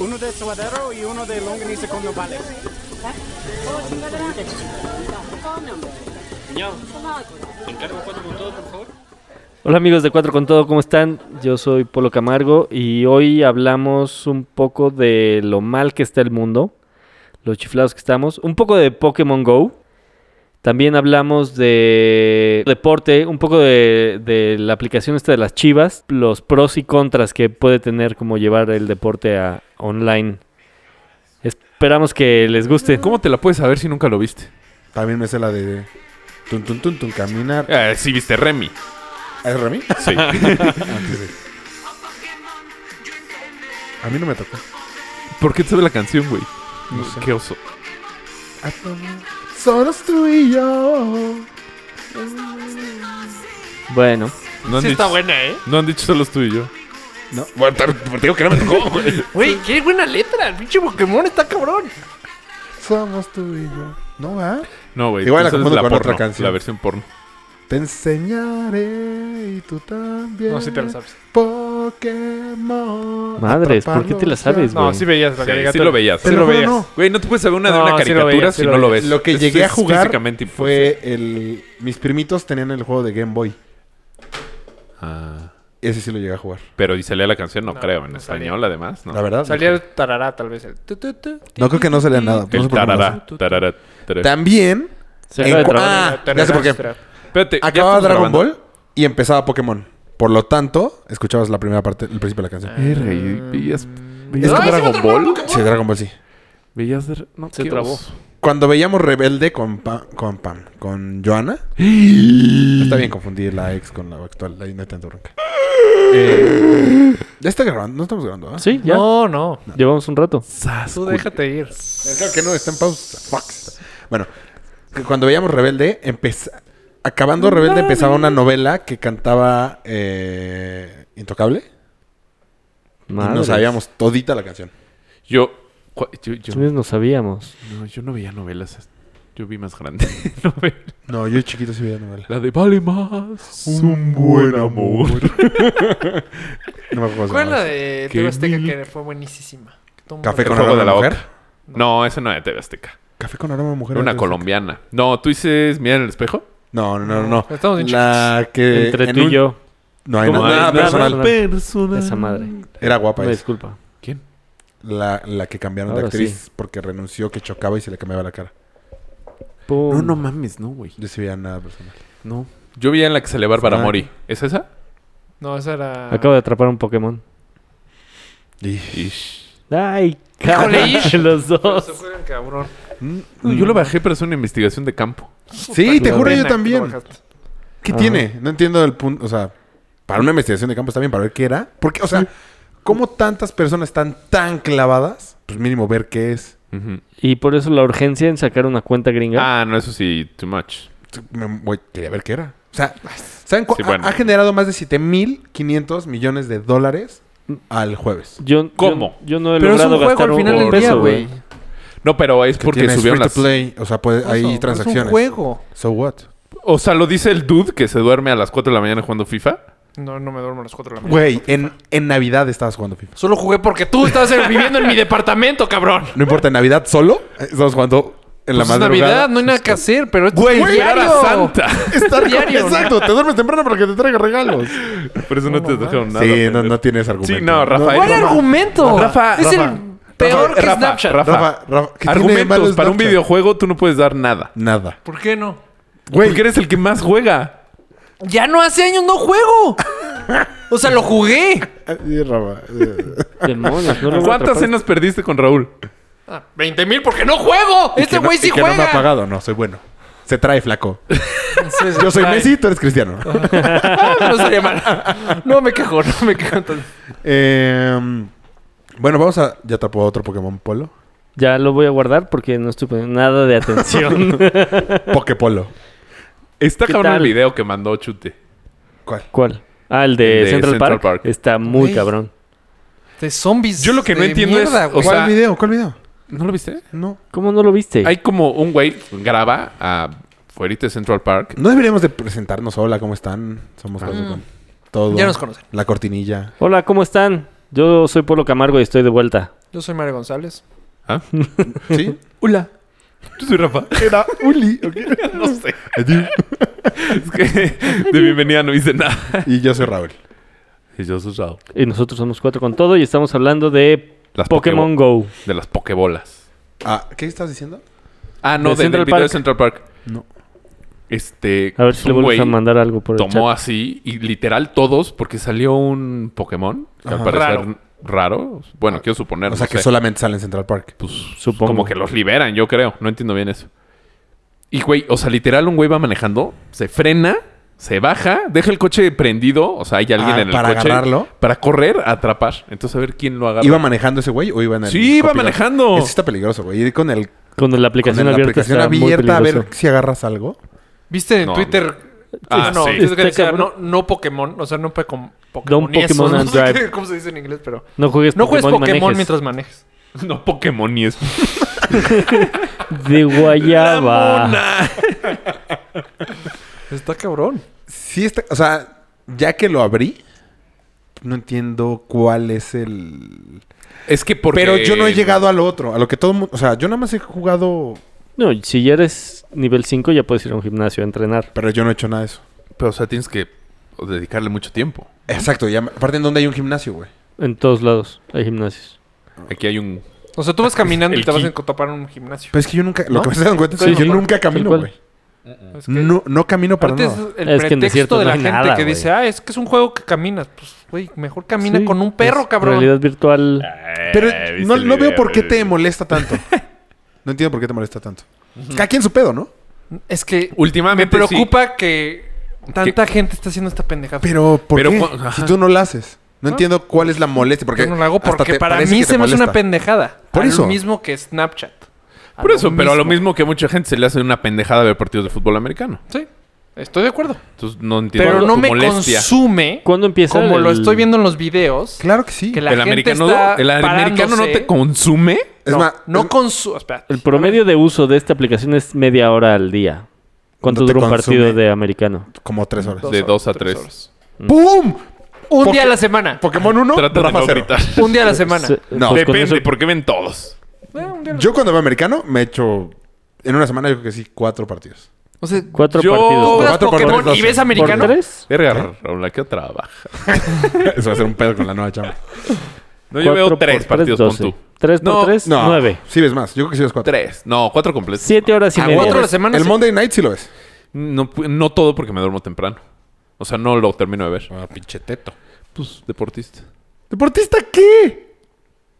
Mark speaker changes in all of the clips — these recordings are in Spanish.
Speaker 1: uno de suadero y uno de longaniza con nopales.
Speaker 2: Hola amigos de Cuatro con Todo, ¿cómo están? Yo soy Polo Camargo y hoy hablamos un poco de lo mal que está el mundo, los chiflados que estamos, un poco de Pokémon Go, también hablamos de deporte, un poco de, de la aplicación esta de las chivas, los pros y contras que puede tener como llevar el deporte a online. Esperamos que les guste.
Speaker 3: ¿Cómo te la puedes saber si nunca lo viste?
Speaker 4: También me sé la de tun tun tun tun caminar.
Speaker 3: Eh, sí, viste Remy.
Speaker 4: ¿Es Remy?
Speaker 3: Sí.
Speaker 4: Antes de... A mí no me tocó.
Speaker 3: ¿Por qué te sabe la canción, güey?
Speaker 4: No sé.
Speaker 3: Qué oso.
Speaker 4: Ah, no. Solos tú y yo.
Speaker 2: Bueno,
Speaker 3: No han,
Speaker 5: Sí
Speaker 3: dicho,
Speaker 5: está buena, ¿eh?
Speaker 3: no han dicho solos tú y yo.
Speaker 4: No.
Speaker 3: Bueno, te te digo que no me tocó, güey.
Speaker 5: Güey, qué buena letra. El pinche Pokémon está cabrón.
Speaker 4: Somos tú y yo. No va.
Speaker 3: No, güey.
Speaker 4: Igual
Speaker 3: tú sabes
Speaker 4: la confundo con otra
Speaker 3: porno,
Speaker 4: canción.
Speaker 3: La versión porno.
Speaker 4: Te enseñaré y tú también.
Speaker 5: No, sí te lo sabes.
Speaker 4: Pokémon.
Speaker 2: madres, ¿por qué te la sabes, güey?
Speaker 5: No, sí veías la
Speaker 3: Sí,
Speaker 5: caricatura.
Speaker 3: sí lo veías.
Speaker 5: Sí lo
Speaker 4: Pero
Speaker 5: veías.
Speaker 4: no.
Speaker 3: Güey, no te puedes saber una de
Speaker 5: No,
Speaker 3: una
Speaker 5: sí lo
Speaker 3: caricatura
Speaker 5: veía, sí
Speaker 3: si
Speaker 5: lo
Speaker 3: no lo
Speaker 5: veía.
Speaker 3: ves.
Speaker 4: Lo que
Speaker 3: Es-
Speaker 4: llegué a
Speaker 3: es
Speaker 4: jugar
Speaker 3: físicamente pues, imposible.
Speaker 4: fue el. Mis primitos tenían el juego de Game Boy.
Speaker 3: Ah,
Speaker 4: Ese sí lo llegué a jugar.
Speaker 3: pero y salía la canción, no,
Speaker 5: No,
Speaker 3: creo. En
Speaker 5: no salía.
Speaker 3: español, además, ¿no?
Speaker 4: La verdad.
Speaker 5: Salía el tarará, tal vez. El tu, tu, tu,
Speaker 4: No creo que no salía nada. No sé
Speaker 3: El
Speaker 4: por qué no lo
Speaker 3: tarará, tarará,
Speaker 4: sé.
Speaker 3: tarará.
Speaker 4: También.
Speaker 2: Se acaba de
Speaker 4: En cua-
Speaker 2: trabar.
Speaker 4: Ah,
Speaker 5: tarará, tarará,
Speaker 4: ya sé por qué.
Speaker 5: tarará.
Speaker 3: Espérate, Eh, ¿ya
Speaker 4: Acababa
Speaker 3: estamos
Speaker 4: Dragon
Speaker 3: grabando?
Speaker 4: Ball y empezaba Pokémon. Por lo tanto, escuchabas la primera parte, el principio de la canción.
Speaker 3: Verga, Eh, y veías-
Speaker 4: ¿Es
Speaker 3: ¿Veías
Speaker 4: que
Speaker 3: Dragon Ball?
Speaker 4: Sí, Dragon Ball sí.
Speaker 3: Veías. dra- No,
Speaker 2: Ah, Se
Speaker 3: qué
Speaker 2: trabó.
Speaker 3: oso.
Speaker 4: Cuando veíamos Rebelde con Pam, con, Pam, con Joana. Está bien confundir la ex con la actual. Ahí no hay tanta bronca. Eh, ya está grabando. No estamos grabando, ¿ah?
Speaker 2: Sí, ya.
Speaker 5: No, no.
Speaker 2: Llevamos un rato.
Speaker 3: Sas,
Speaker 5: Tú
Speaker 3: güey.
Speaker 5: déjate ir.
Speaker 4: Claro que no, está en pausa. Fuck. Bueno, que cuando veíamos Rebelde, empeza- acabando Rebelde empezaba una novela que cantaba eh, Intocable. Y
Speaker 2: Madres.
Speaker 4: nos sabíamos todita la canción.
Speaker 3: Yo, cua- yo, yo-
Speaker 2: Entonces no sabíamos.
Speaker 3: no, yo no veía novelas. Yo vi más grande novela.
Speaker 4: No, yo chiquito sí veía novela.
Speaker 3: La de Vale Más.
Speaker 4: No me acuerdo.
Speaker 5: ¿Cuál es la
Speaker 4: de
Speaker 5: de
Speaker 3: Qué
Speaker 5: TV Azteca
Speaker 3: mil-
Speaker 5: que fue buenísima? Que todo mundo
Speaker 4: Café
Speaker 3: El
Speaker 4: con
Speaker 5: recuerda.
Speaker 3: juego
Speaker 4: aroma
Speaker 3: de la
Speaker 4: de mujer.
Speaker 3: oca. No, esa no era de TV Azteca.
Speaker 4: Café con aroma de mujer.
Speaker 3: Era una colombiana. No, tú dices Mira en el espejo.
Speaker 4: No, no, no, no.
Speaker 5: Estamos bien
Speaker 4: la que
Speaker 2: Entre
Speaker 4: Eh, en
Speaker 2: tú
Speaker 4: un-
Speaker 2: y yo.
Speaker 4: No hay
Speaker 2: ¿Cómo?
Speaker 4: nada, nada
Speaker 2: No hay
Speaker 4: Pues.
Speaker 2: nada.
Speaker 4: personal.
Speaker 3: personal.
Speaker 2: Esa madre.
Speaker 4: Era guapa
Speaker 2: Una
Speaker 4: esa.
Speaker 2: disculpa.
Speaker 3: ¿Quién?
Speaker 4: La, la que cambiaron de
Speaker 2: Ahora
Speaker 4: actriz
Speaker 2: sí.
Speaker 4: porque renunció, que chocaba y se le cambiaba la cara.
Speaker 2: Pum.
Speaker 3: No, no mames, no, güey.
Speaker 4: Yo Ah. sí veía nada personal.
Speaker 3: No. Yo vi en la que se le va para Mori. ¿Es esa?
Speaker 5: No, esa era.
Speaker 2: Acabo de atrapar un Pokémon. Ay,
Speaker 5: Híjole,
Speaker 2: cabrón.
Speaker 5: Pero
Speaker 2: Los
Speaker 5: se
Speaker 2: dos.
Speaker 5: juegan, cabrón.
Speaker 3: No, yo lo bajé, pero es una investigación de campo.
Speaker 4: Sí, te
Speaker 2: Lo
Speaker 4: juro
Speaker 5: Pena
Speaker 4: yo
Speaker 5: que lo
Speaker 4: también.
Speaker 5: bajaste.
Speaker 4: ¿Qué
Speaker 2: Ajá.
Speaker 4: tiene? No entiendo el punto. O sea, para una investigación de campo está bien, para ver qué era. Porque, o sea, ¿cómo tantas personas están tan clavadas? Pues mínimo ver qué es.
Speaker 3: Ujú.
Speaker 2: Y por eso la urgencia en sacar una cuenta gringa.
Speaker 3: Ah, no, eso sí, too much.
Speaker 4: Me- güey, quería ver qué era. O sea, ¿saben cu-
Speaker 3: Pues, Sí, bueno.
Speaker 4: ha, ha generado más de 7.500 millones de dólares al jueves.
Speaker 2: Yo, yo-
Speaker 3: ¿Cómo?
Speaker 2: Yo, no he
Speaker 5: Pero es un
Speaker 2: logrado
Speaker 5: juego
Speaker 2: gastar
Speaker 5: al final
Speaker 2: un
Speaker 5: del día,
Speaker 2: peso,
Speaker 5: güey.
Speaker 2: güey.
Speaker 3: No, pero es porque
Speaker 4: Tienes
Speaker 3: subieron
Speaker 4: free
Speaker 3: las...
Speaker 4: to play. O sea, puede- hay
Speaker 5: Oso,
Speaker 4: transacciones.
Speaker 5: Es un juego.
Speaker 4: So what?
Speaker 3: O sea, lo dice el dude que se duerme a las 4 de la mañana jugando FIFA.
Speaker 5: No, no me duermo a las 4 de la mañana.
Speaker 4: Güey, en, en Navidad estabas jugando FIFA.
Speaker 5: Solo jugué porque tú estabas eh, viviendo en mi departamento, cabrón.
Speaker 4: No importa, en Navidad solo eh, estabas jugando en la
Speaker 5: Pues es
Speaker 4: madrugada.
Speaker 5: Navidad, no hay nada que hacer, pero esto
Speaker 4: Güey,
Speaker 5: es
Speaker 3: esperar a
Speaker 5: diario.
Speaker 3: Santa.
Speaker 4: Está rico.
Speaker 5: Diario, ¿no?
Speaker 4: Exacto, te duermes temprano para que te traiga regalos.
Speaker 3: Por eso no, te dejaron nada.
Speaker 4: sí, no,
Speaker 3: pendejo.
Speaker 4: no tienes argumento.
Speaker 3: Sí, no, Rafael.
Speaker 5: ¿Cuál
Speaker 3: Rafa,
Speaker 5: argumento?
Speaker 3: Rafa,
Speaker 5: es
Speaker 3: Rafa,
Speaker 5: el peor que
Speaker 3: Rafa,
Speaker 5: Snapchat.
Speaker 3: Rafa,
Speaker 4: Rafa, Rafa, ¿qué tiene de malo
Speaker 3: Argumentos para un
Speaker 4: Snapchat?
Speaker 3: videojuego tú no puedes dar nada.
Speaker 4: Nada.
Speaker 5: ¿Por qué no?
Speaker 3: Porque eres el que más juega.
Speaker 5: Ya no hace años no juego. O sea, lo jugué.
Speaker 3: Ah,
Speaker 4: Sí, Rafa.
Speaker 3: eh,
Speaker 2: Demonios, no logro
Speaker 3: ¿Cuántas
Speaker 2: atrapar.
Speaker 3: cenas perdiste con Raúl?
Speaker 5: 20 Ah, mil porque no juego.
Speaker 4: Y
Speaker 5: Este
Speaker 4: que no-
Speaker 5: güey sí
Speaker 4: y que
Speaker 5: juega.
Speaker 4: no me ha pagado. No, soy bueno. Se trae flaco. Yo soy Messi, tú eres cristiano.
Speaker 5: Ah, no sería mal. No me quejo, no me quejo. entonces.
Speaker 4: Eh, bueno, vamos a... Ya tapó otro Pokémon Polo.
Speaker 2: Ya lo voy a guardar porque no estoy poniendo nada de atención.
Speaker 4: Poképolo.
Speaker 3: Está
Speaker 2: ¿Qué
Speaker 3: cabrón
Speaker 2: tal?
Speaker 3: el video que mandó Chute.
Speaker 4: ¿Cuál?
Speaker 2: ¿Cuál? Ah, el de,
Speaker 3: El de
Speaker 2: Central,
Speaker 3: Central
Speaker 2: Park.
Speaker 3: Park.
Speaker 2: Está muy
Speaker 4: Güey.
Speaker 2: cabrón.
Speaker 5: De zombies.
Speaker 3: Yo lo que no
Speaker 5: de
Speaker 3: entiendo es-
Speaker 5: mierda,
Speaker 3: o
Speaker 5: güey.
Speaker 4: ¿Cuál
Speaker 3: sea-
Speaker 4: video? ¿Cuál video?
Speaker 3: ¿No lo viste?
Speaker 4: No.
Speaker 2: ¿Cómo no lo viste?
Speaker 3: Hay como un güey graba a fuera de Central Park.
Speaker 4: No deberíamos de presentarnos. Hola, ¿cómo están? Somos Café con todo.
Speaker 5: Ya nos conocen.
Speaker 4: La cortinilla.
Speaker 2: Hola, ¿cómo están? Yo soy Polo Camargo y estoy de vuelta.
Speaker 5: Yo soy Mario González.
Speaker 3: ¿Ah?
Speaker 4: ¿Sí?
Speaker 5: Hola.
Speaker 3: Yo soy Rafa.
Speaker 4: Era Uli. ¿ok?
Speaker 3: No sé. Es que de bienvenida no hice nada.
Speaker 4: Y yo soy Raúl.
Speaker 3: Y yo soy Raúl.
Speaker 2: Y nosotros somos cuatro con todo y estamos hablando de
Speaker 3: Las
Speaker 2: Pokémon
Speaker 3: Pokébo-
Speaker 2: Go.
Speaker 3: De las Pokebolas.
Speaker 4: Ah, ¿Qué estás diciendo?
Speaker 3: Ah, no,
Speaker 2: De
Speaker 3: de del
Speaker 2: Central
Speaker 3: video de
Speaker 2: Park.
Speaker 3: Central Park.
Speaker 4: No.
Speaker 3: Este.
Speaker 2: A ver si
Speaker 3: un
Speaker 2: le vuelves
Speaker 3: güey
Speaker 2: a mandar algo por el
Speaker 3: Tomó
Speaker 2: chat.
Speaker 3: así y literal todos, porque salió un Pokémon que al
Speaker 4: Ajá.
Speaker 3: parecer raro. Bueno, quiero suponer.
Speaker 4: O sea,
Speaker 3: no
Speaker 4: que
Speaker 3: sé.
Speaker 4: solamente sale en Central Park.
Speaker 3: Pues,
Speaker 2: Supongo.
Speaker 3: Como que los liberan, yo creo. No entiendo bien eso. Y, güey, o sea, literal, un güey va manejando, se frena, se baja, deja el coche prendido. O sea, hay alguien
Speaker 4: Ah,
Speaker 3: en el
Speaker 4: ¿para
Speaker 3: coche.
Speaker 4: agarrarlo?
Speaker 3: Para correr, a atrapar. Entonces, a ver quién lo agarra.
Speaker 4: ¿Iba manejando ese güey o iba en el
Speaker 3: Sí, iba
Speaker 4: copiloto?
Speaker 3: manejando.
Speaker 4: Eso está peligroso, güey. Ir con el
Speaker 2: Con la aplicación
Speaker 4: con el- la
Speaker 2: abierta.
Speaker 4: aplicación
Speaker 2: está muy
Speaker 4: abierta a ver
Speaker 2: peligroso.
Speaker 4: si agarras algo.
Speaker 5: ¿Viste en
Speaker 3: No,
Speaker 5: Twitter?
Speaker 3: Ah,
Speaker 5: no,
Speaker 3: sí.
Speaker 5: Twitter que
Speaker 2: Está
Speaker 5: decía,
Speaker 2: cabrón.
Speaker 5: no, no Pokémon, o sea, no Pokémon.
Speaker 2: Pokémon
Speaker 5: no
Speaker 2: and
Speaker 5: sé
Speaker 2: drive.
Speaker 5: qué- cómo se dice en inglés, pero.
Speaker 2: No juegues
Speaker 5: No juegues
Speaker 2: Pokémon,
Speaker 5: Pokémon,
Speaker 2: y manejes.
Speaker 5: mientras manejes.
Speaker 3: No Pokémon y es.
Speaker 2: De guayaba.
Speaker 3: ¡Mona!
Speaker 5: Está cabrón.
Speaker 4: Sí, está, o sea, ya que lo abrí, no entiendo cuál es el.
Speaker 3: Es que porque...
Speaker 4: Pero yo no he llegado al otro, a lo que todo el mundo. O sea, yo nada más he jugado,
Speaker 2: No, si ya eres nivel 5 ya puedes ir a un gimnasio a entrenar.
Speaker 4: pero yo no he hecho nada de eso.
Speaker 3: Pero, o sea, tienes que dedicarle mucho tiempo.
Speaker 4: Exacto, ya, aparte en donde hay un gimnasio, güey.
Speaker 2: En todos lados hay gimnasios.
Speaker 3: Aquí hay un...
Speaker 5: O sea, tú vas caminando y
Speaker 3: El
Speaker 5: te vas
Speaker 3: ki.
Speaker 5: a topar en un gimnasio.
Speaker 4: Pero es que yo nunca, lo
Speaker 2: ¿No?
Speaker 4: que me estoy dando cuenta es
Speaker 2: Sí,
Speaker 4: que
Speaker 2: sí.
Speaker 4: yo nunca camino,
Speaker 2: cual.
Speaker 4: güey.
Speaker 5: Es que-
Speaker 4: No, no camino para
Speaker 5: Aparte es
Speaker 4: nada.
Speaker 5: el
Speaker 2: Es que
Speaker 5: pretexto
Speaker 2: en desierto
Speaker 5: de
Speaker 2: no
Speaker 5: la
Speaker 2: hay
Speaker 5: gente
Speaker 2: nada,
Speaker 5: que
Speaker 2: güey.
Speaker 5: dice, ah, es que es un juego que caminas. Pues, güey, mejor camina
Speaker 2: Sí,
Speaker 5: con un
Speaker 2: es
Speaker 5: perro, cabrón. Ah.
Speaker 2: Realidad virtual.
Speaker 4: Pero
Speaker 3: Eh,
Speaker 4: no, no veo por qué te molesta tanto. no entiendo por qué te molesta tanto. Cada quien su pedo, ¿no?
Speaker 5: Es que me
Speaker 3: Últimamente sí.
Speaker 5: preocupa que tanta gente está haciendo esta pendejada.
Speaker 4: Pero, ¿por
Speaker 3: Pero
Speaker 4: qué?
Speaker 3: cu- ajá.
Speaker 4: Si tú no la haces. No entiendo cuál es la molestia. Porque
Speaker 5: Yo no lo hago
Speaker 4: hasta
Speaker 5: porque
Speaker 4: te
Speaker 5: para
Speaker 4: parece
Speaker 5: mí
Speaker 4: que te
Speaker 5: se me hace una
Speaker 4: molesta.
Speaker 5: pendejada.
Speaker 4: Por
Speaker 5: A
Speaker 4: eso.
Speaker 5: Lo mismo que Snapchat. A
Speaker 3: Por eso, pero a lo mismo que a mucha gente se le hace una pendejada ver partidos de fútbol americano.
Speaker 5: Sí, estoy de acuerdo.
Speaker 3: Entonces no entiendo
Speaker 5: Pero
Speaker 3: tu
Speaker 5: no me
Speaker 3: molestia.
Speaker 5: consume
Speaker 2: ¿Cuándo empieza
Speaker 5: como lo
Speaker 2: el-
Speaker 5: estoy viendo en los videos.
Speaker 4: Claro que sí.
Speaker 5: Que la
Speaker 3: ¿El
Speaker 5: gente
Speaker 3: americano,
Speaker 5: está
Speaker 3: el americano no
Speaker 5: parándose.
Speaker 3: te consume?
Speaker 4: Es
Speaker 5: no,
Speaker 4: más, es-
Speaker 5: no consume... Espera.
Speaker 2: El promedio de uso de esta aplicación es media hora al día. ¿Cuánto
Speaker 4: No te
Speaker 2: dura un
Speaker 4: consume.
Speaker 2: partido de americano?
Speaker 4: como tres horas.
Speaker 3: de dos a tres.
Speaker 5: horas.
Speaker 4: ¡Pum!
Speaker 5: Un
Speaker 4: Poké-
Speaker 5: día a la semana.
Speaker 4: Pokémon 1,
Speaker 3: Trata de
Speaker 4: Rafa
Speaker 3: no
Speaker 4: cero.
Speaker 3: gritar.
Speaker 5: Un día a la semana.
Speaker 2: Se-
Speaker 4: No.
Speaker 2: pues con
Speaker 3: Depende,
Speaker 2: eso-
Speaker 3: porque ven todos.
Speaker 5: Eh, un día a la-
Speaker 4: Yo cuando veo americano me echo... En una semana yo creo que sí, cuatro partidos.
Speaker 5: O sea,
Speaker 2: Cuatro
Speaker 3: Yo-
Speaker 5: tú
Speaker 2: partidos.
Speaker 5: juegas
Speaker 4: cuatro por
Speaker 5: Pokémon
Speaker 4: tres,
Speaker 5: y ves
Speaker 4: doce.
Speaker 2: ¿Por
Speaker 5: americano.
Speaker 2: tres?
Speaker 3: Verga, Raúl, ¿a qué trabaja?
Speaker 4: Eso va a ser un pedo con la nueva chamba.
Speaker 3: No, yo
Speaker 2: Cuatro
Speaker 3: veo
Speaker 2: por
Speaker 3: tres partidos con
Speaker 2: doce.
Speaker 3: tú.
Speaker 2: Tres por
Speaker 3: No,
Speaker 2: tres,
Speaker 4: No.
Speaker 2: nueve.
Speaker 4: Sí ves más. Yo creo que sí ves cuatro.
Speaker 3: Tres. No, cuatro completos.
Speaker 2: Siete horas y
Speaker 5: A
Speaker 2: media.
Speaker 5: cuatro a la
Speaker 4: El
Speaker 5: semana. sí.
Speaker 4: Monday Night sí lo ves.
Speaker 3: No, pu- no todo porque me duermo temprano. O sea, no lo termino de ver. Ah, pinche teto. Pues deportista.
Speaker 4: ¿Deportista qué?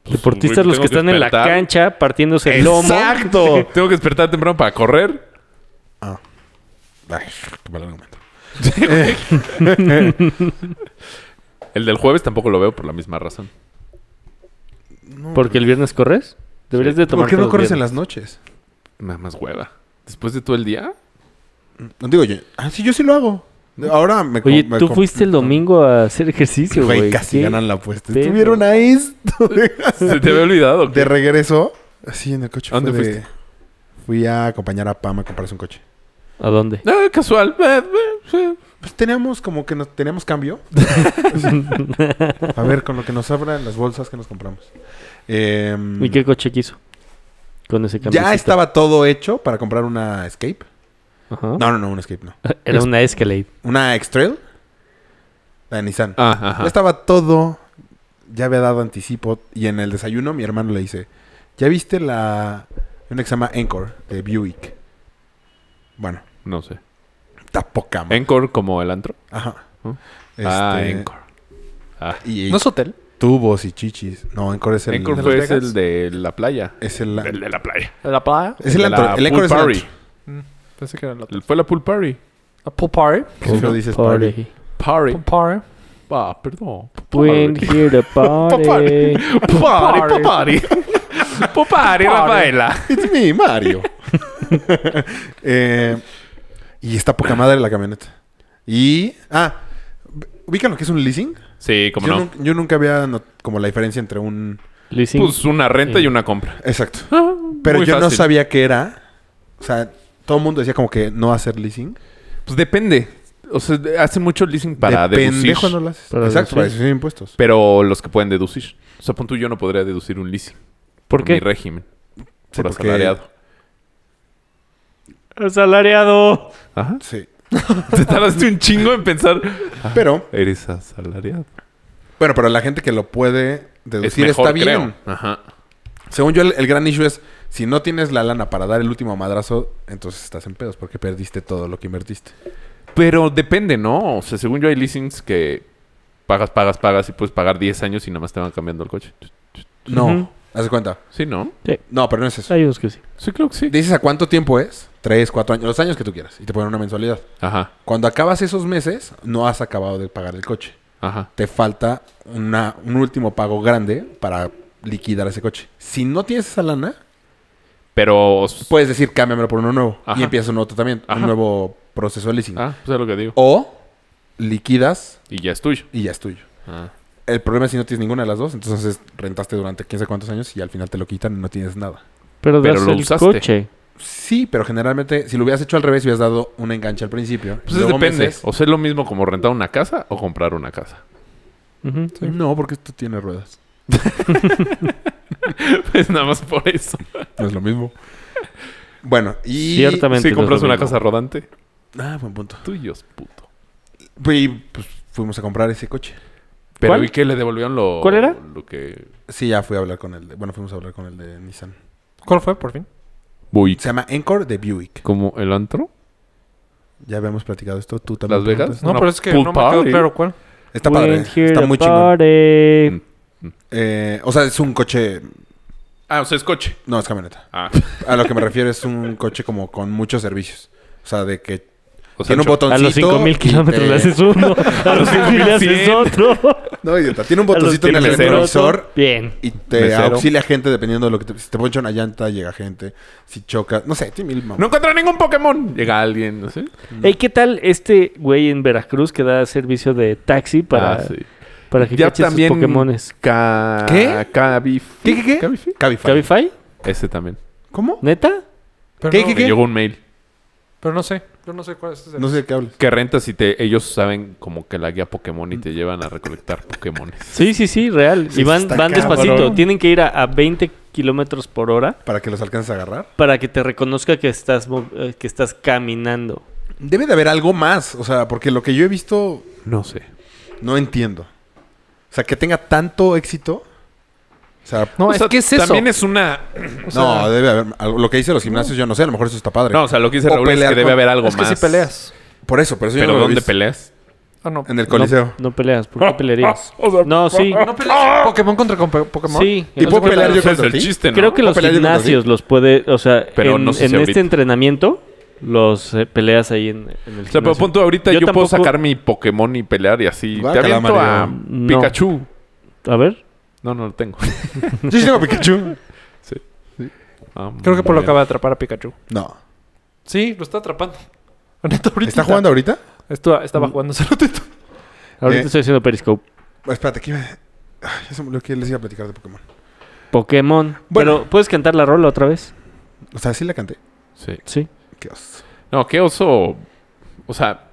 Speaker 2: Deportistas
Speaker 3: Güey,
Speaker 2: los que
Speaker 3: Pues, tengo que
Speaker 2: están en la
Speaker 3: despertar.
Speaker 2: cancha partiéndose el lomo.
Speaker 4: ¡Exacto!
Speaker 3: Tengo que despertar temprano para correr.
Speaker 4: Ay, qué mal argumento.
Speaker 3: Este, El del jueves tampoco lo veo por la misma razón.
Speaker 2: Porque el viernes corres. Deberías de tomar
Speaker 4: ¿Por qué no corres en las noches?
Speaker 3: Nada más hueva. Después de todo el día.
Speaker 4: No digo yo. Ah, sí, yo sí lo hago. Ahora me...
Speaker 2: Oye,
Speaker 4: me-
Speaker 2: tú
Speaker 4: me-
Speaker 2: fuiste el domingo a hacer ejercicio, güey.
Speaker 4: Güey, casi
Speaker 2: ¿Qué?
Speaker 4: ganan la apuesta.
Speaker 2: pedo?
Speaker 4: Estuvieron a esto.
Speaker 3: Se te había olvidado.
Speaker 4: De regreso, así en el coche.
Speaker 3: ¿A dónde
Speaker 4: fue de-
Speaker 3: fuiste?
Speaker 4: Fui a acompañar a Pam a comprarse un coche.
Speaker 2: ¿A dónde?
Speaker 3: Ah, casual. Eh, eh, sí.
Speaker 4: Pues teníamos como que nos, teníamos cambio. a ver, con lo que nos abran las bolsas que nos compramos. Eh,
Speaker 2: ¿Y qué coche quiso? Con ese cambio.
Speaker 4: ya estaba todo hecho para comprar una Escape. No, no, no, una Escape no.
Speaker 2: Era una Escalade.
Speaker 4: Una X-Trail. La de Nissan.
Speaker 3: Ah, ajá.
Speaker 4: Ya estaba todo. Ya había dado anticipo. Y en el desayuno mi hermano le dice, ¿ya viste la... Una que se llama Encore de Buick? Bueno,
Speaker 3: No sé.
Speaker 4: está poca. madre.
Speaker 3: Encore como el antro.
Speaker 4: Ajá.
Speaker 3: ¿No? Ah,
Speaker 4: Este,
Speaker 3: Encore. Ah.
Speaker 4: Y,
Speaker 5: ¿No es hotel?
Speaker 4: tubos y chichis. No, Encore es el...
Speaker 3: Encore
Speaker 5: de
Speaker 3: fue
Speaker 5: Las
Speaker 3: es
Speaker 5: Vegas?
Speaker 3: el de la playa.
Speaker 4: Es el...
Speaker 3: El de la playa.
Speaker 5: ¿La playa?
Speaker 4: Es el
Speaker 3: de
Speaker 4: antro.
Speaker 3: la
Speaker 4: El
Speaker 3: pool
Speaker 4: Encore es el
Speaker 3: party.
Speaker 4: antro.
Speaker 5: Pensé que era la otra.
Speaker 3: El- Fue la pool party.
Speaker 5: ¿La pool party?
Speaker 4: Que si no Pues dices party.
Speaker 3: Party.
Speaker 2: Party.
Speaker 5: Pool party.
Speaker 3: Ah, perdón.
Speaker 2: When here the party.
Speaker 3: Popari, popari. Popari, Rafaela.
Speaker 4: It's me, Mario. Eh, y está poca madre la camioneta. Y... Ah, ¿ubican lo que es un leasing?
Speaker 3: Sí, como
Speaker 4: yo,
Speaker 3: no.
Speaker 4: nun- yo nunca había not- como la diferencia entre un...
Speaker 2: Leasing.
Speaker 3: Pues una renta y una compra.
Speaker 4: Exacto.
Speaker 3: Ah,
Speaker 4: Pero
Speaker 3: Muy
Speaker 4: yo no
Speaker 3: fácil.
Speaker 4: sabía qué era. O sea, todo el mundo decía como que no hacer leasing.
Speaker 3: Pues depende. o sea, hacen mucho leasing para
Speaker 4: de
Speaker 3: deducir.
Speaker 4: pendejo no lo haces.
Speaker 2: Para
Speaker 4: Exacto,
Speaker 2: deducir.
Speaker 4: para deducir impuestos.
Speaker 3: Pero los que pueden deducir. O sea, pon tú, yo no podría deducir un leasing.
Speaker 2: ¿Por
Speaker 3: Mi
Speaker 2: qué?
Speaker 3: régimen.
Speaker 4: Sí,
Speaker 3: por
Speaker 4: porque-
Speaker 3: asalariado.
Speaker 2: Asalariado.
Speaker 3: Ajá.
Speaker 4: Sí.
Speaker 3: Te tardaste un chingo en pensar.
Speaker 4: Pero,
Speaker 3: Eres asalariado.
Speaker 4: bueno, pero la gente que lo puede
Speaker 3: Es
Speaker 4: deducir
Speaker 3: mejor,
Speaker 4: está bien.
Speaker 3: creo. Ajá.
Speaker 4: Según yo, el, el gran issue es si no tienes la lana para dar el último madrazo, entonces estás en pedos porque perdiste todo lo que invertiste.
Speaker 3: Pero depende, ¿no? O sea, según yo hay leasings que pagas, pagas, pagas y puedes pagar 10 años y nada más te van cambiando el coche.
Speaker 4: No.
Speaker 2: Ujú.
Speaker 4: Haz de cuenta.
Speaker 3: Sí, ¿no?
Speaker 4: No, pero no
Speaker 3: pues,
Speaker 4: es eso.
Speaker 2: Hay unos que sí.
Speaker 3: Sí, creo que sí.
Speaker 4: Dices a cuánto tiempo es, tres, cuatro años, los años que tú quieras, y te ponen una mensualidad.
Speaker 3: Ajá,
Speaker 4: Cuando acabas esos meses, no has acabado de pagar el coche.
Speaker 3: ajá.
Speaker 4: Te falta una, un último pago grande para liquidar ese coche. Si no tienes esa lana,
Speaker 3: Pero... s-
Speaker 4: puedes decir cámbiamelo por uno nuevo
Speaker 3: Ajá.
Speaker 4: y empiezas un nuevo tratamiento,
Speaker 3: Ajá.
Speaker 4: un nuevo proceso de leasing.
Speaker 3: ah, pues es lo que digo.
Speaker 4: O liquidas
Speaker 3: Y ya es tuyo.
Speaker 4: y ya es tuyo.
Speaker 3: Ah.
Speaker 4: El problema es si no tienes ninguna de las dos, entonces rentaste durante quién sabe cuántos años y al final te lo quitan y no tienes nada.
Speaker 2: Pero,
Speaker 3: Pero
Speaker 2: das
Speaker 3: lo
Speaker 2: el
Speaker 3: usaste.
Speaker 2: coche.
Speaker 4: Sí, pero generalmente si lo hubieras hecho al revés, hubieras dado un enganche al principio.
Speaker 3: Pues
Speaker 4: y
Speaker 3: es
Speaker 4: luego
Speaker 3: depende.
Speaker 4: meses-
Speaker 3: O sea, es lo mismo como rentar una casa o comprar una casa.
Speaker 2: Ujú.
Speaker 4: No, porque esto tiene ruedas.
Speaker 3: pues nada más por eso.
Speaker 4: No es lo mismo. Bueno, y...
Speaker 2: Ciertamente.
Speaker 3: Si
Speaker 2: no es
Speaker 3: compras
Speaker 2: lo
Speaker 3: una
Speaker 2: mismo.
Speaker 3: casa rodante,
Speaker 4: Ah, buen punto.
Speaker 3: tuyos, puto.
Speaker 4: Y pues fuimos a comprar ese coche.
Speaker 3: Pero
Speaker 2: ¿Cuál?
Speaker 3: vi que le devolvieron lo...
Speaker 2: ¿Cuál era?
Speaker 3: Lo que...
Speaker 4: Sí, ya fui a hablar con el de... Bueno, fuimos a hablar con el de Nissan.
Speaker 5: ¿Cuál fue, por fin?
Speaker 3: Buick.
Speaker 4: Se llama Encore de Buick.
Speaker 3: ¿Como el antro?
Speaker 4: Ya habíamos platicado esto. ¿Tú también?
Speaker 3: ¿Las Vegas?
Speaker 4: preguntas?
Speaker 5: No,
Speaker 3: Una
Speaker 5: pero es que no
Speaker 3: puta,
Speaker 5: me quedó
Speaker 3: eh.
Speaker 5: claro cuál.
Speaker 4: Está
Speaker 2: We
Speaker 4: padre.
Speaker 2: ain't here
Speaker 4: Está
Speaker 2: to
Speaker 4: muy chingón.
Speaker 2: party.
Speaker 4: Eh, o sea, es un coche...
Speaker 3: Ah, o sea, es coche.
Speaker 4: No, es camioneta.
Speaker 3: Ah.
Speaker 4: A lo que me refiero es un coche como con muchos servicios. O sea, de que
Speaker 3: O sea,
Speaker 4: tiene un
Speaker 3: cho-
Speaker 4: botoncito.
Speaker 2: A los 5000
Speaker 4: y
Speaker 2: kilómetros
Speaker 4: te-
Speaker 2: le haces uno. A los 5000 le haces
Speaker 3: 5100.
Speaker 2: otro.
Speaker 4: No, idiota. Tiene un botoncito en el
Speaker 3: tiene mesero.
Speaker 4: retrovisor
Speaker 2: Bien.
Speaker 4: y te
Speaker 3: Mesero.
Speaker 4: auxilia gente dependiendo de lo que te... Si te poncha una llanta, llega gente. Si choca... No sé, tiene mil
Speaker 3: No
Speaker 4: mamones.
Speaker 3: encontré ningún Pokémon. Llega alguien, no sé.
Speaker 2: Ey, ¿qué tal este güey en Veracruz que da servicio de taxi para,
Speaker 3: Ah, sí.
Speaker 2: para que
Speaker 3: Ya
Speaker 2: caches sus
Speaker 3: también-
Speaker 2: Pokémones?
Speaker 3: Ca...
Speaker 4: ¿Qué?
Speaker 3: Cabify.
Speaker 4: ¿Qué, qué, qué?
Speaker 3: Cabify.
Speaker 4: Cabify.
Speaker 2: ¿Cabify?
Speaker 3: Ese también.
Speaker 4: ¿Cómo?
Speaker 2: ¿Neta?
Speaker 5: Pero
Speaker 4: ¿Qué,
Speaker 5: no,
Speaker 4: qué,
Speaker 3: Me
Speaker 4: qué?
Speaker 3: llegó un mail
Speaker 5: Pero no sé. Yo no sé cuál es ese.
Speaker 4: No sé de qué hablas.
Speaker 3: que rentas y te, ellos saben como que la guía Pokémon y te llevan a recolectar Pokémones.
Speaker 2: Sí, sí, sí, real.
Speaker 4: Sí,
Speaker 2: y van,
Speaker 4: está
Speaker 2: van despacito.
Speaker 4: cabrón.
Speaker 2: Tienen que ir a, a 20 kilómetros por hora
Speaker 4: ¿Para que los alcances a agarrar?
Speaker 2: para que te reconozca que estás, mo- eh, que estás caminando.
Speaker 4: Debe de haber algo más. O sea, porque lo que yo he visto
Speaker 3: No sé.
Speaker 4: no entiendo. O sea, que tenga tanto éxito. O sea,
Speaker 5: No,
Speaker 3: O sea,
Speaker 5: es que es eso.
Speaker 3: También es una...
Speaker 4: no, debe haber. algo- Lo que hice los gimnasios, yo no sé. A lo mejor eso está padre.
Speaker 3: No, o sea, lo que dice
Speaker 4: O
Speaker 3: Raúl es que
Speaker 4: pelear
Speaker 3: debe
Speaker 4: con-
Speaker 3: haber algo
Speaker 5: es que
Speaker 3: más.
Speaker 5: si peleas.
Speaker 4: Por eso, pero eso yo
Speaker 3: Pero
Speaker 4: no lo he
Speaker 3: ¿dónde
Speaker 4: visto.
Speaker 3: peleas?
Speaker 5: Ah, no.
Speaker 4: En el Coliseo.
Speaker 2: No, no peleas. ¿Por qué pelearías? no, sí.
Speaker 5: ¿No
Speaker 4: Ah.
Speaker 5: peleas Pokémon contra con Pe- Pokémon?
Speaker 2: Sí.
Speaker 4: ¿Y puedo pelear yo
Speaker 3: Ese es
Speaker 4: contra
Speaker 3: el
Speaker 4: ti?
Speaker 3: chiste, ¿no?
Speaker 2: Creo que los
Speaker 4: Papel ahí de contra
Speaker 2: gimnasios los puede, o sea,
Speaker 3: Pero
Speaker 2: en,
Speaker 3: no sé si
Speaker 2: en
Speaker 3: ahorita.
Speaker 2: este entrenamiento los eh, peleas ahí en, en el
Speaker 3: O sea, pero
Speaker 2: gimnasio.
Speaker 3: pon tú ahorita, yo,
Speaker 2: Yo
Speaker 3: puedo
Speaker 2: tampoco-
Speaker 3: sacar mi Pokémon y pelear y así.
Speaker 4: Guácala,
Speaker 3: te aviento a
Speaker 4: Mario.
Speaker 2: No.
Speaker 3: Pikachu.
Speaker 2: A ver.
Speaker 3: No, no lo tengo.
Speaker 4: Yo sí tengo Pikachu.
Speaker 3: Ah,
Speaker 5: Creo que por lo
Speaker 3: muy
Speaker 5: acaba de atrapar a Pikachu.
Speaker 4: No.
Speaker 5: Sí, lo está atrapando. Neta, ahorita.
Speaker 4: ¿Está jugando Mm. ahorita?
Speaker 5: Esto- estaba jugando Cerotito.
Speaker 2: Ahorita
Speaker 4: Eh.
Speaker 2: estoy haciendo Periscope.
Speaker 4: Bueno, espérate, que iba a- Ay, ya se me olvidó que les iba a platicar de Pokémon.
Speaker 2: Pokémon.
Speaker 4: Bueno.
Speaker 2: Pero, ¿puedes cantar la rola otra vez?
Speaker 4: O sea, sí la canté.
Speaker 3: bien. Sí.
Speaker 2: Sí.
Speaker 4: Qué oso.
Speaker 3: No, qué oso... O sea,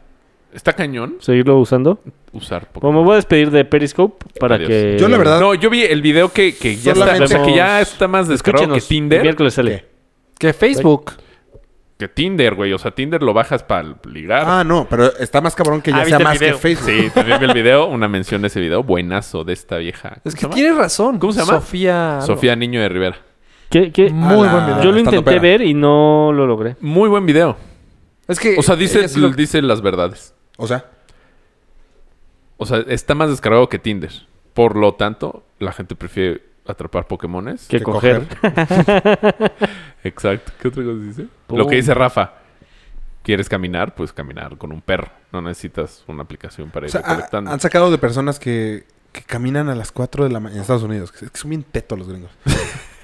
Speaker 3: está cañón
Speaker 2: ¿Seguirlo usando?
Speaker 3: usar Pokémon.
Speaker 2: Bueno, me voy a despedir de Periscope para
Speaker 3: Adiós.
Speaker 2: que...
Speaker 4: Yo la verdad-
Speaker 3: No, yo vi el video que, que ya está,
Speaker 4: Solamente-
Speaker 3: o sea, que ya está más descargado que
Speaker 2: Escúchenos. El
Speaker 3: Tinder.
Speaker 2: miércoles sale.
Speaker 5: Que Facebook.
Speaker 3: Que Tinder, güey. O sea, Tinder lo bajas para ligar.
Speaker 4: Ah, no, pero está más cabrón que ya
Speaker 2: Ah, ¿viste
Speaker 4: sea
Speaker 2: el
Speaker 4: más que
Speaker 2: video?
Speaker 4: Facebook.
Speaker 3: Sí, también vi el video, una mención de ese video. Buenazo de esta vieja.
Speaker 5: Es
Speaker 3: ¿Cómo
Speaker 5: que
Speaker 3: se llama?
Speaker 5: tienes razón.
Speaker 3: ¿Cómo se llama?
Speaker 5: Sofía. algo.
Speaker 3: Sopera. Sofía Niño de Rivera.
Speaker 2: ¿Qué- qué?
Speaker 4: Ah,
Speaker 5: Mm. Muy buen video.
Speaker 2: Yo lo intenté
Speaker 4: estandopera.
Speaker 2: ver y no lo logré.
Speaker 3: Muy buen video.
Speaker 5: Es que.
Speaker 3: O
Speaker 4: Eh,
Speaker 3: sea, dice,
Speaker 5: ella sí lo-
Speaker 3: dice las verdades.
Speaker 4: O sea,
Speaker 3: O sea, está más descargado que Tinder. Por lo tanto, la gente prefiere atrapar Pokémones.
Speaker 2: Que
Speaker 4: Que
Speaker 2: coger.
Speaker 3: Exacto. ¿Qué otra cosa dice?
Speaker 2: Pum.
Speaker 3: Lo que dice Rafa. ¿Quieres caminar? Pues caminar con un perro. No necesitas una aplicación para
Speaker 4: o
Speaker 3: ir
Speaker 4: sea, ha-
Speaker 3: recolectando.
Speaker 4: han sacado de personas que, que caminan a las 4 de la mañana en Estados Unidos. Que, que son bien tetos los gringos.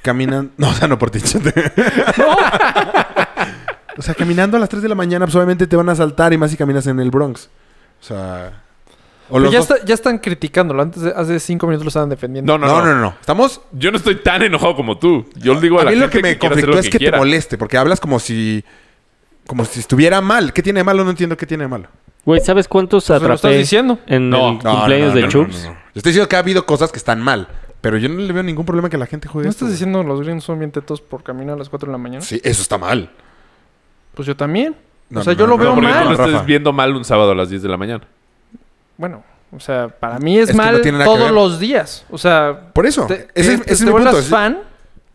Speaker 4: Caminan. No, o sea, no por ti. chate. o sea, caminando a las 3 de la mañana, pues obviamente te van a asaltar y más si caminas en el Bronx. O sea.
Speaker 2: Pues
Speaker 4: O
Speaker 5: Pero
Speaker 4: los
Speaker 5: ya,
Speaker 4: dos-
Speaker 5: está- ya están criticándolo. Antes de- hace cinco minutos lo estaban defendiendo.
Speaker 3: No, no,
Speaker 4: no,
Speaker 3: no,
Speaker 4: no, no, no. Estamos
Speaker 3: Yo no estoy tan enojado como tú. Yo le digo a,
Speaker 4: A
Speaker 3: la
Speaker 4: mí
Speaker 3: gente
Speaker 4: lo que me
Speaker 3: quiera hacer
Speaker 4: conflictó
Speaker 3: lo
Speaker 4: es que
Speaker 3: quiera.
Speaker 4: te moleste, porque hablas como si como si estuviera mal. ¿Qué tiene de malo? No entiendo qué tiene de malo.
Speaker 2: Güey, ¿sabes cuántos
Speaker 6: lo
Speaker 2: atrapé
Speaker 6: estás diciendo.
Speaker 2: en
Speaker 3: No,
Speaker 2: el
Speaker 3: no,
Speaker 2: cumpleaños
Speaker 4: no,
Speaker 2: de
Speaker 4: no,
Speaker 2: Chubbs?
Speaker 4: no, no, no. Estoy diciendo que ha habido cosas que están mal, pero yo no le veo ningún problema que la gente juegue.
Speaker 6: ¿No
Speaker 4: Pues esto,
Speaker 6: estás
Speaker 4: güey.
Speaker 6: diciendo los gringos son bien tetos por caminar a las 4 de la mañana?
Speaker 4: Sí, eso está mal.
Speaker 6: Pues yo también.
Speaker 4: No,
Speaker 6: o sea,
Speaker 4: no,
Speaker 6: yo
Speaker 4: no,
Speaker 6: lo
Speaker 4: no,
Speaker 6: veo
Speaker 3: No, porque tú
Speaker 6: mal.
Speaker 3: lo
Speaker 4: Rafa.
Speaker 3: estás viendo mal un sábado a las 10 de la mañana.
Speaker 6: Bueno, o sea, para mí es,
Speaker 4: Es que no
Speaker 6: mal
Speaker 4: tiene nada que
Speaker 6: todos
Speaker 4: ver.
Speaker 6: los días. O sea,
Speaker 4: Por eso.
Speaker 6: te-
Speaker 4: ese
Speaker 6: te-
Speaker 4: es, ese es
Speaker 6: te
Speaker 4: mi
Speaker 6: vuelvas
Speaker 4: punto. Es-
Speaker 6: fan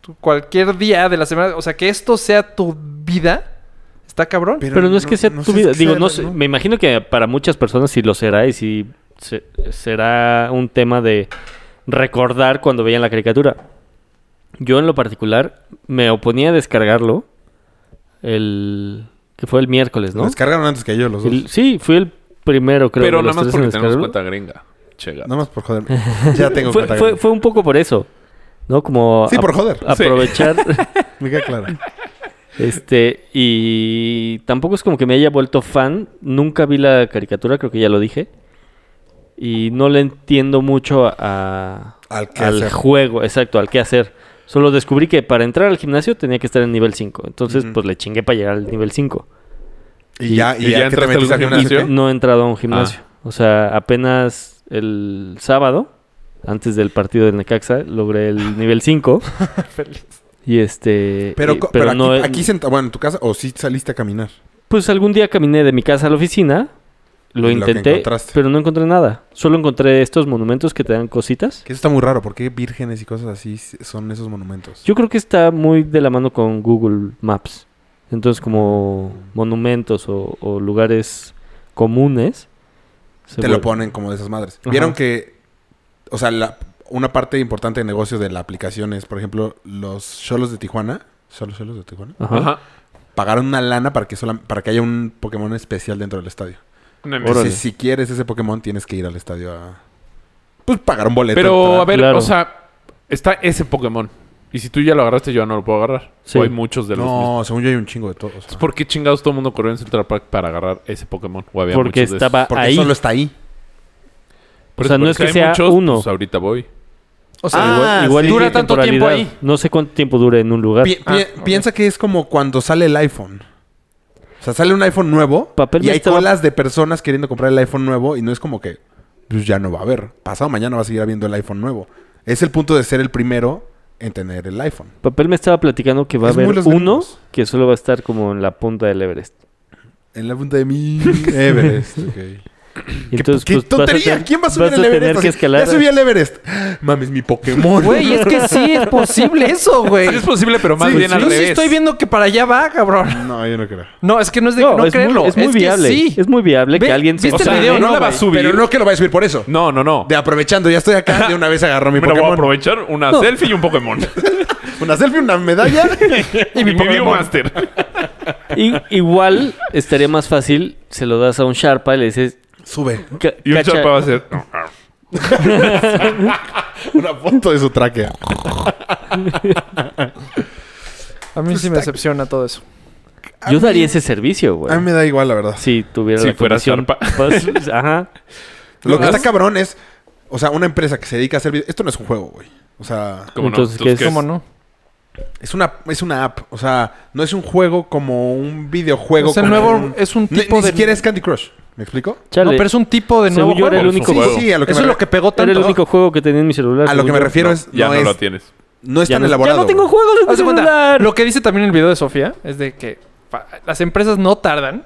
Speaker 6: tú cualquier día de la semana. O sea, que esto sea tu vida, está cabrón.
Speaker 2: Pero no es que sea
Speaker 4: no
Speaker 2: tu
Speaker 4: sé
Speaker 2: vida.
Speaker 4: si
Speaker 2: Digo,
Speaker 4: sea,
Speaker 2: no sé. Me imagino que para muchas personas sí lo será y sí se- será un tema de recordar cuando veían la caricatura. Yo en lo particular me oponía a descargarlo el que fue el miércoles,
Speaker 4: Lo
Speaker 2: ¿no?
Speaker 4: descargaron antes que yo los dos.
Speaker 2: El- sí, fui el primero, creo.
Speaker 3: Pero
Speaker 2: de los
Speaker 3: nada más
Speaker 2: tres en
Speaker 3: porque tenemos
Speaker 2: descargarlo.
Speaker 3: cuenta gringa. Che, gato.
Speaker 4: Nada más por joder. Ya tengo
Speaker 2: Fue,
Speaker 4: cuenta.
Speaker 2: fue- fue un poco por eso, ¿no? Como
Speaker 4: Sí,
Speaker 2: ap-
Speaker 4: por joder.
Speaker 3: Sí.
Speaker 2: aprovechar.
Speaker 4: Me queda claro.
Speaker 2: Este, y tampoco es como que me haya vuelto fan. Nunca vi la caricatura, creo que ya lo dije. Y no le entiendo mucho a- a-
Speaker 4: Al qué
Speaker 2: al
Speaker 4: hacer.
Speaker 2: juego, exacto, al qué hacer. Solo descubrí que para entrar al gimnasio tenía que estar en nivel 5. Entonces, pues le chingué para llegar al nivel 5.
Speaker 4: Y ya, y,
Speaker 3: ¿Y ya
Speaker 4: ya, que te
Speaker 3: entraste
Speaker 4: metiste
Speaker 3: al
Speaker 4: al
Speaker 3: gimnasio?
Speaker 4: gimnasio.
Speaker 2: No he entrado a un
Speaker 4: Ah.
Speaker 2: gimnasio. O sea, apenas el sábado, antes del partido del Necaxa, logré el nivel 5. Y este.
Speaker 4: Pero,
Speaker 2: y-
Speaker 4: co- pero,
Speaker 2: no he-
Speaker 4: aquí, aquí senta- bueno, en tu casa, o sí saliste a caminar.
Speaker 2: Pues algún día caminé de mi casa a la oficina, lo
Speaker 4: Y lo que
Speaker 2: intenté,
Speaker 4: encontraste.
Speaker 2: pero no encontré nada. Solo encontré estos monumentos que te dan cositas.
Speaker 4: Que eso está muy raro, porque vírgenes y cosas así son esos monumentos.
Speaker 2: Yo creo que está muy de la mano con Google Maps. Entonces, como monumentos o, o lugares comunes. se
Speaker 4: te lo
Speaker 2: vuel-
Speaker 4: ponen como de esas madres.
Speaker 2: Ajá.
Speaker 4: Vieron que, o sea, la- una parte importante de negocio de la aplicación es, por ejemplo, los cholos de Tijuana. ¿Solo cholos de Tijuana?
Speaker 2: Ajá.
Speaker 3: Ajá.
Speaker 4: Pagaron una lana para que, sola- para que haya un Pokémon especial dentro del estadio.
Speaker 3: No me-
Speaker 2: Órale.
Speaker 4: Entonces, si quieres ese Pokémon, tienes que ir al estadio a. Pues pagar un boleto.
Speaker 3: Pero, a ver,
Speaker 2: Claro.
Speaker 3: o sea, está ese Pokémon. Y si tú ya lo agarraste, yo ya no lo puedo agarrar.
Speaker 2: Sí.
Speaker 3: O hay muchos de los mismos.
Speaker 4: No, según yo hay un chingo de todos.
Speaker 3: Entonces, ¿Por qué chingados todo el mundo corrió en Central Park para agarrar ese Pokémon? O había
Speaker 2: Porque
Speaker 3: muchos de esos.
Speaker 2: estaba
Speaker 4: Porque
Speaker 2: ahí.
Speaker 4: solo está ahí.
Speaker 3: Por
Speaker 2: o sea,
Speaker 3: eso,
Speaker 2: no
Speaker 3: porque
Speaker 2: es que
Speaker 3: hay
Speaker 2: sea uno.
Speaker 3: Pues ahorita voy.
Speaker 6: o
Speaker 4: Ah,
Speaker 6: sea,
Speaker 2: Igual y
Speaker 6: dura
Speaker 2: de
Speaker 6: tanto tiempo
Speaker 2: temporalidad.
Speaker 6: ahí.
Speaker 2: No sé cuánto tiempo dure en un lugar.
Speaker 4: Pi- pi-
Speaker 6: Ah, ok.
Speaker 4: Piensa que es como cuando sale el iPhone. O sea, sale un iPhone nuevo
Speaker 2: Papel
Speaker 4: y
Speaker 2: me
Speaker 4: hay
Speaker 2: estaba-
Speaker 4: colas de personas queriendo comprar el iPhone nuevo y no es como que pues ya no va a haber. Pasado mañana va a seguir habiendo el iPhone nuevo. Es el punto de ser el primero en tener el iPhone.
Speaker 2: Papel me estaba platicando que va
Speaker 4: Es
Speaker 2: a
Speaker 4: muy
Speaker 2: haber
Speaker 4: los
Speaker 2: uno
Speaker 4: gringos.
Speaker 2: que solo va a estar como en la punta del Everest.
Speaker 4: En la punta de mi Everest. ok.
Speaker 2: Y
Speaker 4: ¿Qué
Speaker 2: pues, vas a
Speaker 4: tontería?
Speaker 2: ten-
Speaker 4: ¿Quién va a subir
Speaker 2: vas
Speaker 4: el Everest?
Speaker 2: tener
Speaker 4: Así,
Speaker 2: que escalar.
Speaker 4: Ya subí el Everest. Mames, mi Pokémon.
Speaker 6: Güey, es que sí es posible eso, güey.
Speaker 3: Sí, es posible, pero más
Speaker 4: Sí,
Speaker 3: bien
Speaker 4: sí,
Speaker 3: al
Speaker 6: Yo sí
Speaker 3: revés.
Speaker 6: estoy viendo que para allá va, cabrón.
Speaker 4: No, yo no creo.
Speaker 6: No, es que no es de
Speaker 2: No,
Speaker 6: no, Este, no
Speaker 2: es,
Speaker 6: creerlo.
Speaker 2: muy, es muy
Speaker 6: que
Speaker 2: viable.
Speaker 6: sí.
Speaker 2: Es muy viable
Speaker 6: Ve,
Speaker 2: que alguien se
Speaker 6: ¿viste el
Speaker 2: o sea,
Speaker 6: video?
Speaker 2: no,
Speaker 6: No la va a
Speaker 3: güey.
Speaker 6: subir.
Speaker 4: Pero no que lo vaya a subir por eso.
Speaker 3: No, no, no.
Speaker 4: De aprovechando, ya estoy acá, de una vez agarro mi
Speaker 3: Me la
Speaker 4: Pokémon.
Speaker 3: voy a aprovechar una selfie y un Pokémon.
Speaker 4: Una selfie, una medalla.
Speaker 3: y mi Pokémon Master.
Speaker 2: i- igual estaría más fácil, se lo das a un Sharpa y le dices...
Speaker 4: Sube.
Speaker 2: "Ca-
Speaker 3: Y un
Speaker 2: cacha-
Speaker 3: chapa va a ser. ah,
Speaker 4: Una foto de su tráquea.
Speaker 6: A mí sí me decepciona todo eso.
Speaker 2: Yo daría ese servicio, güey.
Speaker 4: A mí me da igual, la verdad.
Speaker 2: Si tuviera
Speaker 3: Si
Speaker 2: la
Speaker 3: fuera
Speaker 2: condición.
Speaker 3: Sharpa.
Speaker 2: Pues, ajá.
Speaker 4: Lo que
Speaker 3: ¿Más?
Speaker 4: está cabrón es, o sea, una empresa que se dedica a hacer videos. Esto no es un juego, güey. O sea,
Speaker 3: ¿Cómo no?
Speaker 2: Entonces, ¿qué es?
Speaker 3: ¿qué
Speaker 6: ¿Cómo no?
Speaker 4: es una, es una app. O sea, no es un juego como un videojuego.
Speaker 6: O sea, el
Speaker 4: como
Speaker 6: nuevo
Speaker 4: un-
Speaker 6: es un
Speaker 4: Ni,
Speaker 6: tipo
Speaker 4: ni
Speaker 6: de...
Speaker 4: siquiera es Candy Crush. ¿Me explico?
Speaker 6: No,
Speaker 2: Chale,
Speaker 6: pero es un tipo de
Speaker 2: Según
Speaker 6: nuevo
Speaker 2: yo era el
Speaker 6: juego.
Speaker 2: único
Speaker 3: Sí,
Speaker 2: juego.
Speaker 3: sí,
Speaker 4: a lo que
Speaker 6: Eso
Speaker 4: me,
Speaker 6: es
Speaker 4: re-
Speaker 6: lo que pegó
Speaker 2: Era
Speaker 6: tanto.
Speaker 2: el único juego que tenía en mi celular.
Speaker 4: a lo que me
Speaker 2: según yo.
Speaker 4: refiero es,
Speaker 3: Ya
Speaker 4: no,
Speaker 3: no,
Speaker 4: es,
Speaker 3: lo tienes.
Speaker 4: no es
Speaker 2: Ya
Speaker 4: tan
Speaker 2: no-
Speaker 4: elaborado.
Speaker 2: Ya no tengo juegos en mi
Speaker 6: Haz de cuenta,
Speaker 2: celular.
Speaker 6: Lo que dice también el video de Sofía es de que pa- las empresas no tardan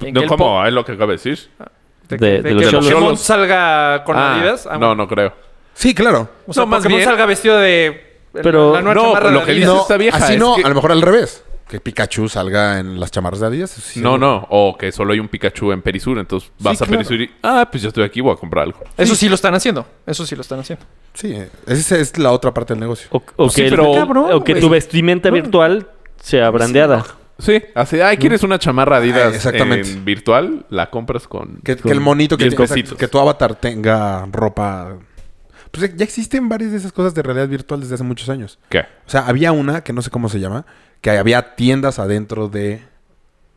Speaker 6: en que
Speaker 3: No,
Speaker 6: el
Speaker 3: ¿Cómo? Es lo que acabas de decir.
Speaker 6: po- de,
Speaker 2: De- de
Speaker 6: de que
Speaker 2: los
Speaker 6: el
Speaker 2: cholos.
Speaker 6: Pokémon salga con
Speaker 3: Ah,
Speaker 6: Adidas. Ah,
Speaker 3: no,
Speaker 6: bueno.
Speaker 3: no creo.
Speaker 4: Sí, claro.
Speaker 6: O sea,
Speaker 3: No, más
Speaker 6: Pokémon
Speaker 3: bien-
Speaker 6: salga vestido de... el-
Speaker 2: Pero-
Speaker 6: la nueva
Speaker 3: No,
Speaker 6: chamarra de
Speaker 3: lo que
Speaker 6: Adidas.
Speaker 3: dice esta vieja
Speaker 4: Así
Speaker 3: es
Speaker 4: no,
Speaker 3: que-
Speaker 4: a lo mejor al revés. Que Pikachu salga en las chamarras de Adidas. eso sí,
Speaker 3: no,
Speaker 4: seguro.
Speaker 3: no. O que solo hay un Pikachu en Perisur. Entonces vas a
Speaker 4: claro.
Speaker 3: Perisur y. Ah, pues yo estoy aquí, voy a comprar algo.
Speaker 6: Eso sí lo están haciendo. Eso sí lo están haciendo.
Speaker 4: Sí, esa es la otra parte del negocio.
Speaker 2: O, o
Speaker 3: sí,
Speaker 2: que el-
Speaker 3: pero-
Speaker 2: o que tu
Speaker 3: güey.
Speaker 2: vestimenta virtual sea brandeada.
Speaker 3: Sí, así. Ay, ¿quieres una chamarra Adidas
Speaker 4: Ah, Mm. exactamente.
Speaker 3: en virtual? La compras con.
Speaker 4: Que, que el monito que,
Speaker 3: diez
Speaker 4: tiene-
Speaker 3: cositos.
Speaker 4: que tu avatar tenga ropa. Pues ya existen varias de esas cosas de realidad virtual desde hace muchos años.
Speaker 3: ¿Qué?
Speaker 4: O sea, había una que no sé cómo se llama, que había tiendas adentro de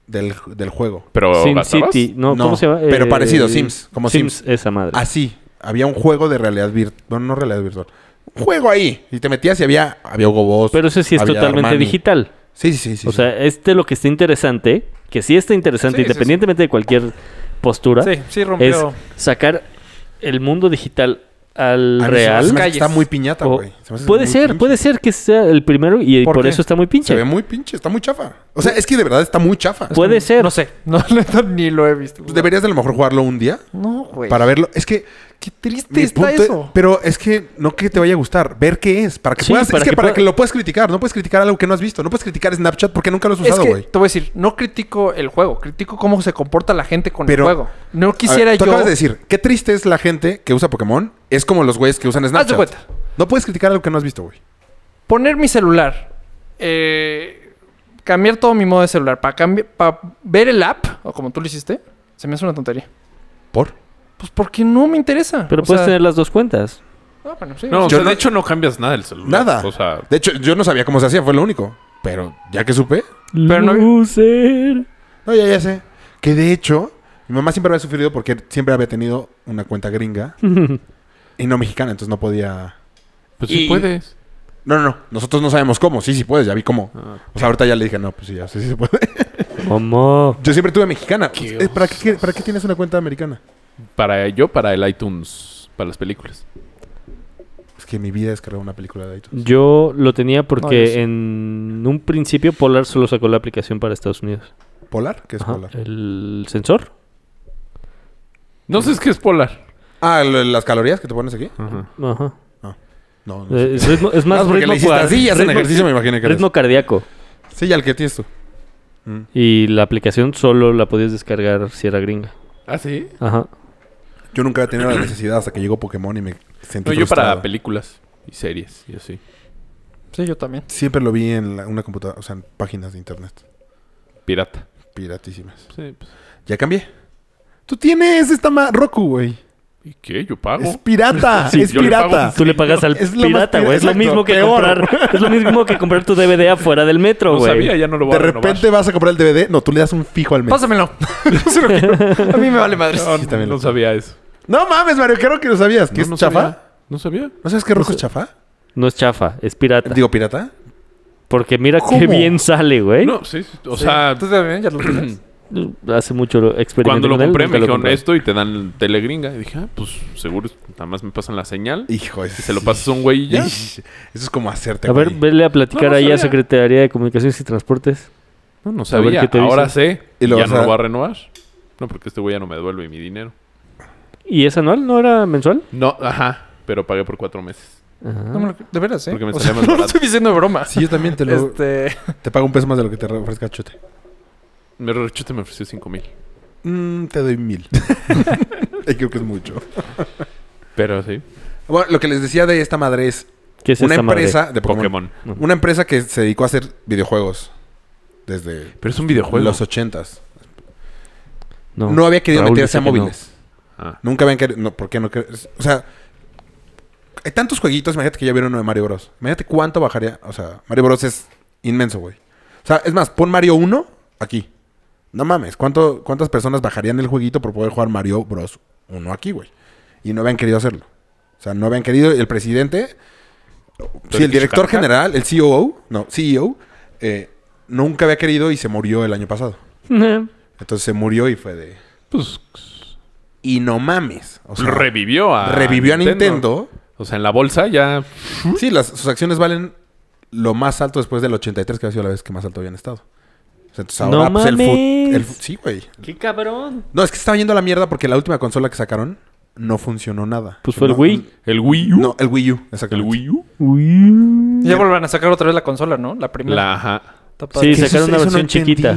Speaker 4: del, del juego.
Speaker 3: Pero
Speaker 2: Sim
Speaker 3: gastabas?
Speaker 2: City. No,
Speaker 4: No,
Speaker 2: ¿cómo se llama? Eh,
Speaker 4: pero parecido, Sims, como Sims.
Speaker 2: Esa madre.
Speaker 4: Así, había un juego de realidad virtual, bueno, no realidad virtual. Un juego ahí y te metías y había había Hugo Boss.
Speaker 2: Pero eso sí es
Speaker 4: había
Speaker 2: totalmente
Speaker 4: Armani.
Speaker 2: digital.
Speaker 4: Sí, sí, sí, sí.
Speaker 2: o
Speaker 4: sí.
Speaker 2: sea, este lo que está interesante, que sí está interesante,
Speaker 6: Sí, sí,
Speaker 2: independientemente de cualquier postura
Speaker 6: Sí, sí
Speaker 2: es
Speaker 6: rompió.
Speaker 2: sacar el mundo digital al
Speaker 4: A mí Ah, se me hace
Speaker 2: real.
Speaker 4: que está
Speaker 6: Calles.
Speaker 4: muy piñata,
Speaker 2: O-
Speaker 4: güey. Se me hace
Speaker 2: puede
Speaker 4: muy
Speaker 2: ser,
Speaker 4: pinche.
Speaker 2: puede ser que sea el primero y por,
Speaker 6: ¿Por qué?
Speaker 2: eso está muy pinche. Pues,
Speaker 4: Se ve muy pinche, está muy chafa. O sea, es que de verdad está muy chafa.
Speaker 2: Puede ser.
Speaker 6: No sé. No, ni lo he visto.
Speaker 4: Pues deberías de a lo mejor jugarlo un día
Speaker 6: No, güey.
Speaker 4: para verlo. Es que
Speaker 6: pues. Qué triste
Speaker 4: mi
Speaker 6: está
Speaker 4: punto es-
Speaker 6: eso.
Speaker 4: pero es que no que te vaya a gustar, ver qué es, para que
Speaker 2: Sí,
Speaker 4: puedas,
Speaker 2: para
Speaker 4: es que,
Speaker 2: que
Speaker 4: para
Speaker 2: pueda-
Speaker 4: que lo puedas criticar, no puedes criticar algo que no has visto, no puedes criticar Snapchat porque nunca lo has usado,
Speaker 6: es que,
Speaker 4: güey.
Speaker 6: te voy a decir, no critico el juego, critico cómo se comporta la gente con
Speaker 4: Pero-
Speaker 6: el juego. No
Speaker 4: A
Speaker 6: quisiera
Speaker 4: ver, tú
Speaker 6: yo.
Speaker 4: acabas de decir, qué triste es la gente que usa Pokémon, es como los güeyes que usan Snapchat.
Speaker 6: cuenta.
Speaker 4: No puedes criticar algo que no has visto, güey.
Speaker 6: poner mi celular, eh, cambiar todo mi modo de celular para ver el app, o como tú lo hiciste, se me hace una tontería.
Speaker 4: ¿Por?
Speaker 6: Pues porque no me interesa.
Speaker 2: Pero
Speaker 6: O
Speaker 2: puedes
Speaker 6: sea,
Speaker 2: tener las dos cuentas.
Speaker 6: ah, bueno, sí,
Speaker 3: No,
Speaker 6: o
Speaker 3: o
Speaker 6: sea,
Speaker 3: sea,
Speaker 4: no-
Speaker 3: de hecho no cambias nada del celular.
Speaker 4: Nada.
Speaker 3: O sea,
Speaker 4: De hecho, yo no sabía cómo se hacía, fue lo único. Pero ya que supe,
Speaker 6: Pero no-
Speaker 2: Loser.
Speaker 4: no, ya, ya sé. Que de hecho, mi mamá siempre había sufrido porque siempre había tenido una cuenta gringa y no mexicana, entonces no podía...
Speaker 3: pues sí
Speaker 4: Y-
Speaker 3: puedes.
Speaker 4: No, no, no. Nosotros no sabemos cómo. Sí, sí puedes. Ya vi cómo.
Speaker 3: Ah,
Speaker 4: O sea, ahorita ya le dije, no, pues sí, ya sé si se puede.
Speaker 2: ¿Cómo?
Speaker 4: Yo siempre tuve mexicana.
Speaker 3: Qué
Speaker 4: Eh, ¿para, qué, ¿Para qué tienes una cuenta americana?
Speaker 3: Para yo, para el iTunes, para las películas.
Speaker 4: Es que mi vida descargó una película de iTunes.
Speaker 2: Yo lo tenía
Speaker 6: No, yo
Speaker 2: porque
Speaker 6: sí.
Speaker 2: en un principio Polar solo sacó la aplicación para Estados Unidos.
Speaker 4: ¿Polar? ¿Qué es
Speaker 2: Ajá,
Speaker 4: Polar?
Speaker 2: El sensor.
Speaker 3: No sé, es que es polar.
Speaker 4: Ah, lo de las calorías que te pones aquí.
Speaker 2: Ajá.
Speaker 4: No, no.
Speaker 2: Eh,
Speaker 4: sé.
Speaker 2: Es, ritmo- es
Speaker 4: Ah,
Speaker 2: más
Speaker 4: porque
Speaker 2: ritmo,
Speaker 4: le hiciste
Speaker 2: cua-
Speaker 4: así y hacen
Speaker 2: ritmo-
Speaker 4: ejercicio, me imaginé que
Speaker 2: ritmo cardíaco.
Speaker 4: eres. Sí, ya el que tienes tú.
Speaker 2: Y la aplicación solo la podías descargar si era gringa.
Speaker 3: ¿Ah, sí?
Speaker 2: Ajá.
Speaker 4: Yo nunca había tenido la necesidad hasta que llegó Pokémon y me sentí
Speaker 3: No, yo
Speaker 4: frustrado.
Speaker 3: para películas y series y así.
Speaker 6: sí, yo también.
Speaker 4: Siempre lo vi en la- una computadora, o sea, en páginas de internet.
Speaker 3: Pirata.
Speaker 4: Piratísimas.
Speaker 3: Sí, pues.
Speaker 4: Ya cambié. Tú tienes esta ma Roku, güey.
Speaker 3: ¿Y qué? Yo pago.
Speaker 4: Es pirata.
Speaker 3: Sí,
Speaker 4: es
Speaker 3: yo le pago
Speaker 4: pirata.
Speaker 2: Tú le pagas al
Speaker 4: Es lo más
Speaker 2: pirata,
Speaker 4: pi-
Speaker 2: güey. Es lo
Speaker 4: exacto,
Speaker 2: mismo que
Speaker 4: peor.
Speaker 2: comprar. Es lo mismo que comprar tu DVD afuera del metro,
Speaker 3: No
Speaker 2: güey.
Speaker 3: sabía, ya no lo voy
Speaker 4: De
Speaker 3: a renovar.
Speaker 4: repente vas a comprar el DVD. No, tú le das un fijo al mes.
Speaker 6: Pásamelo. Sí lo quiero. A mí me vale madre.
Speaker 3: No,
Speaker 4: Sí, también
Speaker 3: no
Speaker 4: lo-
Speaker 3: sabía eso.
Speaker 4: No mames, Mario, creo que lo sabías. ¿Que
Speaker 3: No,
Speaker 4: es
Speaker 3: no
Speaker 4: chafa?
Speaker 3: sabía. No sabía.
Speaker 4: ¿No sabes que Roku es chafa?
Speaker 2: No es chafa, es pirata.
Speaker 4: Digo, pirata.
Speaker 2: Porque mira qué
Speaker 4: ¿Cómo?
Speaker 2: bien sale, güey.
Speaker 3: No, sí, sí, O sea,
Speaker 6: ¿Tú también ya lo tienes?
Speaker 2: Hace mucho lo
Speaker 3: cuando
Speaker 2: experimenté
Speaker 3: lo
Speaker 2: con él,
Speaker 3: compré
Speaker 2: nunca
Speaker 3: me
Speaker 2: lo
Speaker 3: dijeron
Speaker 2: compré.
Speaker 3: esto y te dan telegringa. Y dije, ah, pues seguro es- nada más me pasan la señal.
Speaker 4: Hijo,
Speaker 3: Y se lo pasas a un güey y ya.
Speaker 4: Eso es como hacerte.
Speaker 2: A ver,
Speaker 4: güey.
Speaker 2: vele a platicar
Speaker 3: No, no
Speaker 2: ahí
Speaker 3: sabía.
Speaker 2: a Secretaría de Comunicaciones y Transportes.
Speaker 3: No, no
Speaker 2: A ver
Speaker 3: sabía.
Speaker 2: qué te
Speaker 3: Ahora
Speaker 2: dice.
Speaker 3: sé.
Speaker 4: Y
Speaker 3: Y
Speaker 4: lo
Speaker 3: ya
Speaker 4: vas
Speaker 3: no
Speaker 4: a-
Speaker 3: lo va a renovar. No, porque este güey ya no me devuelve mi dinero.
Speaker 2: ¿Y es anual? ¿No era mensual?
Speaker 3: No, ajá. Pero pagué por cuatro meses.
Speaker 6: No me lo- de veras, ¿eh?
Speaker 3: Porque me
Speaker 6: O
Speaker 3: salía
Speaker 6: sea,
Speaker 3: más
Speaker 6: no lo
Speaker 3: barato.
Speaker 6: estoy diciendo de broma.
Speaker 4: Sí, yo también te lo.
Speaker 6: Este,
Speaker 4: Te pago un peso más de lo que te ofrezca Chute.
Speaker 3: Me rechute me ofreció cinco mil.
Speaker 4: Mm, te doy mil. Y creo que es mucho.
Speaker 3: Pero sí.
Speaker 4: Bueno, lo que les decía de esta madre es
Speaker 2: ¿Qué es
Speaker 4: una
Speaker 2: esta madre?
Speaker 4: empresa de Pokémon.
Speaker 3: Pokémon.
Speaker 4: Una empresa que se dedicó a hacer videojuegos desde
Speaker 3: Pero es un videojuego.
Speaker 4: los ochentas. No, había querido
Speaker 2: Raúl
Speaker 4: meterse
Speaker 2: dice
Speaker 4: a
Speaker 2: que no.
Speaker 4: móviles.
Speaker 3: Ah.
Speaker 4: Nunca habían querido. No, ¿Por qué no quer- O sea, hay tantos jueguitos. Imagínate que ya vieron uno de Mario Bros. Imagínate cuánto bajaría. O sea, Mario Bros es inmenso, güey. O sea, es más, pon Mario 1 aquí. No mames, ¿cuánto, ¿cuántas personas bajarían el jueguito por poder jugar Mario Bros 1 aquí, güey? Y no habían querido hacerlo. O sea, no habían querido. El presidente, sí, el director
Speaker 3: Shukanka.
Speaker 4: general, el COO, no, CEO, eh, nunca había querido y se murió el año pasado.
Speaker 2: Nah.
Speaker 4: Entonces se murió y fue de.
Speaker 3: Pues
Speaker 4: Y no mames. O sea,
Speaker 3: revivió a.
Speaker 4: revivió a Nintendo.
Speaker 3: O sea, en la bolsa ya.
Speaker 4: Sí, las, sus acciones valen lo más alto después del 83, que ha sido la vez que más alto habían estado. O sea, entonces
Speaker 2: No
Speaker 4: ahora pues, el fut-
Speaker 2: mames.
Speaker 4: el fu- Sí, güey.
Speaker 2: ¡Qué cabrón!
Speaker 4: No, es que se estaba yendo a la mierda porque la última consola que sacaron no funcionó nada.
Speaker 2: Pues fue el
Speaker 4: No,
Speaker 2: Wii.
Speaker 3: El Wii U.
Speaker 4: No, el Wii U. Exacto.
Speaker 3: El Wii U.
Speaker 6: ya volverán a sacar otra vez la consola, ¿no? La primera.
Speaker 3: La, ajá.
Speaker 6: Está padre.
Speaker 2: Sí, sacaron una versión chiquita.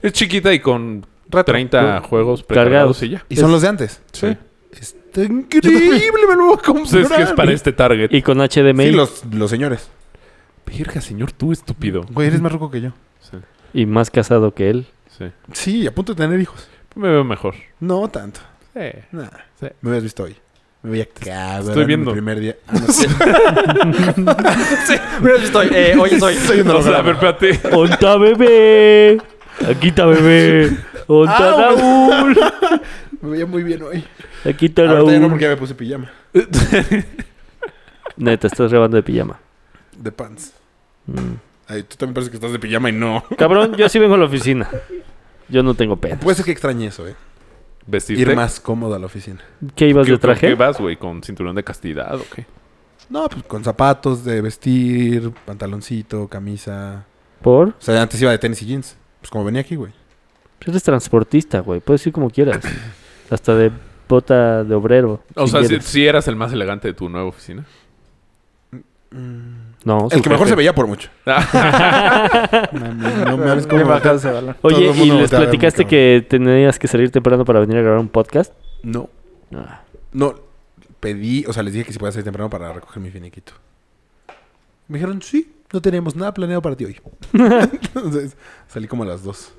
Speaker 3: Es chiquita y con
Speaker 6: Retro.
Speaker 3: 30 juegos
Speaker 2: Cargados.
Speaker 3: precargados y ya.
Speaker 4: Y son los de antes.
Speaker 3: Sí.
Speaker 4: Está increíble, me lo voy a comprar.
Speaker 3: Pues es que es para este target.
Speaker 2: Y con HDMI
Speaker 4: Sí, los, los señores.
Speaker 3: Verga, señor, tú estúpido.
Speaker 4: Güey, eres más rico que yo.
Speaker 3: Sí,
Speaker 2: y más casado que él.
Speaker 3: sí.
Speaker 4: Sí, a punto de tener hijos.
Speaker 3: Me veo mejor.
Speaker 4: No tanto.
Speaker 3: Eh,
Speaker 4: Nah.
Speaker 3: Sí.
Speaker 4: Me hubieras visto hoy. Me veía cabrón.
Speaker 3: estoy viendo.
Speaker 4: El primer día. Ah, no sé.
Speaker 6: Sí, mira, estoy. Eh, hoy soy.
Speaker 4: Soy un
Speaker 3: No, o sea, a
Speaker 4: holograma.
Speaker 3: ver, espérate.
Speaker 2: ¡Onta bebé! ¡Aquí está bebé! ¡Onta
Speaker 4: Ah,
Speaker 2: Raúl!
Speaker 4: Me veía muy bien hoy.
Speaker 2: ¡Aquí está
Speaker 4: Ahorita ya no
Speaker 2: Raúl!
Speaker 4: porque ya me puse pijama.
Speaker 2: Neta, estás grabando de pijama. Mm.
Speaker 4: De pants. Ay, tú también parece que estás de pijama y no.
Speaker 2: Cabrón, yo sí vengo a la oficina. Yo no tengo pena.
Speaker 4: Pues, Puede ser que extrañe eso, ¿eh?
Speaker 3: vestirte.
Speaker 4: Ir más cómodo a la oficina.
Speaker 2: ¿Qué ibas de
Speaker 3: ¿Qué- ¿Con qué
Speaker 2: traje?
Speaker 3: vas, güey? ¿Con cinturón de castidad o qué?
Speaker 4: No, pues con zapatos de vestir, pantaloncito, camisa.
Speaker 2: ¿Por?
Speaker 4: O sea, antes iba de tenis y jeans. Pues como venía aquí, güey.
Speaker 2: Pues Eres transportista, güey. Puedes ir como quieras. Hasta de bota de obrero.
Speaker 3: O
Speaker 2: si
Speaker 3: sea, si,
Speaker 2: quieres.
Speaker 3: si eras el más elegante de tu nueva oficina.
Speaker 2: No,
Speaker 4: El que mejor
Speaker 3: jefe.
Speaker 4: se veía por mucho. No me hables
Speaker 6: Qué bajado ese valor.
Speaker 4: todo
Speaker 2: Oye,
Speaker 4: el
Speaker 2: ¿y les
Speaker 4: mundo voltea a verme,
Speaker 2: platicaste
Speaker 4: cabrón.
Speaker 2: que tenías que salir temprano para venir a grabar un podcast?
Speaker 4: No.
Speaker 2: Ah.
Speaker 4: No, pedí, o sea, les dije que si podía salir temprano para recoger mi finiquito. Me dijeron, sí, no tenemos nada planeado para ti hoy. Entonces, salí como a las dos.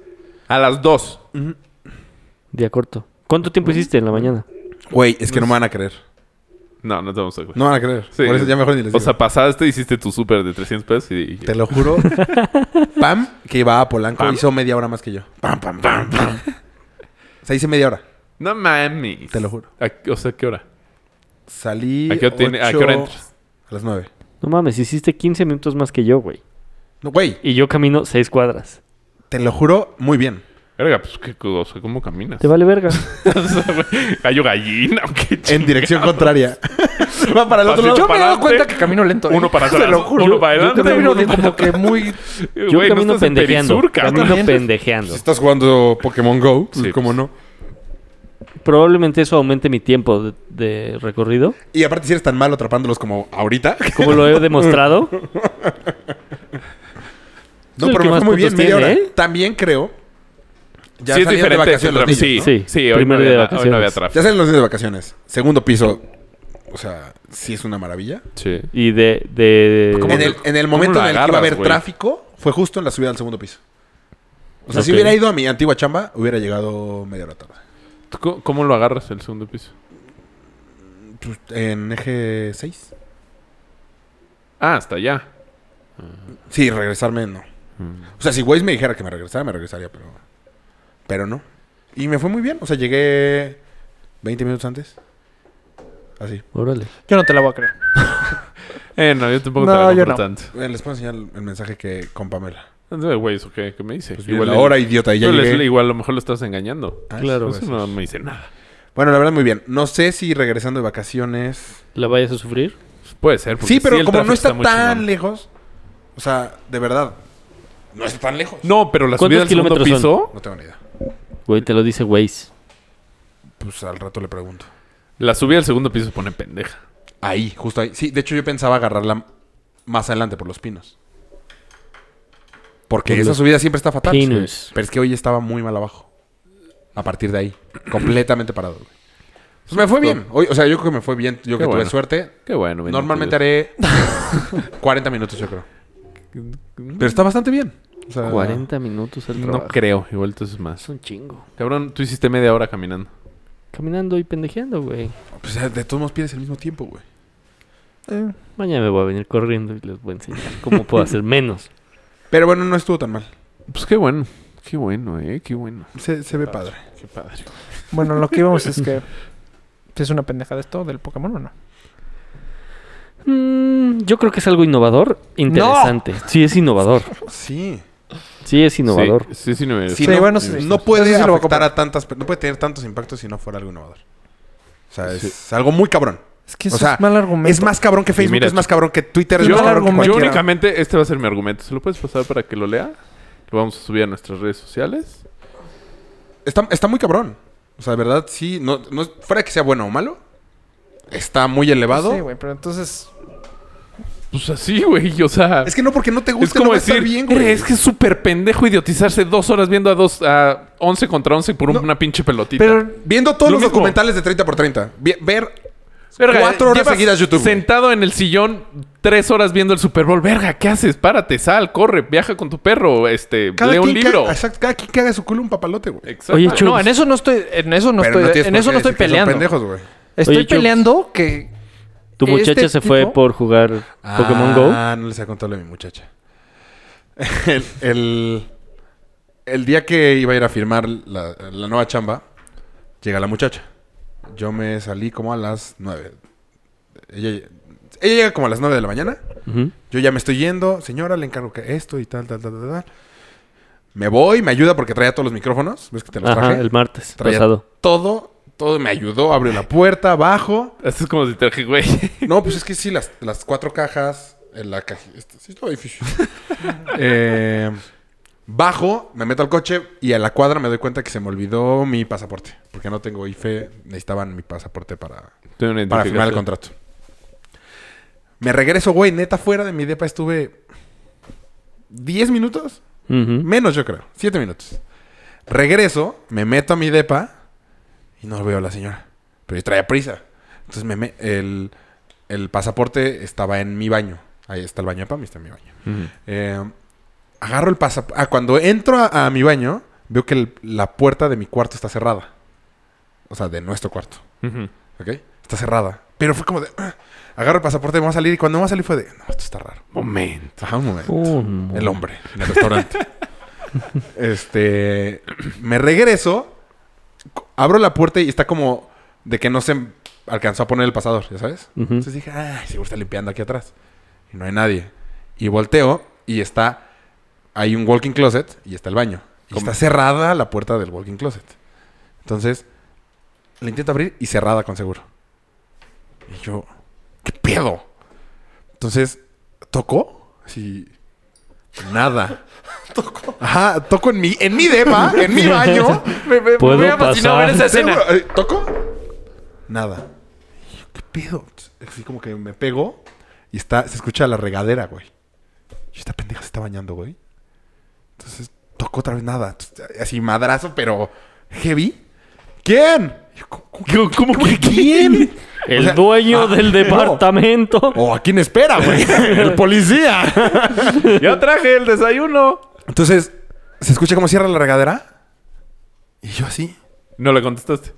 Speaker 3: A las dos.
Speaker 2: Día corto. ¿Cuánto tiempo hiciste en la mañana?
Speaker 4: Güey, es que no me van a creer.
Speaker 3: No, no te vamos a creer.
Speaker 4: No me van a creer.
Speaker 3: Sí.
Speaker 4: Por eso ya mejor ni les digo.
Speaker 3: O sea, pasaste, hiciste tu súper de 300 pesos y... y-
Speaker 4: te lo juro. Pam, que iba a Polanco,
Speaker 3: Pam.
Speaker 4: hizo media hora más que yo. Pam, pam, pam, pam. O sea, hice media hora.
Speaker 3: No mames.
Speaker 4: Te lo juro.
Speaker 3: ¿A- o sea, ¿qué hora?
Speaker 4: Salí.
Speaker 3: ¿A qué, hora tiene- a qué hora
Speaker 4: ocho-
Speaker 3: entras?
Speaker 4: A las nueve.
Speaker 2: No mames, hiciste 15 minutos más que yo, güey.
Speaker 4: No, güey,
Speaker 2: Y yo camino 6 cuadras.
Speaker 4: te lo juro muy bien.
Speaker 3: Verga, pues, ¿qué, o sea, ¿cómo caminas?
Speaker 2: Te vale verga.
Speaker 3: O sea, güey, Gallo gallina, ¿o qué
Speaker 4: En
Speaker 3: chingados?
Speaker 4: dirección contraria. Va para el otro
Speaker 3: Paseo-
Speaker 4: lado.
Speaker 6: Yo me he dado
Speaker 3: Paraste,
Speaker 6: cuenta que camino lento. ¿eh?
Speaker 3: Uno para atrás,
Speaker 6: Te lo juro.
Speaker 3: uno para
Speaker 6: Yo
Speaker 3: adelante,
Speaker 6: camino
Speaker 3: uno
Speaker 6: como que muy...
Speaker 3: Güey,
Speaker 2: Yo
Speaker 3: no
Speaker 2: camino
Speaker 3: estás en
Speaker 2: pendejeando.
Speaker 3: Perizurca,
Speaker 2: Camino
Speaker 3: ¿no?
Speaker 2: pendejeando.
Speaker 4: Si estás jugando Pokémon Go, pues
Speaker 3: Sí,
Speaker 4: cómo
Speaker 3: pues.
Speaker 4: no.
Speaker 2: Probablemente eso aumente mi tiempo de, de recorrido.
Speaker 4: Y aparte, si eres tan malo atrapándolos como ahorita.
Speaker 2: Como lo he demostrado.
Speaker 4: No,
Speaker 2: el
Speaker 4: pero
Speaker 2: que
Speaker 4: me
Speaker 2: más
Speaker 4: fue muy bien,
Speaker 2: puntos
Speaker 4: media hora.
Speaker 2: tiene, ¿eh?
Speaker 4: También creo. Ya
Speaker 3: sí, es
Speaker 4: salieron
Speaker 3: diferente.
Speaker 4: de vacaciones.
Speaker 3: entre-
Speaker 4: los niños,
Speaker 3: sí,
Speaker 4: ¿no?
Speaker 2: ¿no?
Speaker 3: sí,
Speaker 2: Sí,
Speaker 3: hoy no,
Speaker 2: primer
Speaker 3: había,
Speaker 2: día de
Speaker 3: na- hoy no había
Speaker 2: vacaciones.
Speaker 4: Ya
Speaker 3: tráfico.
Speaker 4: salen los días de vacaciones. Segundo piso. O sea, sí es una maravilla.
Speaker 3: Sí.
Speaker 2: Y de... de...
Speaker 3: ¿Cómo
Speaker 4: En el, en el momento
Speaker 3: cómo la
Speaker 4: en el que iba a
Speaker 3: agarras,
Speaker 4: haber
Speaker 3: güey?
Speaker 4: tráfico, fue justo en la subida al segundo piso. O sea, si
Speaker 2: Ok.
Speaker 4: hubiera ido a mi antigua chamba, hubiera llegado media hora tarde.
Speaker 3: ¿Tú co- ¿Cómo lo agarras el segundo piso?
Speaker 4: Pues, En eje 6.
Speaker 3: Ah, hasta allá.
Speaker 4: Sí, regresarme no.
Speaker 3: Mm.
Speaker 4: O sea, si Waze me dijera que me regresara, me regresaría, pero. Pero no. Y me fue muy bien. O sea, llegué 20 minutos antes. Así.
Speaker 2: Órale.
Speaker 6: Yo no te la voy a creer.
Speaker 3: Eh, no, yo tampoco
Speaker 6: No,
Speaker 3: te la
Speaker 6: yo
Speaker 3: compro
Speaker 6: no.
Speaker 3: tanto.
Speaker 4: Eh, Les puedo enseñar el el mensaje que con Pamela.
Speaker 3: Entonces, Eh, güey, ¿eso qué, qué me dice?
Speaker 4: Pues igual ahora, idiota, y ya
Speaker 3: Pero les-
Speaker 4: llegué.
Speaker 3: igual a lo mejor lo estás engañando.
Speaker 4: Ah,
Speaker 2: Claro.
Speaker 4: eso
Speaker 3: Eso
Speaker 4: es-
Speaker 3: no me dice nada.
Speaker 4: Bueno, la verdad, muy bien. No sé si regresando de vacaciones.
Speaker 2: ¿La vayas a sufrir?
Speaker 3: Pues puede ser. porque
Speaker 4: Sí, pero
Speaker 3: el
Speaker 4: como
Speaker 3: tráfico
Speaker 4: no está,
Speaker 3: muy
Speaker 4: tan
Speaker 3: chingón.
Speaker 4: lejos. O sea, de verdad. No está tan lejos.
Speaker 3: No, pero la
Speaker 2: ¿Cuántos
Speaker 3: subida al segundo
Speaker 2: kilómetros
Speaker 3: piso...
Speaker 4: No tengo ni idea.
Speaker 2: Güey, te lo dice Waze.
Speaker 4: Pues al rato le pregunto.
Speaker 3: La subida al segundo piso se pone pendeja.
Speaker 4: Ahí, justo ahí. Sí, de hecho yo pensaba agarrarla más adelante por los pinos. Porque
Speaker 2: Por
Speaker 4: esa
Speaker 2: los
Speaker 4: subida siempre está fatal.
Speaker 2: pinos.
Speaker 4: Sí. Pero es que hoy estaba muy mal abajo. A partir de ahí. completamente parado. güey. Pues me fue bien. Hoy, o sea, yo creo que me fue bien. Yo que
Speaker 3: bueno.
Speaker 4: tuve suerte.
Speaker 3: Qué bueno. bendito
Speaker 4: Normalmente
Speaker 3: Dios.
Speaker 4: haré 40 minutos, yo creo. Pero está bastante bien. O sea,
Speaker 2: 40 minutos al trabajo.
Speaker 3: Ah. No creo. Igual entonces
Speaker 2: Es
Speaker 3: más.
Speaker 2: un chingo.
Speaker 3: Cabrón, tú hiciste media hora caminando.
Speaker 2: Caminando y pendejeando, güey.
Speaker 4: Pues de todos modos pierdes el mismo tiempo, güey.
Speaker 6: Eh,
Speaker 2: Mañana me voy a venir corriendo y les voy a enseñar cómo puedo hacer menos.
Speaker 4: Pero bueno, no estuvo tan mal.
Speaker 3: Pues qué bueno. Qué bueno, eh. Qué bueno.
Speaker 4: Se, se ve padre.
Speaker 3: Qué padre.
Speaker 6: Bueno, lo que íbamos es que... pues, ¿Es una pendejada esto del Pokémon o no?
Speaker 2: Mm, yo creo que es algo innovador, interesante. Sí, es innovador.
Speaker 4: Sí.
Speaker 2: Sí, es innovador.
Speaker 3: Sí, sí, sí, innovador.
Speaker 4: Sí,
Speaker 6: Sí,
Speaker 4: no,
Speaker 6: bueno, sí.
Speaker 4: no
Speaker 6: Eso
Speaker 4: puede
Speaker 6: sí lo voy a
Speaker 4: afectar
Speaker 6: comprar.
Speaker 4: a tantas... pe- No puede tener tantos impactos si no fuera algo innovador. O sea, es algo muy cabrón.
Speaker 6: Es
Speaker 4: O
Speaker 6: que eso
Speaker 4: sea,
Speaker 6: es mal argumento.
Speaker 4: Es más cabrón que Facebook,
Speaker 3: mira,
Speaker 4: es más cabrón que Twitter, es
Speaker 3: Yo,
Speaker 4: más cabrón que
Speaker 6: argumento.
Speaker 3: yo
Speaker 4: cualquiera.
Speaker 3: únicamente, este va a ser mi argumento. ¿Se lo puedes pasar para que lo lea? Lo vamos a subir a nuestras redes sociales.
Speaker 4: Está, está muy cabrón. O sea, de verdad, sí. No, no es- fuera que sea bueno o malo, está muy elevado.
Speaker 6: Sí, güey, pero entonces...
Speaker 3: Pues así, güey. O sea,
Speaker 4: es que no porque no te guste,
Speaker 3: es como
Speaker 4: no va a estar
Speaker 3: decir,
Speaker 4: bien, güey.
Speaker 3: es que es súper pendejo idiotizarse dos horas viendo a dos, a 11 contra 11 por un- una pinche pelotita.
Speaker 6: Pero
Speaker 4: Viendo todos
Speaker 3: Lo
Speaker 4: los
Speaker 3: mismo.
Speaker 4: documentales de 30 por 30. vi- ver...
Speaker 3: Verga,
Speaker 4: cuatro horas
Speaker 3: llevas
Speaker 4: seguidas YouTube, güey.
Speaker 3: Sentado en el sillón, tres horas viendo el Super Bowl. Verga, ¿qué haces? Párate, sal, corre, viaja con tu perro, este, lee un
Speaker 4: quien que-
Speaker 3: libro.
Speaker 4: exacto, cada quien que haga su culo un papalote, güey.
Speaker 3: Exacto.
Speaker 2: Oye, Chups.
Speaker 6: No, en eso no estoy... En eso no
Speaker 4: Pero
Speaker 6: estoy...
Speaker 4: tienes
Speaker 6: en
Speaker 4: por
Speaker 6: eso
Speaker 4: qué
Speaker 6: no estoy
Speaker 4: decir que son
Speaker 6: peleando.
Speaker 4: pendejos, güey.
Speaker 6: Estoy
Speaker 2: Oye, Chups.
Speaker 6: peleando que...
Speaker 2: Tu
Speaker 6: Este
Speaker 2: muchacha se fue
Speaker 6: tipo-
Speaker 2: por jugar Pokémon Go.
Speaker 4: Ah, no les había contado lo de mi muchacha. El, el- el día que iba a ir a firmar la, la nueva chamba, llega la muchacha. Yo me salí como a las 9. Ella, ella llega como a las 9 de la mañana.
Speaker 2: Ujú.
Speaker 4: Yo ya me estoy yendo. Señora, le encargo que esto y tal, tal, tal, tal, tal. Me voy, me ayuda porque traía todos los micrófonos. ¿Ves que te los
Speaker 2: Ajá,
Speaker 4: traje?
Speaker 2: el martes
Speaker 4: Traía
Speaker 2: pasado.
Speaker 4: Todo, todo me ayudó. Abrió la puerta, bajo.
Speaker 3: Esto es como si traje, güey.
Speaker 4: No, pues es que sí, las, las cuatro cajas. En la caja. Este, sí, estaba difícil. Eh, bajo, me meto al coche y a la cuadra me doy cuenta que se me olvidó mi pasaporte. Porque no tengo IFE. Necesitaban mi pasaporte para,
Speaker 3: Tengo una
Speaker 4: para firmar
Speaker 3: identificación.
Speaker 4: el contrato. Me regreso, güey. Neta, fuera de mi depa estuve 10 minutos.
Speaker 2: Ujú.
Speaker 4: Menos, yo creo. Siete minutos. Regreso, me meto a mi depa y no veo a la señora. Pero yo traía prisa. Entonces me me- el, el pasaporte estaba en mi baño. Ahí está el baño de Pam, está en mi baño.
Speaker 3: Ujú.
Speaker 4: Eh, agarro el pasaporte. Ah, cuando entro a, a mi baño, veo que el- la puerta de mi cuarto está cerrada. O sea, de nuestro cuarto.
Speaker 3: Ujú.
Speaker 4: ¿Ok? Está cerrada. Pero fue como de. ah, Agarro el pasaporte, me voy a salir. Y cuando me voy a salir fue de. No, esto está raro.
Speaker 3: Momento.
Speaker 4: Ajá, un momento.
Speaker 2: Uh. Un
Speaker 4: El hombre en el restaurante. este. Me regreso. cu- Abro la puerta y está como de que no se alcanzó a poner el pasador, ¿ya sabes?
Speaker 2: Ujú.
Speaker 4: Entonces dije, ay, seguro está limpiando aquí atrás. Y no hay nadie. Y volteo y está. Hay un walking closet y está el baño. Y está cerrada la puerta del walking closet. Entonces, la intento abrir y cerrada con seguro. Y yo, ¿qué pedo? Entonces, tocó. Sí. Nada. toco. Ajá, toco en mi, en mi depa, en mi baño.
Speaker 6: Me, me,
Speaker 2: ¿Puedo
Speaker 6: me hubiera fascinado ver
Speaker 2: pasar?
Speaker 6: esa escena.
Speaker 4: Eh, ¿Toco? Nada. Y yo, ¿Qué pedo? Así como que me pego y está, se escucha la regadera, güey. Y esta pendeja se está bañando, güey. Entonces toco otra vez nada. Entonces, Así madrazo, pero heavy. ¿Quién? Y yo, ¿Cómo, cómo- cómo que quién?
Speaker 2: El
Speaker 4: O sea,
Speaker 2: dueño
Speaker 4: ah,
Speaker 2: del
Speaker 4: no.
Speaker 2: departamento.
Speaker 4: O a quién espera, güey. El policía.
Speaker 3: Ya traje el desayuno.
Speaker 4: Entonces, se escucha cómo cierra la regadera. Y yo así.
Speaker 3: No le contestaste.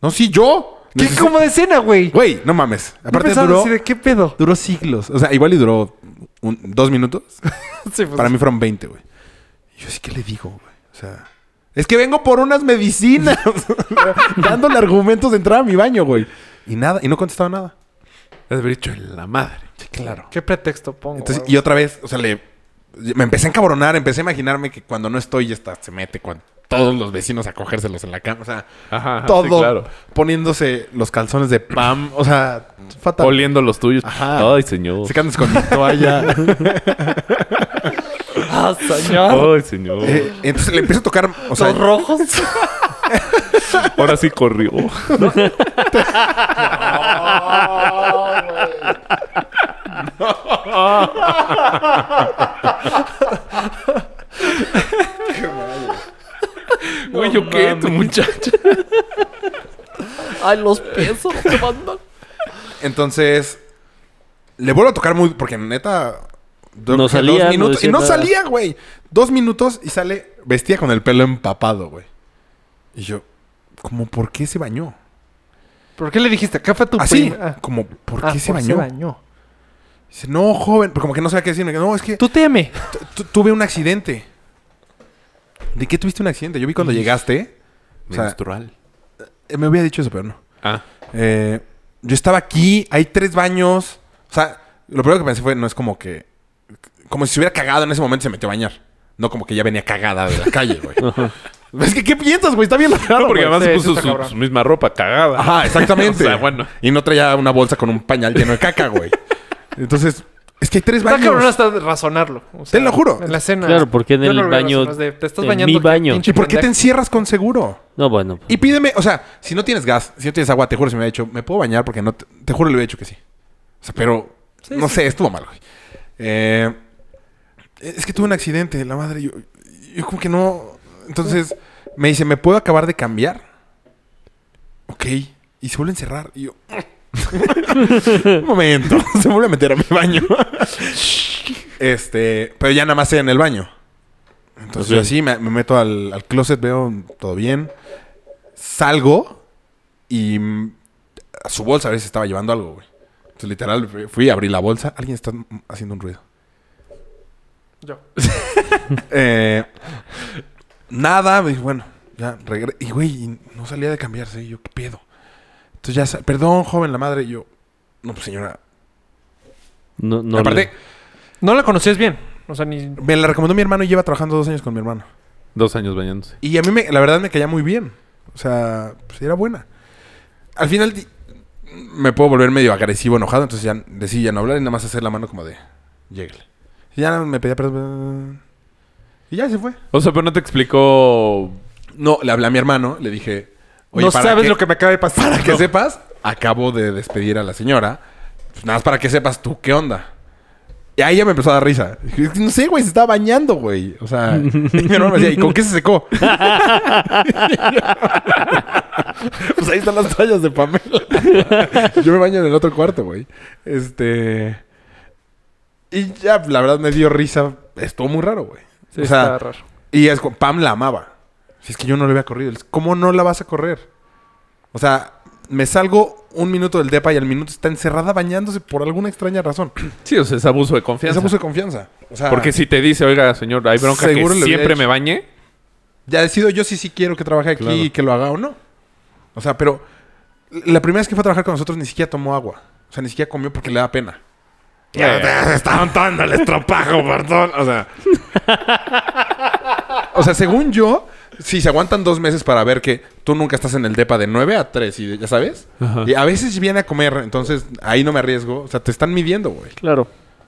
Speaker 4: No, sí, yo.
Speaker 6: ¿Qué
Speaker 4: Neces-
Speaker 6: como de escena, güey?
Speaker 4: Güey, no mames.
Speaker 6: Yo
Speaker 4: Aparte
Speaker 6: pensaba
Speaker 4: duró,
Speaker 6: así de, ¿Qué pedo?
Speaker 4: duró siglos. O sea, igual y duró un- dos minutos.
Speaker 6: Sí, pues,
Speaker 4: Para mí fueron 20, güey. Y yo sí que le digo, güey. O sea, es que vengo por unas medicinas. dándole argumentos de entrar a mi baño, güey. Y nada, y no contestaba nada.
Speaker 3: Has haber dicho en la madre.
Speaker 4: Sí, claro.
Speaker 6: ¿Qué pretexto pongo?
Speaker 4: Entonces,
Speaker 6: güey?
Speaker 4: y otra vez, o sea, le me empecé a encabronar, empecé a imaginarme que cuando no estoy ya está, se mete con todos los vecinos a cogérselos en la cama. O sea,
Speaker 3: Ajá. ajá,
Speaker 4: todo
Speaker 3: Ah, sí, claro.
Speaker 4: poniéndose los calzones de pam. O sea, fatal.
Speaker 3: Oliendo los tuyos.
Speaker 4: Ajá.
Speaker 3: Ay, señor.
Speaker 4: Se andas con mi toalla.
Speaker 6: Ah, señor.
Speaker 3: Ay, señor.
Speaker 4: Eh, entonces le empiezo a tocar. O sea,
Speaker 6: Los rojos.
Speaker 3: Ahora sí corrió. Güey, ¿yo qué? Tu muchacha.
Speaker 5: Ay, los pesos que mandan.
Speaker 4: Entonces, le vuelvo a tocar muy. Porque neta. do-
Speaker 2: No
Speaker 4: o sea,
Speaker 2: salía, no
Speaker 4: dos minutos,
Speaker 2: decía
Speaker 4: y no
Speaker 2: nada.
Speaker 4: salía, güey. Dos minutos y sale vestía con el pelo empapado, güey. Y yo, como, ¿por qué se bañó?
Speaker 6: ¿Por qué le dijiste? Acá fue tu
Speaker 4: Así,
Speaker 6: prima. Ah.
Speaker 4: como, ¿por
Speaker 6: Ah,
Speaker 4: qué se bañó?
Speaker 6: Se bañó.
Speaker 4: Dice, no, joven. Pero como que no sabía qué decirme. que No, es que
Speaker 6: Tú teme.
Speaker 4: tu- tuve un accidente. ¿De qué tuviste un accidente? Yo vi cuando llegaste. O sea,
Speaker 3: Menstrual.
Speaker 4: eh, me hubiera dicho eso, pero no.
Speaker 3: Ah.
Speaker 4: Eh, yo estaba aquí, hay tres baños. O sea, lo primero que pensé fue, no es como que. Como si se hubiera cagado en ese momento y se metió a bañar. No como que ya venía cagada de la calle, güey. es que, ¿qué piensas, güey? Está bien raro.
Speaker 3: No, porque
Speaker 4: güey.
Speaker 3: además
Speaker 6: sí,
Speaker 3: se
Speaker 6: sí
Speaker 3: puso
Speaker 6: está
Speaker 3: su,
Speaker 6: cabrón.
Speaker 3: su misma ropa cagada.
Speaker 4: Ajá, exactamente.
Speaker 3: o sea, bueno.
Speaker 4: Y no traía una bolsa con un pañal lleno de caca, güey. Entonces, es que hay tres
Speaker 6: Está
Speaker 4: baños.
Speaker 6: cabrón hasta razonarlo. O sea,
Speaker 4: Te lo juro.
Speaker 6: En la escena.
Speaker 2: Claro, porque en
Speaker 6: Yo
Speaker 2: el
Speaker 6: no lo hubiera
Speaker 2: baño-
Speaker 6: razonado, es de, te estás
Speaker 2: en mi
Speaker 6: bañando. qué
Speaker 2: baño.
Speaker 6: pinche
Speaker 4: ¿Y por qué te
Speaker 6: pendejo.
Speaker 4: encierras con seguro?
Speaker 2: No, bueno.
Speaker 4: Y pídeme, o sea, si no tienes gas, si no tienes agua, te juro, si me hubiera dicho, ¿me puedo bañar? Porque no, te, te juro, le hubiera dicho que sí. O sea, pero, no sé, estuvo mal, güey. Eh, es que tuve un accidente, la madre, yo, yo como que no. Entonces, me dice, ¿me puedo acabar de cambiar? Ok. Y se vuelve a encerrar. Y yo, un momento, se vuelve a meter a mi baño. este, pero ya nada más sea en el baño. Entonces, yo así me, me meto al, al closet, veo todo bien. Salgo y mm, a su bolsa a ver si estaba llevando algo, güey. Entonces, literal, fui- fui a abrir la bolsa. Alguien está mm, haciendo un ruido.
Speaker 6: Yo.
Speaker 4: Eh, nada, me dije, bueno, ya regre- Y güey, y no salía de cambiarse. Y yo, ¿qué pedo? Entonces ya, sa- perdón, joven, la madre. Y yo, no, pues señora.
Speaker 2: No, no
Speaker 4: aparte,
Speaker 2: le-
Speaker 6: No la conocías bien. O sea, ni.
Speaker 4: Me la recomendó mi hermano y lleva trabajando dos años con mi hermano.
Speaker 3: Dos años bañándose.
Speaker 4: Y a mí, me- la verdad, me caía muy bien. O sea, pues era buena. Al final di- me puedo volver medio agresivo, enojado. Entonces ya decidí ya no hablar y nada más hacer la mano como de... Lléguele. Y ya me pedía perdón. Y ya se fue.
Speaker 3: O sea, pero no te explicó.
Speaker 4: No, le hablé a mi hermano. Le dije...
Speaker 6: no sabes
Speaker 4: que-
Speaker 6: lo que me acaba de pasar.
Speaker 4: Para que
Speaker 6: No.
Speaker 4: sepas, acabo de despedir a la señora. Pues nada más para que sepas tú qué onda. Y ahí ya me empezó a dar risa. Dije, "Es que No sé, güey, se estaba bañando, güey. O sea, y mi hermano me decía, ¿y con qué se secó? pues ahí están las toallas de Pamela. Yo me baño en el otro cuarto, güey. Este. Y ya, la verdad, me dio risa. Estuvo muy raro, güey.
Speaker 6: Sí,
Speaker 4: o sea,
Speaker 6: está raro.
Speaker 4: y es, cu- Pam la amaba. Si es que yo no le había corrido. Es, ¿Cómo no la vas a correr? O sea, me salgo un minuto del depa y al minuto está encerrada bañándose por alguna extraña razón.
Speaker 3: Sí, o sea, es abuso de
Speaker 4: Es
Speaker 3: confianza.
Speaker 4: abuso de confianza. O sea,
Speaker 3: Porque si te dice, oiga, señor, hay bronca
Speaker 4: Seguro
Speaker 3: que
Speaker 4: le hubiera
Speaker 3: siempre
Speaker 4: hecho.
Speaker 3: me bañe.
Speaker 4: ya decido yo si sí quiero que trabaje aquí
Speaker 3: Claro.
Speaker 4: y que lo haga o no. O sea, pero la primera vez que fue a trabajar con nosotros ni siquiera tomó agua. O sea, ni siquiera comió porque le da pena.
Speaker 3: Ya,
Speaker 4: estaban tomando el estropajo, perdón. O sea. o sea, según yo, si se aguantan dos meses para ver que tú nunca estás en el depa de 9 a 3, y de- ya sabes.
Speaker 3: Ajá.
Speaker 4: Y a veces viene a comer, entonces ahí no me arriesgo. O sea, te están midiendo, güey.
Speaker 2: Claro.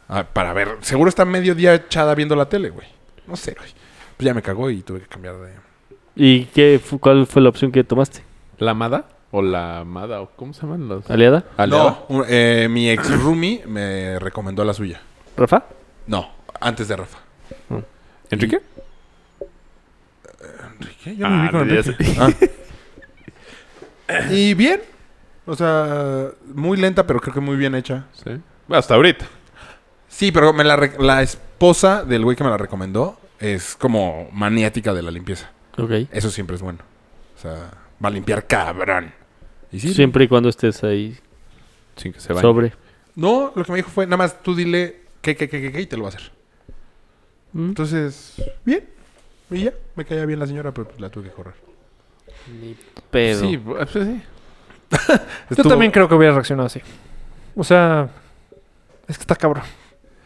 Speaker 4: Ah, para ver. Seguro está medio día echada viendo la tele, güey. No sé, güey. Pues ya me cagó y tuve que cambiar de.
Speaker 2: ¿Y qué, fu- cuál fue la opción que tomaste?
Speaker 3: ¿La amada? ¿O la amada? ¿O ¿Cómo se llaman los?
Speaker 2: ¿Aliada?
Speaker 3: ¿Aliada?
Speaker 4: No, un- eh, mi ex roomie me recomendó la suya.
Speaker 2: ¿Rafa?
Speaker 4: No, antes de Rafa.
Speaker 3: ¿Enrique? Ah,
Speaker 4: ¿Qué? Yo no viví con Enrique. Y bien. O sea, muy lenta, pero creo que muy bien hecha.
Speaker 3: Sí. Hasta ahorita.
Speaker 4: Sí, pero me la, re- la esposa del güey que me la recomendó es como maniática de la limpieza.
Speaker 2: Ok.
Speaker 4: Eso siempre es bueno. O sea, va a limpiar cabrón. ¿Y sí?
Speaker 2: Siempre y cuando estés ahí
Speaker 3: Sin que se bañe.
Speaker 2: sobre.
Speaker 4: No, lo que me dijo fue, nada más tú dile qué, qué, qué, qué, qué, y te lo va a hacer.
Speaker 2: Mm.
Speaker 4: Entonces, bien. Y ya, me caía bien la señora, pero pues la tuve que correr.
Speaker 2: Pero.
Speaker 3: Sí, pues sí.
Speaker 6: Yo también creo que hubiera reaccionado así. O sea, es que está cabrón.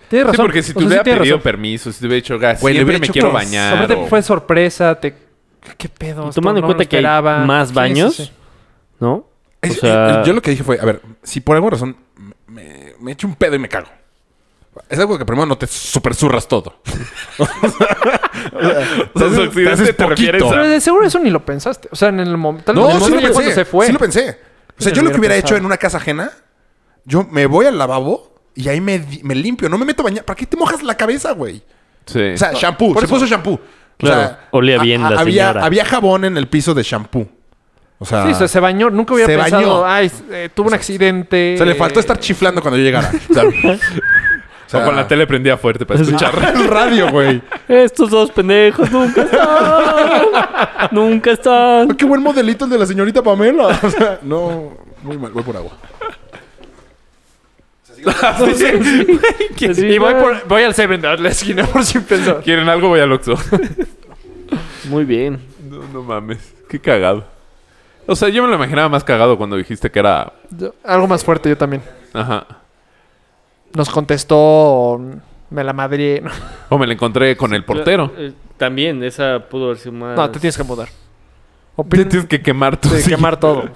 Speaker 6: Tienes
Speaker 3: Sí,
Speaker 6: razón.
Speaker 3: porque si te
Speaker 6: O sea, sí
Speaker 3: hubiera
Speaker 6: tienes
Speaker 3: pedido
Speaker 6: razón.
Speaker 3: permiso, si te hubiera dicho, "Oiga,
Speaker 4: Güey, le
Speaker 3: siempre
Speaker 4: hubiera
Speaker 3: me
Speaker 4: hecho
Speaker 3: quiero
Speaker 4: que-
Speaker 3: bañar.
Speaker 6: Aparte
Speaker 3: o-
Speaker 6: fue sorpresa, te... ¿Qué pedo?
Speaker 2: Y tomando en
Speaker 6: Esto no
Speaker 2: cuenta
Speaker 6: lo
Speaker 2: que hay
Speaker 6: esperaba.
Speaker 2: más
Speaker 6: Sí, sí,
Speaker 2: baños.
Speaker 6: sí.
Speaker 2: ¿No?
Speaker 4: Es-
Speaker 2: O sea-
Speaker 4: eh, yo lo que dije fue, a ver, si por alguna razón me- me, me echo un pedo y me cago. Es algo que primero no te supersurras todo.
Speaker 3: O sea, su accidente
Speaker 4: haces
Speaker 3: te refieres
Speaker 4: poquito.
Speaker 6: Pero
Speaker 3: a-
Speaker 6: de seguro eso ni lo pensaste. O sea, en el momento... en el
Speaker 4: No, sí
Speaker 6: momento
Speaker 4: lo
Speaker 6: ya cuando
Speaker 4: pensé.
Speaker 6: se fue.
Speaker 4: Sí lo pensé. O sea,
Speaker 6: Sí,
Speaker 4: yo lo
Speaker 6: hubiera
Speaker 4: que hubiera
Speaker 6: pensado.
Speaker 4: hecho en una casa ajena, yo me voy al lavabo y ahí me, di- me limpio. No me meto a bañar. ¿Para qué te mojas la cabeza, güey?
Speaker 3: Sí.
Speaker 4: O sea, shampoo.
Speaker 6: Por
Speaker 4: Se
Speaker 6: eso.
Speaker 4: puso shampoo.
Speaker 2: Claro.
Speaker 4: O sea,
Speaker 2: Olía
Speaker 4: a-
Speaker 2: bien
Speaker 4: a-
Speaker 2: la
Speaker 4: había,
Speaker 2: señora.
Speaker 4: Había jabón en el piso de shampoo. O sea,
Speaker 6: Sí, o sea, se bañó. Nunca hubiera
Speaker 4: Se
Speaker 6: pensado,
Speaker 4: bañó.
Speaker 6: ay, eh, tuvo un accidente.
Speaker 4: o sea, le faltó estar chiflando cuando yo llegara. O sea, o sea,
Speaker 3: o con la tele prendida fuerte para escuchar.
Speaker 4: el radio, güey.
Speaker 2: Estos dos pendejos nunca están. nunca están.
Speaker 4: Ah, Qué buen modelito el de la señorita Pamela. O sea, no, muy mal. Voy por agua.
Speaker 2: Así,
Speaker 6: Y voy, por- voy al 7 a la esquina por si pensar.
Speaker 3: ¿Quieren algo? Voy al Oxxo.
Speaker 2: Muy bien.
Speaker 3: no, no mames. Qué cagado. O sea, yo me lo imaginaba más cagado cuando dijiste que era...
Speaker 6: Yo- algo más fuerte yo también.
Speaker 3: Ajá.
Speaker 6: Nos contestó, me la madre. No,
Speaker 3: O me lo encontré con el portero.
Speaker 2: Eh, también, esa pudo haber sido más.
Speaker 6: no, te tienes que mudar.
Speaker 3: Te tienes que quemar tú.
Speaker 6: De quemar todo.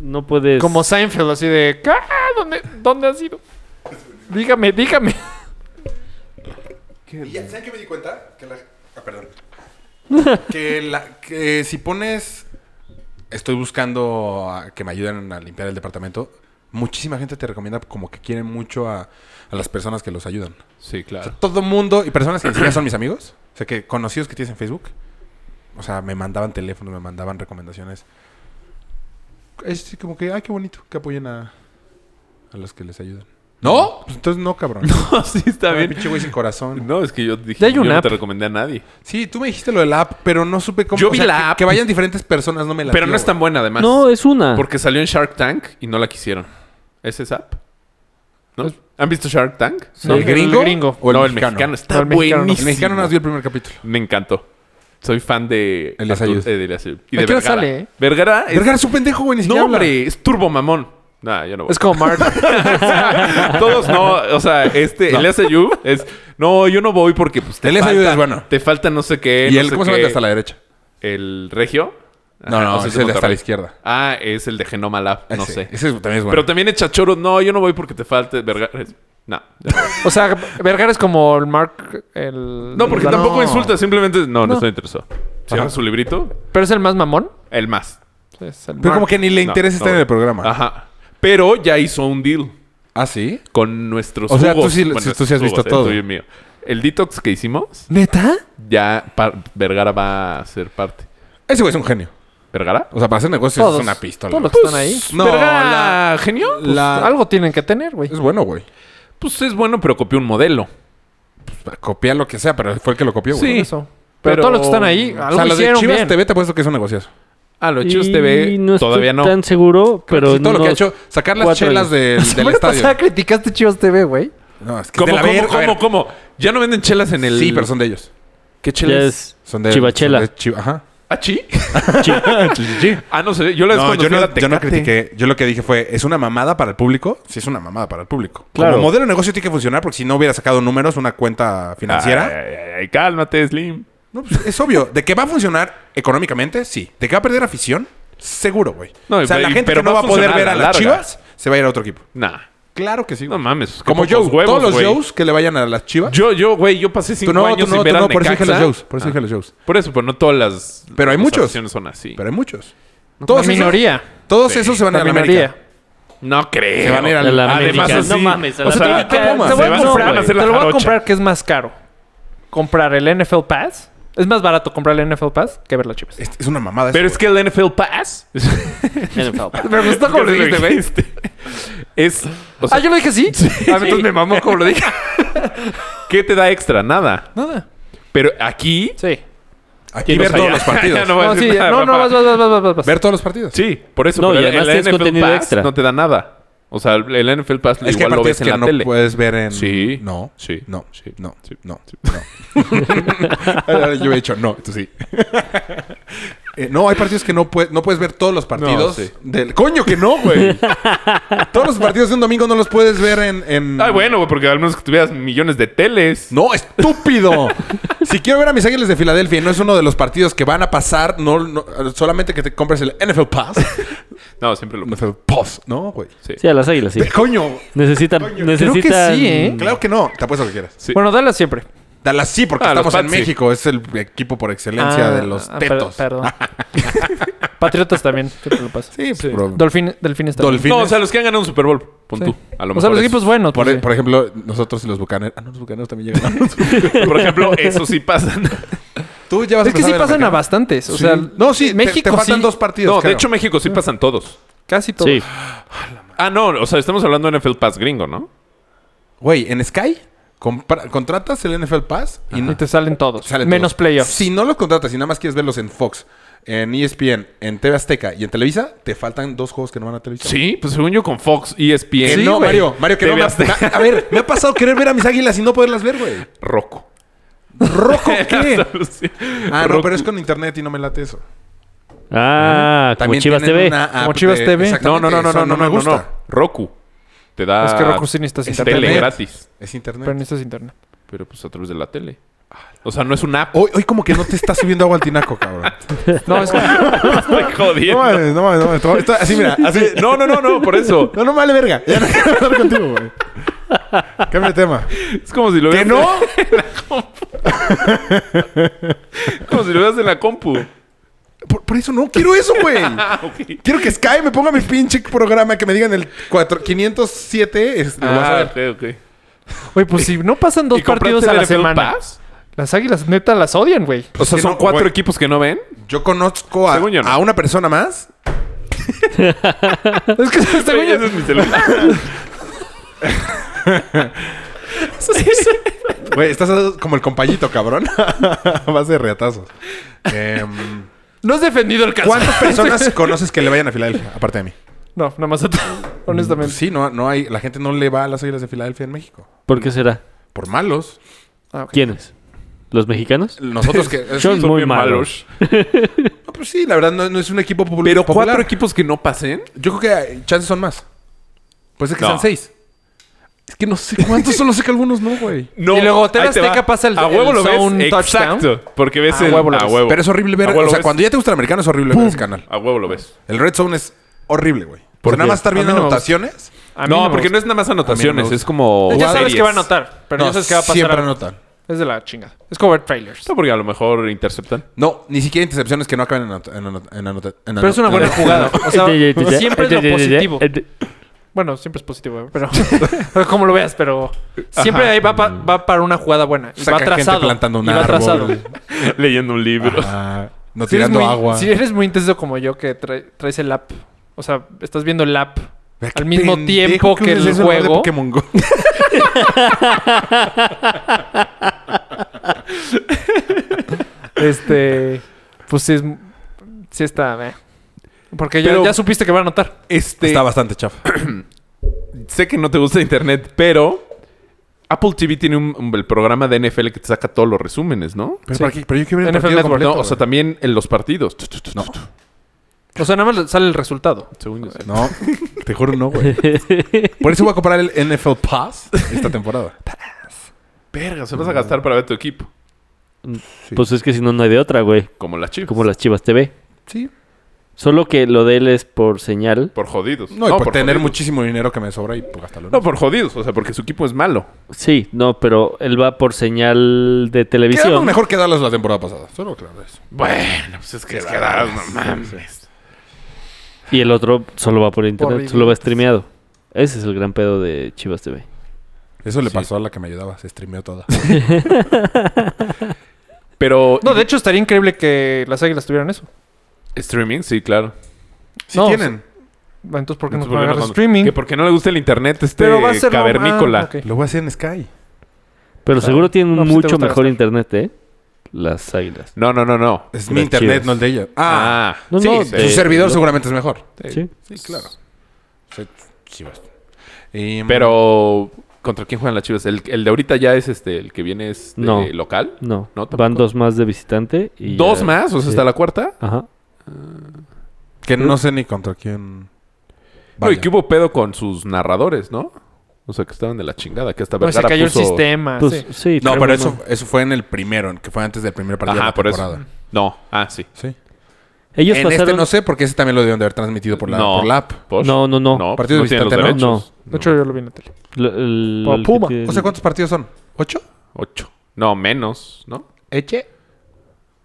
Speaker 2: No puedes.
Speaker 6: Como Seinfeld, así de, "Ah, ¿Dónde, ¿dónde has ido? Dígame, dígame.
Speaker 4: Y ya, ¿saben qué me di cuenta? Que la... ah, perdón. que, la, que si pones... Estoy buscando a- que me ayuden a limpiar el departamento. Muchísima gente te recomienda como que quieren mucho a, a las personas que los ayudan.
Speaker 3: Sí, claro.
Speaker 4: Todo mundo y personas que ni siquiera son mis amigos. O sea, que conocidos que tienes en Facebook. O sea, me mandaban teléfonos, me mandaban recomendaciones. Es como que, ay, qué bonito que apoyen a, a los que les ayudan. ¿No? Pues entonces no, cabrón.
Speaker 3: No, sí, está
Speaker 4: Ah,
Speaker 3: bien.
Speaker 4: pinche güey sin corazón.
Speaker 3: No, es que yo dije,
Speaker 6: Ya hay
Speaker 3: yo
Speaker 6: una
Speaker 3: no
Speaker 6: app.
Speaker 3: te recomendé a nadie.
Speaker 4: Sí, tú me dijiste lo de la app, pero no supe cómo.
Speaker 3: Yo vi la
Speaker 4: que-
Speaker 3: app.
Speaker 4: Que, vayan diferentes personas, no me la
Speaker 3: Pero no es tan buena, además.
Speaker 2: No, es una.
Speaker 3: Porque salió en Shark Tank y no la quisieron. ¿Es esa app? ¿No?
Speaker 6: Es-
Speaker 3: ¿Han visto Shark Tank?
Speaker 6: No,
Speaker 4: ¿El gringo?
Speaker 6: El gringo.
Speaker 4: ¿O el
Speaker 3: no,
Speaker 4: mexicano?
Speaker 3: el mexicano está
Speaker 6: No, el mexicano no.
Speaker 3: buenísimo.
Speaker 4: El mexicano nos vio el primer capítulo.
Speaker 3: Me encantó. Soy fan de...
Speaker 4: Elías
Speaker 3: Artur-
Speaker 4: Ayud.
Speaker 3: eh, de Elías Ayud. Y
Speaker 6: ¿A
Speaker 3: de
Speaker 6: qué hora
Speaker 3: Vergara.
Speaker 6: sale, eh?
Speaker 3: Vergara es...
Speaker 4: Vergara es un pendejo, güey,
Speaker 3: No,
Speaker 4: ni siquiera habla.
Speaker 3: hombre. Es turbo mamón. Nah, yo no voy.
Speaker 6: Es como Mark.
Speaker 3: Todos no, o sea, este, el SU es, no, yo no voy porque pues, te
Speaker 4: El SU es
Speaker 3: falta-
Speaker 4: bueno.
Speaker 3: Te falta no sé qué.
Speaker 4: ¿Y
Speaker 3: no
Speaker 4: él
Speaker 3: sé
Speaker 4: cómo se llama el
Speaker 3: qué.
Speaker 4: de hasta la derecha?
Speaker 3: ¿El regio?
Speaker 4: No,
Speaker 3: Ajá,
Speaker 4: no,
Speaker 3: o sea,
Speaker 4: es el de hasta la
Speaker 3: Monterrey.
Speaker 4: izquierda.
Speaker 3: Ah, es el de Genoma Lab, no
Speaker 4: Ese.
Speaker 3: sé.
Speaker 4: Ese es- también es bueno.
Speaker 3: Pero también el chachoro, no, yo no voy porque te falta verga. es- No.
Speaker 6: O sea, Vergara es como el Mark. El...
Speaker 3: No, porque
Speaker 6: la-
Speaker 3: tampoco insulta, simplemente no, no,
Speaker 6: No.
Speaker 3: estoy interesado. Cierra su librito,
Speaker 6: Pero es el más mamón.
Speaker 3: el más.
Speaker 6: Es el
Speaker 4: Pero
Speaker 6: Mark.
Speaker 4: como que ni le
Speaker 3: No,
Speaker 4: interesa
Speaker 3: no
Speaker 4: estar
Speaker 3: voy.
Speaker 4: en el programa.
Speaker 3: Ajá. Pero ya hizo un deal
Speaker 4: ¿Ah, sí?
Speaker 3: con nuestros
Speaker 4: O sea,
Speaker 3: jugos.
Speaker 4: tú sí- sí- tú sí has
Speaker 3: nuestros
Speaker 4: visto todo.
Speaker 3: tuyo y mío. El detox que hicimos,
Speaker 6: ¿Neta?
Speaker 3: ya par- Vergara va a ser parte.
Speaker 4: Ese güey es un genio.
Speaker 3: ¿Vergara?
Speaker 4: O sea, para hacer negocios
Speaker 6: Todos.
Speaker 4: es una pistola.
Speaker 6: Todos los que están ahí.
Speaker 4: Pues, No,
Speaker 3: ¿Vergara genio? Pues,
Speaker 4: la-
Speaker 6: Algo tienen que tener, güey.
Speaker 4: Es bueno, güey.
Speaker 3: pues es bueno, pero copió un modelo.
Speaker 4: Copia lo que sea, pero fue el que lo copió, güey.
Speaker 3: Sí.
Speaker 6: Eso. Pero,
Speaker 3: Pero-
Speaker 6: todos los que están ahí,
Speaker 4: O
Speaker 6: algo
Speaker 4: sea, lo de
Speaker 6: hicieron
Speaker 4: Chivas
Speaker 6: bien.
Speaker 4: TV te puesto que es un negociazo.
Speaker 3: Ah, lo de Chivas
Speaker 2: Y
Speaker 3: TV
Speaker 2: no estoy
Speaker 3: todavía no.
Speaker 2: tan seguro, pero
Speaker 4: Sí, todo lo que ha
Speaker 2: unos
Speaker 4: hecho, sacar las
Speaker 2: cuatro
Speaker 4: chelas
Speaker 2: años.
Speaker 4: del,
Speaker 6: La
Speaker 4: del
Speaker 6: semana pasada
Speaker 4: estadio.
Speaker 6: criticaste Chivas TV, güey.
Speaker 4: No, es que
Speaker 3: ¿Cómo,
Speaker 4: de la
Speaker 3: cómo,
Speaker 4: verga, a ver.
Speaker 3: cómo, cómo? Ya no venden chelas en el...
Speaker 4: Sí, pero son de ellos.
Speaker 3: ¿Qué
Speaker 2: ya
Speaker 3: chelas?
Speaker 2: es
Speaker 4: Son de
Speaker 2: Chivachela.
Speaker 4: son de Chiva- Ajá.
Speaker 3: ¿Ah, chi?
Speaker 2: chi-
Speaker 3: Ah, no sé. Yo la
Speaker 4: No,
Speaker 3: cuando
Speaker 4: yo
Speaker 3: fui a
Speaker 4: no,
Speaker 3: la
Speaker 4: yo
Speaker 3: Tecate.
Speaker 4: no critiqué. Yo lo que dije fue, ¿es una mamada para el público? Sí, es una mamada para el público.
Speaker 2: Claro.
Speaker 4: Como modelo de negocio tiene que funcionar porque si no hubiera sacado números, una cuenta financiera.
Speaker 3: Ay, ay, ay, cálmate, Slim.
Speaker 4: No, pues, es obvio. ¿De que va a funcionar económicamente? Sí. ¿De que va a perder afición? Seguro, güey.
Speaker 3: No,
Speaker 4: o sea,
Speaker 3: y-
Speaker 4: la gente
Speaker 3: pero
Speaker 4: que no
Speaker 3: va
Speaker 4: va
Speaker 3: a
Speaker 4: a poder
Speaker 3: funcionar a
Speaker 4: ver
Speaker 3: la
Speaker 4: a las
Speaker 3: larga.
Speaker 4: chivas se va a ir a otro equipo.
Speaker 3: Nah.
Speaker 4: Claro que sí.
Speaker 3: No mames. qué
Speaker 4: Como
Speaker 3: pocos
Speaker 4: Joe.
Speaker 3: huevos,
Speaker 4: todos los
Speaker 3: güey.
Speaker 4: Joes que le vayan a las chivas.
Speaker 3: Yo, yo, güey, yo pasé
Speaker 4: tú
Speaker 3: cinco
Speaker 4: no, tú
Speaker 3: años
Speaker 4: no,
Speaker 3: sin ver
Speaker 4: tú
Speaker 3: a
Speaker 4: no. Por eso dije los
Speaker 3: Necaxa.
Speaker 4: Joes. Por eso dije los Joes.
Speaker 3: Por eso, pero no todas las...
Speaker 4: Pero hay
Speaker 3: las
Speaker 4: muchos.
Speaker 3: aficiones son así.
Speaker 4: Pero hay muchos.
Speaker 6: La
Speaker 4: Todos esos,
Speaker 6: minoría.
Speaker 4: todos esos se van a
Speaker 6: La
Speaker 4: ir a la América.
Speaker 6: minoría.
Speaker 3: No creo.
Speaker 4: Se van a ir al-
Speaker 2: a la
Speaker 3: Además,
Speaker 2: América.
Speaker 3: así-
Speaker 2: No mames, a la
Speaker 3: o sea,
Speaker 2: América.
Speaker 4: te-
Speaker 2: Pumas.
Speaker 6: Te voy
Speaker 3: Se
Speaker 6: a
Speaker 3: van a
Speaker 6: comprar,
Speaker 3: comprar, hacer la
Speaker 6: te lo voy a
Speaker 3: jarocha.
Speaker 6: comprar que es más caro. Comprar el NFL Pass. Es más barato comprar el NFL Pass que ver las Chivas.
Speaker 4: Es, es una mamada.
Speaker 3: Pero
Speaker 4: eso,
Speaker 3: es que el NFL Pass...
Speaker 6: Me gustó como lo
Speaker 3: ¿Qué
Speaker 6: dijiste, güey.
Speaker 3: Es... o sea,
Speaker 6: Ah, yo lo dije sí. Ah, entonces me mamó como lo dije.
Speaker 3: ¿Qué te da extra? Nada.
Speaker 6: Nada.
Speaker 3: Pero aquí...
Speaker 6: Sí.
Speaker 4: güey. Aquí ver todos los partidos.
Speaker 3: no, voy a
Speaker 6: No,
Speaker 3: decir
Speaker 6: sí,
Speaker 3: nada,
Speaker 6: no, no,
Speaker 3: papá.
Speaker 6: vas, vas, vas, vas, vas, vas.
Speaker 4: Ver todos los partidos.
Speaker 3: Sí, por eso.
Speaker 2: No,
Speaker 3: pero
Speaker 2: y además tienes contenido
Speaker 3: Pass
Speaker 2: extra.
Speaker 3: no te da nada. O sea, el- el NFL Pass
Speaker 4: Es que
Speaker 3: igual
Speaker 4: hay
Speaker 3: lo
Speaker 4: partidos
Speaker 3: ves en
Speaker 4: que
Speaker 3: la
Speaker 4: no
Speaker 3: tele.
Speaker 4: puedes ver en...
Speaker 3: Sí.
Speaker 4: No.
Speaker 3: Sí.
Speaker 4: No.
Speaker 3: Sí.
Speaker 4: No.
Speaker 3: Sí.
Speaker 4: No. No. Yo he dicho no. Esto sí. Eh, no, hay partidos que no, puede- no puedes ver todos los partidos.
Speaker 3: No, sí.
Speaker 4: del... Coño que no, güey. todos los partidos de un domingo no los puedes ver en... en...
Speaker 3: Ay, Ah, bueno, güey, porque al menos que tuvieras millones de teles.
Speaker 4: No, estúpido. si quiero ver a mis Águilas de Filadelfia y no es uno de los partidos que van a pasar, no, no- solamente que te compres el NFL Pass.
Speaker 3: No, siempre lo
Speaker 4: NFL Pass, ¿no, güey?
Speaker 2: Sí, a las águilas, sí.
Speaker 4: Ve, Coño,
Speaker 2: Necesitan, necesitan...
Speaker 6: sí, ¿eh?
Speaker 4: claro que no. Te apuesto lo que quieras.
Speaker 3: Sí.
Speaker 6: Bueno, dale siempre.
Speaker 4: Dallas sí, porque
Speaker 3: Ah, los
Speaker 4: estamos en
Speaker 3: Pats, sí.
Speaker 4: México. Es el equipo por excelencia
Speaker 6: Ah,
Speaker 4: de los
Speaker 6: ah, per-
Speaker 4: tetos.
Speaker 6: perdón. Patriotas también. siempre lo pasa.
Speaker 4: Sí, pues, bro.
Speaker 6: Dolfines, delfines también.
Speaker 4: Dolphins.
Speaker 3: No, o sea, los que han ganado un Super Bowl. Pon tú. A lo
Speaker 6: o
Speaker 3: mejor
Speaker 6: sea, los
Speaker 3: esos.
Speaker 6: equipos buenos.
Speaker 4: por, e-
Speaker 6: pues, sí.
Speaker 4: por ejemplo, nosotros y los bucaneros. Ah, no, los bucaneros también llegan.
Speaker 3: Por ejemplo, eso sí pasan.
Speaker 4: Tú ya vas
Speaker 6: Es que sí
Speaker 4: empezar ver
Speaker 6: pasan a
Speaker 4: Bucaneros.
Speaker 6: bastantes. O
Speaker 4: Sí.
Speaker 6: sea,
Speaker 4: no, sí, México. Te,
Speaker 6: México
Speaker 4: faltan
Speaker 6: sí,
Speaker 4: dos partidos.
Speaker 3: No, de
Speaker 4: creo.
Speaker 3: hecho, México sí pasan todos.
Speaker 6: casi todo.
Speaker 2: Sí.
Speaker 3: Ah, no, o sea, estamos hablando de NFL Pass gringo, ¿no?
Speaker 4: Güey, en Sky compra- contratas el NFL Pass y
Speaker 6: Y
Speaker 4: no
Speaker 6: te salen todos.
Speaker 4: Salen
Speaker 6: menos
Speaker 4: todos.
Speaker 6: playoffs.
Speaker 4: Si no los contratas y nada más quieres verlos en Fox, en E ESPN, en TV Azteca y en Televisa, te faltan dos juegos que no van a Televisa.
Speaker 3: Sí, pues según yo con Fox, ESPN.
Speaker 4: Que
Speaker 3: Sí,
Speaker 4: no,
Speaker 3: güey.
Speaker 4: Mario. Mario, que
Speaker 3: TV
Speaker 4: no. me-
Speaker 3: Azteca.
Speaker 4: me- a ver, me ha pasado querer ver a mis águilas y no poderlas ver, güey.
Speaker 3: Roco.
Speaker 4: ¿Rojo qué?
Speaker 3: Sí.
Speaker 4: ah, no,
Speaker 3: Roku.
Speaker 4: pero es con internet y no me late eso.
Speaker 2: Ah, como Chivas
Speaker 4: tienen
Speaker 2: TV.
Speaker 4: una app
Speaker 6: Como Chivas
Speaker 4: de-
Speaker 6: TV.
Speaker 3: No,
Speaker 4: Exactamente,
Speaker 3: no, no, no,
Speaker 4: eso
Speaker 3: no, no,
Speaker 4: me gusta.
Speaker 3: Roku. Te da.
Speaker 6: Es que Roku sí necesitas
Speaker 3: es
Speaker 6: internet.
Speaker 3: tele gratis.
Speaker 4: Es
Speaker 6: Pero
Speaker 4: internet.
Speaker 6: necesitas internet.
Speaker 3: Pero pues a través de la tele. O sea, no es una app.
Speaker 4: Hoy, hoy como que no te está subiendo agua al tinaco, cabrón.
Speaker 6: No, es que
Speaker 3: Estoy
Speaker 4: No
Speaker 3: jodiendo.
Speaker 4: mames, no mames, no mames. te voy a- esto- Así, mira, así.
Speaker 3: Sí, No, no, no, no, por eso.
Speaker 4: No, no me vale verga. Ya no quiero hablar contigo, güey. Cambia de tema.
Speaker 3: Es como si lo
Speaker 4: ¿Que
Speaker 3: veas.
Speaker 4: no?
Speaker 3: Como si lo veas en la compu. Ah,
Speaker 4: Por, por eso no quiero eso, güey. Quiero que Sky me ponga mi pinche programa que me digan el cuatro- 507. es- lo vas a ver.
Speaker 3: ok, ok.
Speaker 6: Güey, pues si no pasan dos
Speaker 3: ¿Y compraste
Speaker 6: partidos a
Speaker 3: el
Speaker 6: la
Speaker 3: NFL
Speaker 6: semana.
Speaker 3: Pass?
Speaker 6: Las águilas neta las odian, güey.
Speaker 3: O sea,
Speaker 4: que
Speaker 3: son
Speaker 4: no,
Speaker 3: cuatro
Speaker 4: güey.
Speaker 3: equipos que no ven.
Speaker 4: Yo conozco a,
Speaker 3: Según yo no.
Speaker 4: a una persona más.
Speaker 6: Es que este
Speaker 3: Güey,
Speaker 6: güey
Speaker 3: ese es mi celular.
Speaker 4: Güey, estás como el compañito, cabrón. vas de reatazos. Em,
Speaker 6: no has defendido el caso.
Speaker 4: ¿Cuántas personas conoces que le vayan a Filadelfia? Aparte de mí.
Speaker 6: No, nada más a ti, honestamente.
Speaker 4: Pues Sí, no, no hay. La gente no le va a las águilas de Filadelfia en México.
Speaker 2: ¿Por qué será?
Speaker 4: Por malos.
Speaker 6: Ah, ok.
Speaker 2: ¿Quiénes? ¿Los mexicanos?
Speaker 4: Nosotros que. es-
Speaker 2: Son muy
Speaker 3: bien
Speaker 2: malos.
Speaker 4: no, pues sí, la verdad no, no es un equipo popular.
Speaker 3: Pero
Speaker 4: popular.
Speaker 3: cuatro equipos que no pasen.
Speaker 4: Yo creo que eh, chances son más. Pues es que
Speaker 3: No.
Speaker 4: sean seis.
Speaker 3: Es que no sé cuántos, solo sé que algunos no, güey.
Speaker 6: Y luego TV
Speaker 3: ahí te
Speaker 6: Azteca
Speaker 3: va.
Speaker 6: pasa el-
Speaker 3: A huevo
Speaker 6: el
Speaker 3: lo ves.
Speaker 6: zone touchdown.
Speaker 3: Exacto. Porque ves
Speaker 6: A
Speaker 3: el...
Speaker 6: huevo lo
Speaker 3: a
Speaker 6: ves.
Speaker 3: huevo.
Speaker 4: Pero es horrible ver.
Speaker 3: A huevo
Speaker 4: o
Speaker 3: lo
Speaker 4: sea,
Speaker 3: ves.
Speaker 4: cuando ya te gusta el americano es horrible ver ese canal.
Speaker 3: A huevo lo ves.
Speaker 4: El Red Zone es horrible, güey. O
Speaker 3: ¿Por
Speaker 4: sea,
Speaker 3: qué?
Speaker 4: nada más estar viendo
Speaker 6: A mí no me
Speaker 4: anotaciones.
Speaker 6: A mí
Speaker 3: No,
Speaker 6: me
Speaker 3: porque no
Speaker 6: gusta.
Speaker 3: es nada más anotaciones.
Speaker 4: gusta.
Speaker 3: Es como...
Speaker 6: Ya sabes
Speaker 3: series.
Speaker 6: que va a anotar, pero
Speaker 4: no,
Speaker 6: no sabes qué va a pasar.
Speaker 4: Siempre anotan.
Speaker 6: Es de la chingada. Es cover trailers.
Speaker 3: No, porque a lo mejor interceptan.
Speaker 4: No, ni siquiera intercepciones que no acaban en anotación.
Speaker 6: Pero es una buena jugada. O sea, siempre es lo positivo.
Speaker 2: Eh,
Speaker 6: Bueno, siempre es positivo, ¿eh? pero como lo veas, pero siempre ahí va, pa- va para una jugada buena. Y
Speaker 4: Saca
Speaker 6: va trazado.
Speaker 4: gente plantando un
Speaker 6: y va
Speaker 4: árbol.
Speaker 6: trazado.
Speaker 3: Leyendo un libro.
Speaker 4: no
Speaker 6: Si eres,
Speaker 4: tirando
Speaker 6: muy,
Speaker 4: agua.
Speaker 6: si eres muy intenso como yo que tra- traes el app, o sea, estás viendo el app
Speaker 4: Mira, qué
Speaker 6: al mismo
Speaker 4: pendejo
Speaker 6: tiempo que
Speaker 4: uses eso
Speaker 6: el
Speaker 4: en lugar de
Speaker 6: juego.
Speaker 4: Pokémon Go.
Speaker 6: Este, pues sí, es, sí está. eh. Porque ya,
Speaker 3: Pero-
Speaker 6: ya supiste que va a anotar.
Speaker 3: Este...
Speaker 4: Está bastante chafa.
Speaker 3: Sé que no te gusta internet, pero... Apple TV tiene un, un- el programa de NFL que te saca todos los resúmenes, ¿no?
Speaker 4: Pero,
Speaker 6: Sí.
Speaker 4: para qué- pero yo quiero ver el
Speaker 6: NFL
Speaker 4: partido
Speaker 6: Network.
Speaker 4: completo.
Speaker 3: no, o sea, también en los partidos. Tu, tu, tu,
Speaker 4: No.
Speaker 3: tu, tu,
Speaker 6: O sea, nada más sale el resultado.
Speaker 3: según yo sé.
Speaker 4: No, te juro no, güey. Por eso voy a comprar el NFL Pass esta temporada.
Speaker 3: Verga, se vas a gastar para ver tu equipo.
Speaker 2: Pues es que si no, no hay de otra, güey.
Speaker 3: Como las chivas.
Speaker 2: Como las Chivas TV.
Speaker 4: Sí.
Speaker 2: Solo que lo de él es por señal.
Speaker 3: Por jodidos.
Speaker 4: No, y por, tener
Speaker 3: jodidos.
Speaker 4: muchísimo dinero que me sobra y por gastarlo.
Speaker 3: No, por jodidos. O sea, porque su equipo es malo.
Speaker 2: Sí, no, pero él va por señal de
Speaker 4: Quedamos
Speaker 2: televisión.
Speaker 4: mejor que Dallas la temporada pasada. Solo claro eso.
Speaker 3: Bueno, pues es que es que das, no mames.
Speaker 2: Y el otro solo va por internet,
Speaker 6: Por
Speaker 2: solo va streameado. Ese es el gran pedo de Chivas TV.
Speaker 4: Eso le pasó a la que me ayudaba. Se streameó toda.
Speaker 3: Pero
Speaker 6: No, de hecho estaría increíble que las águilas tuvieran eso.
Speaker 3: streaming, sí, claro.
Speaker 4: Si
Speaker 6: No,
Speaker 4: tienen.
Speaker 6: Entonces, ¿por qué no
Speaker 3: Entonces, ¿por qué
Speaker 6: pagar
Speaker 3: no son-
Speaker 6: streaming?
Speaker 3: Que porque no le gusta el internet este cavernícola.
Speaker 6: ah, ok.
Speaker 4: Lo voy a hacer en Sky.
Speaker 2: Pero seguro tienen
Speaker 6: No, pues sí te
Speaker 2: mucho
Speaker 6: gusta
Speaker 2: mejor
Speaker 6: gastar.
Speaker 2: internet, ¿eh? Las águilas.
Speaker 3: No, no, no, no.
Speaker 4: Es
Speaker 2: Las
Speaker 4: mi internet,
Speaker 2: chivas.
Speaker 4: no el de ella. Ah,
Speaker 3: Ah,
Speaker 2: No,
Speaker 3: sí,
Speaker 2: no,
Speaker 3: sí.
Speaker 4: su
Speaker 2: de-
Speaker 4: servidor seguramente es mejor.
Speaker 2: Sí.
Speaker 4: Sí, claro. Sí, Chivas. Y, mm,
Speaker 3: Pero Mm. ¿contra quién juegan las Chivas? El, el de ahorita ya es este, el que viene es
Speaker 2: No.
Speaker 3: local.
Speaker 2: No.
Speaker 3: No, tampoco.
Speaker 2: Van dos más de visitante. Y
Speaker 3: Dos
Speaker 2: ya-
Speaker 3: más, o sea,
Speaker 2: sí.
Speaker 3: hasta la cuarta.
Speaker 2: Ajá.
Speaker 4: Que no sé ni contra quién.
Speaker 3: No, y
Speaker 4: vaya.
Speaker 3: que hubo pedo con sus narradores, ¿no? O sea, que estaban de la chingada, que hasta
Speaker 6: No, se
Speaker 3: Vergara
Speaker 6: cayó
Speaker 3: puso-
Speaker 6: el sistema.
Speaker 2: Pues,
Speaker 6: sí.
Speaker 2: sí.
Speaker 4: Ah, No,
Speaker 2: creo
Speaker 4: pero
Speaker 2: que
Speaker 4: eso, eso fue en el primero, en que fue antes del primer partido
Speaker 3: Ajá,
Speaker 4: de
Speaker 3: por
Speaker 4: la
Speaker 3: eso.
Speaker 4: temporada.
Speaker 3: No, ah, sí.
Speaker 4: Sí.
Speaker 2: Ellos
Speaker 4: en
Speaker 2: pasaron...
Speaker 4: este no sé, porque ese también lo debieron de haber transmitido por la,
Speaker 3: no.
Speaker 4: por la app.
Speaker 3: ¿Por?
Speaker 2: No, no, no.
Speaker 4: Partido de
Speaker 3: tienen los
Speaker 4: visitante,
Speaker 2: ¿no?
Speaker 3: derechos.
Speaker 6: De hecho, yo lo vi en la tele.
Speaker 2: Lo- el-
Speaker 6: Por
Speaker 2: el que
Speaker 6: Puma.
Speaker 2: tiene-
Speaker 4: O sea, ¿cuántos partidos son? ¿Ocho?
Speaker 3: Ocho. No, menos, ¿no?
Speaker 4: ¿Eche?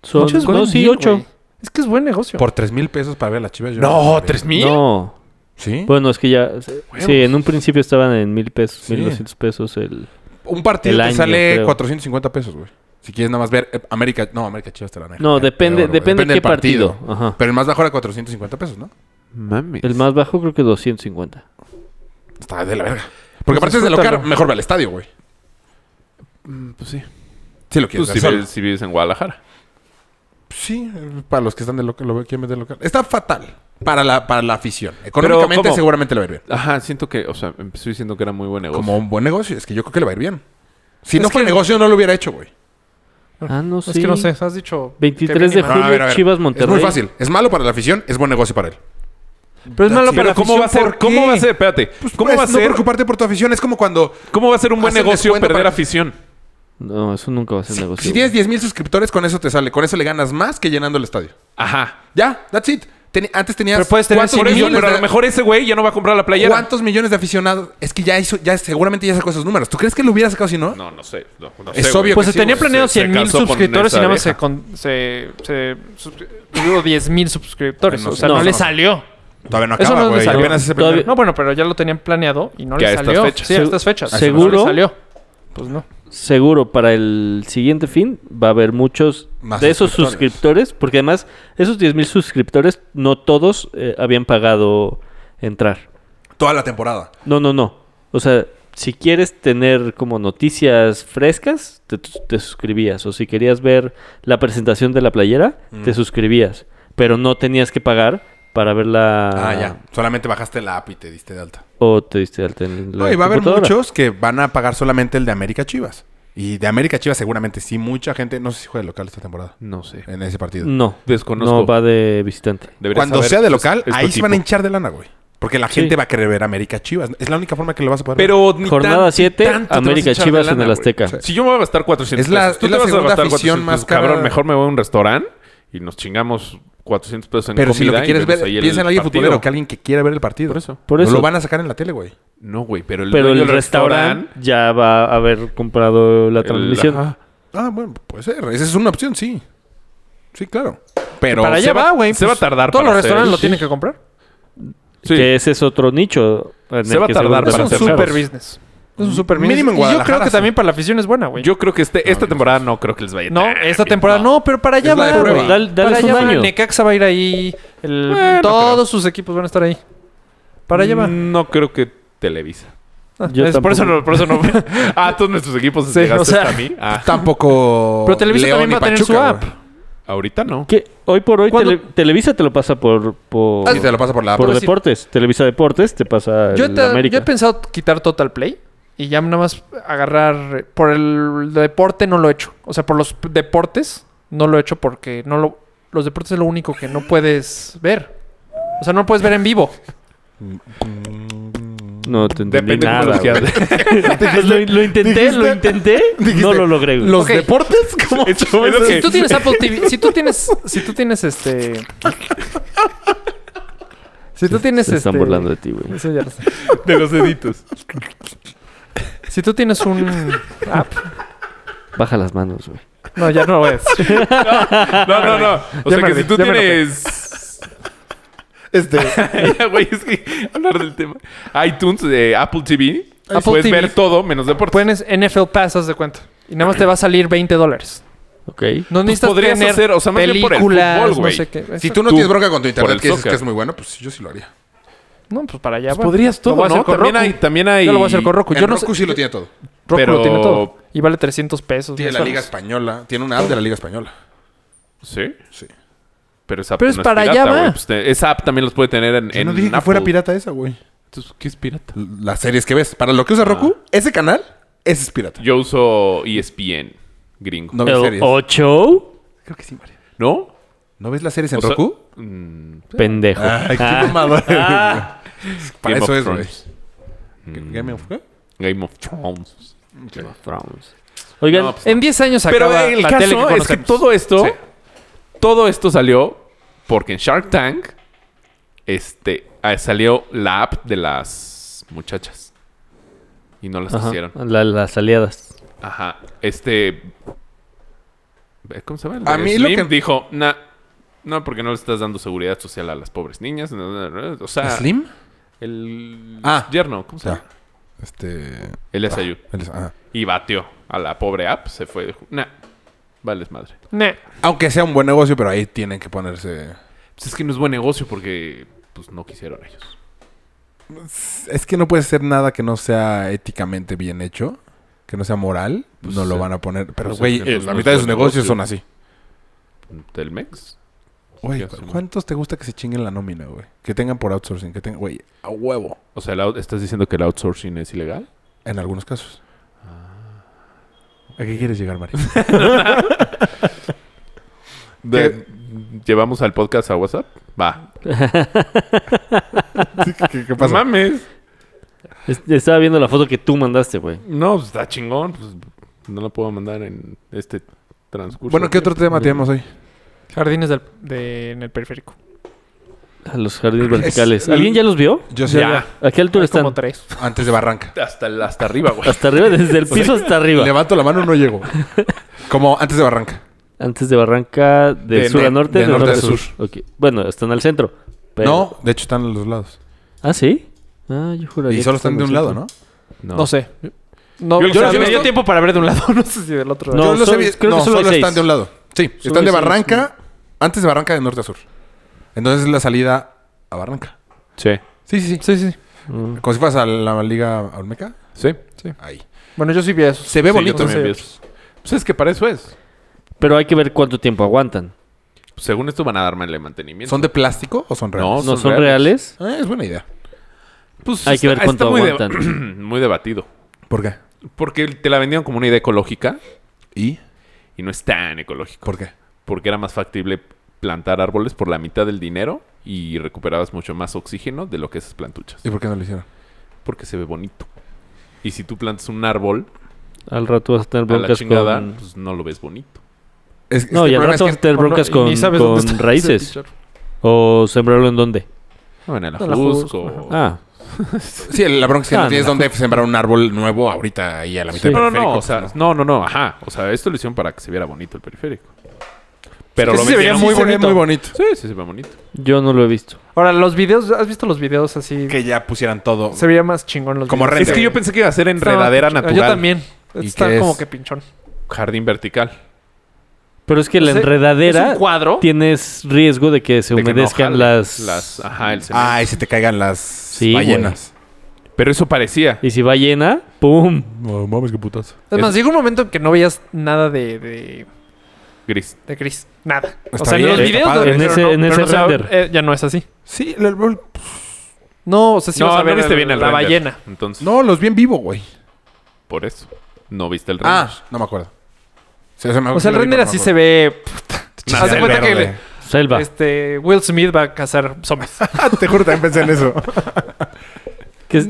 Speaker 2: Son,
Speaker 6: Ocho es
Speaker 2: no,
Speaker 6: buen
Speaker 2: sí,
Speaker 6: deal,
Speaker 2: ocho.
Speaker 6: güey. Es que es buen negocio.
Speaker 4: Por tres mil pesos para ver a las chivas. yo
Speaker 3: No,
Speaker 4: sabía.
Speaker 3: tres mil.
Speaker 2: No.
Speaker 4: ¿Sí?
Speaker 2: Bueno, es que ya... Sí, en un principio estaban en mil pesos,
Speaker 4: Sí.
Speaker 2: mil doscientos pesos el...
Speaker 4: Un partido
Speaker 2: El
Speaker 4: te
Speaker 2: año,
Speaker 4: sale
Speaker 2: creo.
Speaker 4: 450 pesos, güey. Si quieres nada más ver eh, América... No, América Chivas te la maneja.
Speaker 2: No,
Speaker 4: Ya,
Speaker 2: depende-
Speaker 4: peor, güey.
Speaker 2: depende
Speaker 4: del
Speaker 2: qué partido. Ajá.
Speaker 4: Pero el más bajo era 450 pesos, ¿no?
Speaker 3: Mames.
Speaker 2: El más bajo creo que 250.
Speaker 4: Está de la verga. Porque
Speaker 6: Pues
Speaker 4: aparte es de local,
Speaker 6: disfrútalo.
Speaker 4: mejor va al estadio, güey.
Speaker 3: Pues sí.
Speaker 4: Sí lo
Speaker 3: Pues
Speaker 4: quieres
Speaker 3: si
Speaker 4: ver solo.
Speaker 3: vives, si vives en Guadalajara.
Speaker 4: Sí, eh, para los que están de local, lo quieren ver de local. Está fatal para la, para la afición. Económicamente
Speaker 3: ¿cómo?
Speaker 4: seguramente le va a ir bien.
Speaker 3: Ajá, siento que, o sea, empezó diciendo que era muy buen negocio.
Speaker 4: Como un buen negocio. Es que yo creo que le va a ir bien. Si
Speaker 6: Es
Speaker 4: no fuera
Speaker 6: que-
Speaker 4: negocio, no lo hubiera hecho, güey.
Speaker 2: Ah, no
Speaker 6: es
Speaker 2: sí.
Speaker 6: que no sé, has dicho... que
Speaker 2: 23 de
Speaker 6: mínima.
Speaker 2: Ah, julio. a ver, a ver. Chivas Monterrey.
Speaker 4: Es muy fácil. Es malo para la afición, es buen negocio para él.
Speaker 6: Pero es malo
Speaker 4: Sí,
Speaker 6: para
Speaker 3: Pero
Speaker 6: la
Speaker 3: ¿cómo
Speaker 6: afición,
Speaker 3: va a ser?
Speaker 6: ¿por
Speaker 3: ¿Cómo
Speaker 6: qué?
Speaker 3: va a ser? Espérate. ¿Cómo
Speaker 4: Pues,
Speaker 3: va a
Speaker 4: No
Speaker 3: ser?
Speaker 4: preocuparte por tu afición. Es como cuando
Speaker 3: ¿Cómo va a ser un buen
Speaker 4: Haz el
Speaker 3: negocio
Speaker 4: descuento
Speaker 3: perder
Speaker 4: para-
Speaker 3: afición?
Speaker 2: No, eso nunca va a ser negocio.
Speaker 4: si tienes 10 mil suscriptores, con eso te sale. Con eso le ganas más que llenando el estadio.
Speaker 3: Ajá.
Speaker 4: Ya, that's it. Teni- antes tenías...
Speaker 6: Pero puedes tener
Speaker 4: ¿cuántos
Speaker 6: 100,000,
Speaker 4: millones
Speaker 3: Pero a
Speaker 4: de-
Speaker 3: lo mejor ese güey ya no va a comprar la playera.
Speaker 4: ¿Cuántos millones de aficionados? Es que ya hizo, ya seguramente ya sacó esos números. ¿Tú crees que lo hubiera sacado si no?
Speaker 3: No, no sé. No, no
Speaker 4: Es
Speaker 3: sé, güey.
Speaker 4: obvio
Speaker 6: Pues
Speaker 4: que
Speaker 6: se
Speaker 4: sí,
Speaker 6: tenía
Speaker 4: güey.
Speaker 6: planeado
Speaker 3: Se- se
Speaker 6: 100 mil
Speaker 3: casó con
Speaker 6: suscriptores y
Speaker 3: esa
Speaker 6: nada más
Speaker 3: vieja.
Speaker 6: se... Con, se, se suscri- tuvo 10 mil suscriptores.
Speaker 4: No,
Speaker 6: o sea,
Speaker 2: no,
Speaker 6: no, le
Speaker 4: no.
Speaker 6: salió.
Speaker 4: Todavía no
Speaker 6: Eso
Speaker 4: acaba,
Speaker 6: no le
Speaker 4: güey.
Speaker 6: salió.
Speaker 4: Apenas ese
Speaker 2: Todavía-
Speaker 4: primer-
Speaker 6: No, bueno, pero ya lo tenían planeado y no
Speaker 3: Que
Speaker 6: le
Speaker 3: a estas
Speaker 6: salió.
Speaker 3: fechas.
Speaker 6: Sí, a
Speaker 2: Se-
Speaker 6: estas fechas.
Speaker 2: seguro.
Speaker 6: No le salió. Pues no.
Speaker 2: Seguro, para el siguiente fin va a haber muchos
Speaker 4: Más
Speaker 2: de esos suscriptores, porque además esos 10.000 suscriptores no todos eh, habían pagado entrar.
Speaker 4: Toda la temporada.
Speaker 2: No, no, no. O sea, si quieres tener como noticias frescas, te, te suscribías. O si querías ver la presentación de la playera,
Speaker 4: Mm.
Speaker 2: te suscribías. Pero no tenías que pagar para verla.
Speaker 4: Ah, ya. Solamente bajaste la app y te diste de alta.
Speaker 2: O te diste de alta en la
Speaker 4: No, y va a haber
Speaker 2: computadora.
Speaker 4: muchos que van a pagar solamente el de América Chivas. Y de América Chivas seguramente sí, mucha gente. No sé si juega de local esta temporada.
Speaker 3: No sé.
Speaker 4: En ese partido.
Speaker 2: No.
Speaker 3: Desconozco.
Speaker 2: No va de visitante.
Speaker 3: Deberías
Speaker 4: Cuando
Speaker 3: saber.
Speaker 4: sea de
Speaker 3: Es-
Speaker 4: local,
Speaker 3: es tu
Speaker 4: ahí se van a
Speaker 3: equipo.
Speaker 4: hinchar de lana, güey. Porque la gente va a querer ver América Chivas. Es la única forma que lo vas a poder ver.
Speaker 3: Pero ni tan-
Speaker 2: Jornada
Speaker 3: ni
Speaker 2: 7,
Speaker 3: tanto te vas a
Speaker 2: América
Speaker 3: echar
Speaker 2: Chivas
Speaker 3: de lana,
Speaker 2: en el
Speaker 3: güey.
Speaker 2: Azteca.
Speaker 4: Sí.
Speaker 3: Si yo me voy a gastar 400
Speaker 4: Es la-
Speaker 3: pesos, tú te
Speaker 4: es la
Speaker 3: vas a
Speaker 4: segunda
Speaker 3: gastar
Speaker 4: afición
Speaker 3: 400
Speaker 4: más
Speaker 3: pesos, cabrón.
Speaker 4: cara.
Speaker 3: Mejor me voy a un restaurante y nos chingamos 400 pesos en
Speaker 4: Pero
Speaker 3: comida.
Speaker 4: si lo que
Speaker 3: y
Speaker 4: quieres
Speaker 3: vemos
Speaker 4: ver,
Speaker 3: ahí el
Speaker 4: piensa en alguien
Speaker 3: partido.
Speaker 4: futbolero, que alguien que quiera ver el partido.
Speaker 3: Por eso.
Speaker 2: Por
Speaker 4: No
Speaker 2: eso.
Speaker 4: lo van a sacar en la tele, güey.
Speaker 3: No, güey, pero el,
Speaker 2: Pero
Speaker 3: dueño
Speaker 2: el
Speaker 3: del
Speaker 2: restaurante ya va a haber comprado la
Speaker 3: el-
Speaker 2: transmisión.
Speaker 3: ajá.
Speaker 4: Ah, bueno, puede ser. Esa es una opción, sí. Sí, claro. Pero
Speaker 6: para allá
Speaker 3: se va-
Speaker 6: va, güey.
Speaker 3: se va a tardar
Speaker 6: Todos
Speaker 3: para
Speaker 6: los
Speaker 3: hacer-
Speaker 6: restaurantes lo
Speaker 3: sí.
Speaker 6: tienen que comprar.
Speaker 3: Sí.
Speaker 2: Que ese es otro nicho. en
Speaker 3: Se
Speaker 2: el
Speaker 3: va a
Speaker 2: que
Speaker 3: tardar para
Speaker 2: seguramente
Speaker 6: Es un
Speaker 2: van a
Speaker 3: hacer
Speaker 2: ser
Speaker 3: cerrados.
Speaker 6: super
Speaker 2: caros.
Speaker 6: business. Es un super business.
Speaker 4: Mínimo en
Speaker 6: Y yo creo
Speaker 4: Guadalajara,
Speaker 6: que
Speaker 4: sí.
Speaker 6: también para la afición es buena, güey.
Speaker 3: Yo creo que este, esta temporada no creo que les vaya
Speaker 6: No,
Speaker 3: tan
Speaker 6: esta
Speaker 3: bien.
Speaker 6: temporada no, pero para allá
Speaker 4: Es la de
Speaker 6: va,
Speaker 4: prueba.
Speaker 6: güey.
Speaker 2: Dale- dale
Speaker 6: para
Speaker 2: un
Speaker 6: allá va.
Speaker 2: año.
Speaker 6: Necaxa va a ir ahí. el-
Speaker 3: Bueno,
Speaker 6: todos
Speaker 3: creo.
Speaker 6: sus equipos van a estar ahí. Para allá va.
Speaker 3: Mm, No creo que Televisa.
Speaker 6: Ah,
Speaker 2: yo
Speaker 6: es- por eso
Speaker 2: tampoco.
Speaker 6: no, por eso no.
Speaker 3: Ah, todos nuestros equipos
Speaker 6: Sí,
Speaker 3: llegaste
Speaker 6: o sea.
Speaker 3: hasta a mí. Ah,
Speaker 4: tampoco.
Speaker 6: Pero Televisa
Speaker 4: León
Speaker 6: también
Speaker 4: y
Speaker 6: va a tener su
Speaker 4: Pachuca,
Speaker 6: app.
Speaker 4: güey.
Speaker 3: ahorita no.
Speaker 2: Que hoy por hoy
Speaker 6: ¿Cuándo?
Speaker 2: Tele- Televisa te lo pasa por por,
Speaker 4: Sí, te lo pasa por la app.
Speaker 2: por
Speaker 6: decir-
Speaker 2: deportes. Televisa Deportes te pasa
Speaker 6: Yo,
Speaker 2: el
Speaker 6: te-
Speaker 2: América.
Speaker 6: yo he pensado quitar Total Play y ya nada más agarrar. eh, Por el deporte no lo he hecho. O sea, por los p- deportes no lo he hecho porque no lo, los deportes es lo único que no puedes ver. O sea, no lo puedes ver en vivo.
Speaker 2: no te entendí
Speaker 3: Depende cómo
Speaker 2: nada.
Speaker 3: los quieras
Speaker 2: güey.
Speaker 3: ver.
Speaker 2: lo, lo intenté, lo intenté, no lo logré. güey.
Speaker 4: ¿Los
Speaker 6: Ok.
Speaker 4: deportes? ¿Cómo?
Speaker 3: Eso es lo
Speaker 6: Si
Speaker 3: que-
Speaker 6: tú tienes Apple TV, si tú tienes, si tú tienes este, si tú tienes
Speaker 2: Se
Speaker 6: este,
Speaker 2: están burlando de ti, güey.
Speaker 6: Eso ya lo sé.
Speaker 3: de los deditos.
Speaker 6: Si tú tienes un app,
Speaker 2: Baja las manos, güey.
Speaker 6: no, ya no es.
Speaker 3: No, no, no. O sea
Speaker 6: Ya
Speaker 3: que
Speaker 6: me
Speaker 3: si
Speaker 6: enojé,
Speaker 3: tú
Speaker 6: ya me
Speaker 3: tienes.
Speaker 4: Este.
Speaker 3: Ya, Güey, es que hablar del tema. iTunes, eh, Apple TV.
Speaker 6: Apple
Speaker 3: puedes
Speaker 6: TV.
Speaker 3: ver todo menos deportes.
Speaker 6: Pones NFL Pass, haz de cuenta. Y nada más te va a salir 20 dólares.
Speaker 2: Ok.
Speaker 6: No necesitas
Speaker 3: Pues podrías
Speaker 6: tener
Speaker 3: hacer, o sea, más bien por el
Speaker 6: películas,
Speaker 3: fútbol,
Speaker 6: no
Speaker 3: güey.
Speaker 6: sé qué.
Speaker 4: Si tú no
Speaker 3: Tú,
Speaker 4: tienes bronca con
Speaker 3: por el
Speaker 4: tu internet, que dices
Speaker 3: soccer.
Speaker 4: que es muy bueno, pues yo sí lo haría.
Speaker 6: No, pues para allá.
Speaker 3: Pues
Speaker 6: va.
Speaker 3: podrías
Speaker 6: Lo voy
Speaker 3: todo,
Speaker 6: a hacer
Speaker 3: ¿no?
Speaker 6: con
Speaker 3: También
Speaker 6: Roku.
Speaker 3: hay, también hay.
Speaker 6: Yo lo voy a hacer con Roku.
Speaker 4: En
Speaker 6: Yo no
Speaker 4: Roku
Speaker 6: sé-
Speaker 4: sí lo tiene todo.
Speaker 6: Roku
Speaker 3: pero-
Speaker 6: lo tiene todo. Y vale 300 pesos.
Speaker 4: Tiene la
Speaker 6: mensuales.
Speaker 4: Liga Española. Tiene una app de la Liga Española.
Speaker 3: Sí.
Speaker 4: Sí.
Speaker 3: Pero esa app
Speaker 6: Pero es para allá,
Speaker 3: pirata,
Speaker 6: va.
Speaker 3: güey. Pues te- esa app también los puede tener en.
Speaker 4: Yo
Speaker 3: en
Speaker 4: no dije que
Speaker 3: Apple.
Speaker 4: fuera pirata esa, güey. Ah.
Speaker 3: Entonces, ¿Qué es pirata?
Speaker 4: Las series que ves. Para lo que usa Roku, ese canal, ese es pirata.
Speaker 3: Yo uso E ESPN gringo.
Speaker 4: No ves
Speaker 2: El
Speaker 4: series.
Speaker 2: 8,
Speaker 4: Creo que sí, María.
Speaker 3: ¿No?
Speaker 4: ¿No ves las series en
Speaker 3: O sea,
Speaker 4: Roku?
Speaker 3: mm,
Speaker 2: pendejo.
Speaker 4: Ay, qué
Speaker 2: Ah,
Speaker 4: mamador. Para
Speaker 3: Game
Speaker 4: eso
Speaker 3: of
Speaker 4: es, güey.
Speaker 3: Thrones.
Speaker 4: Game of ¿qué?
Speaker 3: Game of Thrones.
Speaker 2: Thrones. Oigan,
Speaker 3: No, pues,
Speaker 6: En 10 años
Speaker 3: Pero
Speaker 6: acaba
Speaker 3: el
Speaker 6: la tele
Speaker 3: caso
Speaker 6: que
Speaker 3: es que
Speaker 6: conocemos.
Speaker 3: todo esto,
Speaker 6: Sí.
Speaker 3: todo esto salió porque en Shark Tank, este, ah, salió la app de las muchachas y no las
Speaker 2: ajá,
Speaker 3: pues, hicieron.
Speaker 2: la- las aliadas.
Speaker 3: Ajá. Este, eh, ¿cómo se llama? El
Speaker 4: A
Speaker 3: de
Speaker 4: mí lo
Speaker 3: Slim
Speaker 4: que-
Speaker 3: dijo, nah, no, porque no le estás dando seguridad social a las pobres niñas. O sea,
Speaker 4: ¿Slim?
Speaker 3: el
Speaker 4: Ah.
Speaker 3: yerno, ¿cómo se
Speaker 4: Ya.
Speaker 3: llama?
Speaker 4: Este.
Speaker 3: El SIU.
Speaker 4: él es- ajá.
Speaker 3: Y batió a la pobre app, se fue. dijo, Nah, vales madre.
Speaker 6: Nah.
Speaker 4: Aunque sea un buen negocio, pero ahí tienen que ponerse.
Speaker 3: Pues es que no es buen negocio porque pues no quisieron ellos.
Speaker 4: Es que no puede ser nada que no sea éticamente bien hecho, que no sea moral.
Speaker 3: Pues,
Speaker 4: no lo
Speaker 3: eh,
Speaker 4: van a poner. Pero,
Speaker 3: pues,
Speaker 4: güey,
Speaker 3: es que
Speaker 4: eh,
Speaker 3: no-
Speaker 4: la
Speaker 3: no
Speaker 4: mitad
Speaker 3: es
Speaker 4: de sus
Speaker 3: buen
Speaker 4: negocios
Speaker 3: negocio.
Speaker 4: son así.
Speaker 3: Telmex.
Speaker 4: Güey,
Speaker 3: sí, güey.
Speaker 4: ¿cuántos te gusta que se chinguen la nómina, güey? Que tengan por outsourcing, que tengan, güey, a huevo.
Speaker 3: O sea, el out- ¿estás diciendo que el outsourcing es ilegal?
Speaker 4: En algunos casos. ¿A qué quieres llegar, Mario?
Speaker 3: ¿Que ¿Llevamos al podcast a WhatsApp? Va.
Speaker 4: ¿Qué, qué
Speaker 3: No mames.
Speaker 2: Es- Estaba viendo la foto que tú mandaste, güey.
Speaker 3: No, pues, está chingón. pues, no lo puedo mandar en este transcurso.
Speaker 4: Bueno, ¿qué otro tema tenemos hoy?
Speaker 6: Jardines del- de- en el periférico.
Speaker 2: A los jardines verticales. ¿Alguien ya los vio?
Speaker 4: Yo sé,
Speaker 3: Ya.
Speaker 2: ¿A qué altura
Speaker 6: Hay como
Speaker 2: están?
Speaker 6: tres.
Speaker 4: antes de Barranca.
Speaker 3: Hasta, el- hasta arriba, güey.
Speaker 2: Hasta arriba, desde el piso hasta arriba.
Speaker 4: Levanto la mano, no llego. Como antes de Barranca.
Speaker 2: Antes de Barranca, de,
Speaker 4: De
Speaker 2: sur a
Speaker 4: ne-
Speaker 2: norte,
Speaker 4: de
Speaker 2: de norte,
Speaker 4: norte
Speaker 2: a
Speaker 4: a
Speaker 2: sur. Ok. Bueno, están al centro. pero-
Speaker 4: No, de hecho están a los lados.
Speaker 2: ¿Ah, sí? Ah, yo juraría.
Speaker 4: Y
Speaker 2: que
Speaker 4: solo están de
Speaker 2: al
Speaker 4: un lado,
Speaker 2: centro.
Speaker 4: ¿no?
Speaker 3: No,
Speaker 6: No sé. No,
Speaker 3: Yo
Speaker 6: yo,
Speaker 3: los
Speaker 6: no
Speaker 3: he
Speaker 6: sé, me
Speaker 3: visto-
Speaker 6: dio tiempo para ver de un lado. No sé si del otro.
Speaker 2: No,
Speaker 4: Yo los
Speaker 2: solo-
Speaker 4: he vi-
Speaker 2: creo que
Speaker 4: no,
Speaker 2: solo
Speaker 4: solo,
Speaker 2: hay seis.
Speaker 4: están de un lado. Sí, están
Speaker 2: hay
Speaker 4: de
Speaker 2: seis, Mm.
Speaker 4: Barranca, antes de Barranca de norte a sur. Entonces es la salida a Barranca.
Speaker 3: Sí.
Speaker 4: Sí, sí, sí.
Speaker 6: Sí, sí.
Speaker 2: Mm.
Speaker 4: Como si fueras a la Liga Olmeca.
Speaker 3: Sí.
Speaker 4: Ahí.
Speaker 6: Bueno, yo sí vi eso.
Speaker 4: Se ve
Speaker 3: Sí, yo
Speaker 4: bonito.
Speaker 3: también vi eso. Pues es que para eso es.
Speaker 2: Pero hay que ver cuánto tiempo aguantan.
Speaker 3: Según esto van a darle mantenimiento.
Speaker 4: ¿Son de plástico o son reales?
Speaker 3: No,
Speaker 2: ¿No son reales?
Speaker 4: Eh, es buena idea.
Speaker 3: Pues,
Speaker 2: Hay que ver cuánto
Speaker 3: muy de-
Speaker 2: aguantan.
Speaker 3: muy debatido.
Speaker 4: ¿Por qué?
Speaker 3: Porque te la vendieron como una idea ecológica
Speaker 4: ¿Y?
Speaker 3: y no es tan ecológico.
Speaker 4: ¿Por qué?
Speaker 3: porque era más factible plantar árboles por la mitad del dinero y recuperabas mucho más oxígeno de lo que esas plantuchas.
Speaker 4: ¿Y por qué no lo hicieron?
Speaker 3: Porque se ve bonito. Y si tú plantas un árbol
Speaker 2: Al rato vas a tener
Speaker 3: a la
Speaker 2: broncas
Speaker 3: chingada,
Speaker 2: con...
Speaker 3: pues no lo ves bonito.
Speaker 4: Es, es
Speaker 2: No,
Speaker 4: que
Speaker 2: y
Speaker 4: el
Speaker 2: al
Speaker 4: problema es
Speaker 2: rato vas a
Speaker 4: que-
Speaker 2: tener broncas
Speaker 6: no- ni
Speaker 2: con,
Speaker 6: sabes dónde
Speaker 2: con
Speaker 6: está ese
Speaker 2: raíces.
Speaker 6: pichorro.
Speaker 2: O sembrarlo en dónde.
Speaker 3: No, en
Speaker 6: Ajusco,
Speaker 3: Alajusco.
Speaker 2: Ah,
Speaker 4: Sí, la bronca es que
Speaker 2: Ah,
Speaker 4: no
Speaker 2: no.
Speaker 4: tienes dónde sembrar un árbol nuevo ahorita ahí a la mitad
Speaker 2: Sí.
Speaker 4: del
Speaker 3: No, no,
Speaker 4: periférico,
Speaker 3: no, o sea,
Speaker 4: pues,
Speaker 3: no, no, no, ajá. O sea, esto lo hicieron para que se viera bonito el periférico. Pero
Speaker 6: que
Speaker 3: lo
Speaker 6: sí se veía
Speaker 3: metieron-
Speaker 6: muy
Speaker 4: Sí se ve
Speaker 6: bonito.
Speaker 4: muy bonito.
Speaker 3: Sí, sí se ve bonito.
Speaker 2: yo no lo he visto.
Speaker 6: Ahora, los videos, ¿has visto los videos así?
Speaker 4: Que ya pusieran todo.
Speaker 6: Se veía más chingón los
Speaker 4: Como
Speaker 6: videos.
Speaker 4: render.
Speaker 3: Es que yo pensé que iba a ser
Speaker 6: Está más
Speaker 3: enredadera
Speaker 6: pinchón.
Speaker 3: natural.
Speaker 6: Yo también.
Speaker 4: ¿Y
Speaker 6: Está
Speaker 4: qué
Speaker 6: como
Speaker 4: es?
Speaker 6: que pinchón.
Speaker 3: Jardín vertical.
Speaker 2: Pero es que la
Speaker 6: O sea,
Speaker 2: enredadera
Speaker 6: es un cuadro.
Speaker 2: tienes riesgo de que se
Speaker 3: De que no
Speaker 2: humedezcan
Speaker 3: jale
Speaker 2: las...
Speaker 3: las- ajá, el cemento.
Speaker 4: Ay, se te caigan las
Speaker 2: güey.
Speaker 4: ballenas.
Speaker 3: Pero eso parecía.
Speaker 2: Y si va llena, ¡pum!
Speaker 4: No mames, qué putas.
Speaker 6: Es más,
Speaker 3: Es-
Speaker 6: llegó un momento en que no veías nada de, de,
Speaker 3: Gris.
Speaker 6: de gris. Nada.
Speaker 4: Está
Speaker 6: o sea,
Speaker 4: bien,
Speaker 6: en los
Speaker 4: está
Speaker 6: videos...
Speaker 4: padre.
Speaker 6: pero
Speaker 2: eh, En ese- en
Speaker 6: pero
Speaker 2: ese
Speaker 6: no se va-
Speaker 2: render.
Speaker 6: eh, ya no es así.
Speaker 4: Sí, el árbol.
Speaker 6: No, o sea, sí
Speaker 3: no,
Speaker 6: vas a
Speaker 3: no
Speaker 6: ver
Speaker 3: viste
Speaker 6: el-
Speaker 3: bien el
Speaker 6: la
Speaker 3: render.
Speaker 6: ballena.
Speaker 3: Entonces,
Speaker 4: No, los vi en vivo, güey.
Speaker 3: por eso. No viste el render.
Speaker 4: Ah, no me acuerdo. Sí, me- sí
Speaker 6: O sea, el
Speaker 4: lo vi,
Speaker 6: render
Speaker 4: pero no
Speaker 6: así
Speaker 4: me
Speaker 6: se
Speaker 4: acuerdo.
Speaker 6: ve...
Speaker 4: Nada,
Speaker 6: Haz de
Speaker 4: el
Speaker 6: cuenta que
Speaker 4: verde.
Speaker 2: Selva.
Speaker 6: este, Will Smith va a cazar zombies.
Speaker 4: Ah, te juro, también pensé en eso.
Speaker 2: Que es-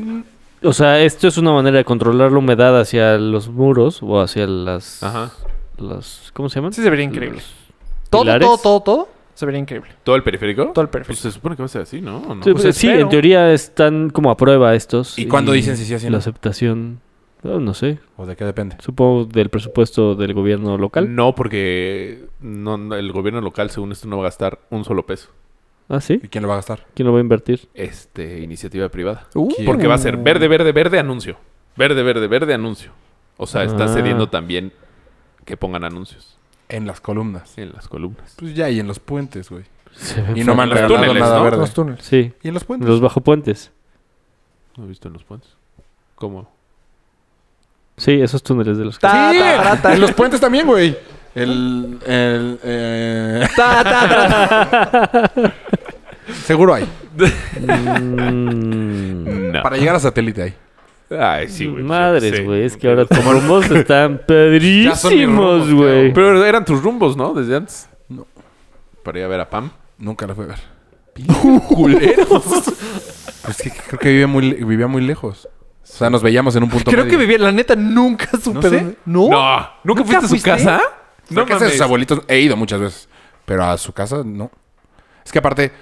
Speaker 2: o sea, esto es una manera de controlar la humedad hacia los muros o hacia las...
Speaker 3: Ajá.
Speaker 2: las ¿Cómo se llaman?
Speaker 6: Sí se vería increíble.
Speaker 2: Los
Speaker 6: Todo,
Speaker 2: Mm. pilares.
Speaker 6: todo, todo, todo se vería increíble.
Speaker 3: ¿Todo el periférico?
Speaker 6: Todo el
Speaker 3: Pues
Speaker 6: perfil.
Speaker 3: se supone que va a ser así, ¿no? ¿O no?
Speaker 2: Sí,
Speaker 6: pues
Speaker 2: pues, sí,
Speaker 6: espero.
Speaker 2: en teoría están como a prueba estos.
Speaker 4: ¿Y cuándo dicen si sí o si no?
Speaker 2: La aceptación, no, no sé,
Speaker 4: ¿O de qué depende?
Speaker 2: supongo del presupuesto del gobierno local.
Speaker 3: No, porque no, no, el gobierno local, según esto, no va a gastar un solo peso.
Speaker 2: Ah, sí,
Speaker 4: ¿Y quién lo va a gastar?
Speaker 2: ¿quién lo va a invertir?
Speaker 3: Este, iniciativa privada.
Speaker 4: ¿Quién?
Speaker 3: Porque va a
Speaker 6: Uh. Mm.
Speaker 3: ser verde, verde, verde, anuncio. Verde, verde, verde, anuncio. O sea, está
Speaker 2: Ah.
Speaker 3: cediendo también que pongan anuncios
Speaker 4: En las columnas.
Speaker 3: en las columnas.
Speaker 4: Pues ya, y en los puentes, güey.
Speaker 2: Se ve
Speaker 4: Y no
Speaker 2: feo.
Speaker 4: me han
Speaker 3: Los
Speaker 4: regalado
Speaker 3: túneles,
Speaker 4: nada
Speaker 3: ¿no?
Speaker 4: verde.
Speaker 6: Los túneles.
Speaker 2: Sí,
Speaker 4: Y en los puentes.
Speaker 2: los bajo puentes.
Speaker 3: ¿No he visto en los puentes? ¿Cómo?
Speaker 2: Sí, esos túneles de los que...
Speaker 6: Ta, ta, ra, ta.
Speaker 4: En los puentes también, güey. El. el eh,
Speaker 6: Ta, ta, ta, ta.
Speaker 4: Seguro hay.
Speaker 2: Mm,
Speaker 3: No.
Speaker 4: Para llegar a satélite hay.
Speaker 3: Ay, sí, güey.
Speaker 2: Madres,
Speaker 3: Sí.
Speaker 2: güey, es que ahora tus rumbos están pedrísimos,
Speaker 4: rumbos,
Speaker 2: güey.
Speaker 3: Pero eran tus rumbos, ¿no? Desde antes.
Speaker 4: No.
Speaker 3: Para ir a ver a Pam.
Speaker 4: Nunca la fui a ver.
Speaker 3: Culeros.
Speaker 4: Es que creo que vivía muy, le- vivía muy lejos. O sea, nos veíamos en un punto
Speaker 6: Creo que
Speaker 4: medio.
Speaker 6: vivía, la neta, nunca supe.
Speaker 4: sé.
Speaker 6: dónde- ¿No?
Speaker 3: No. ¿Nunca, fuiste a su casa?
Speaker 4: No, casa de sus abuelitos he ido muchas veces, pero a su casa no. Es que aparte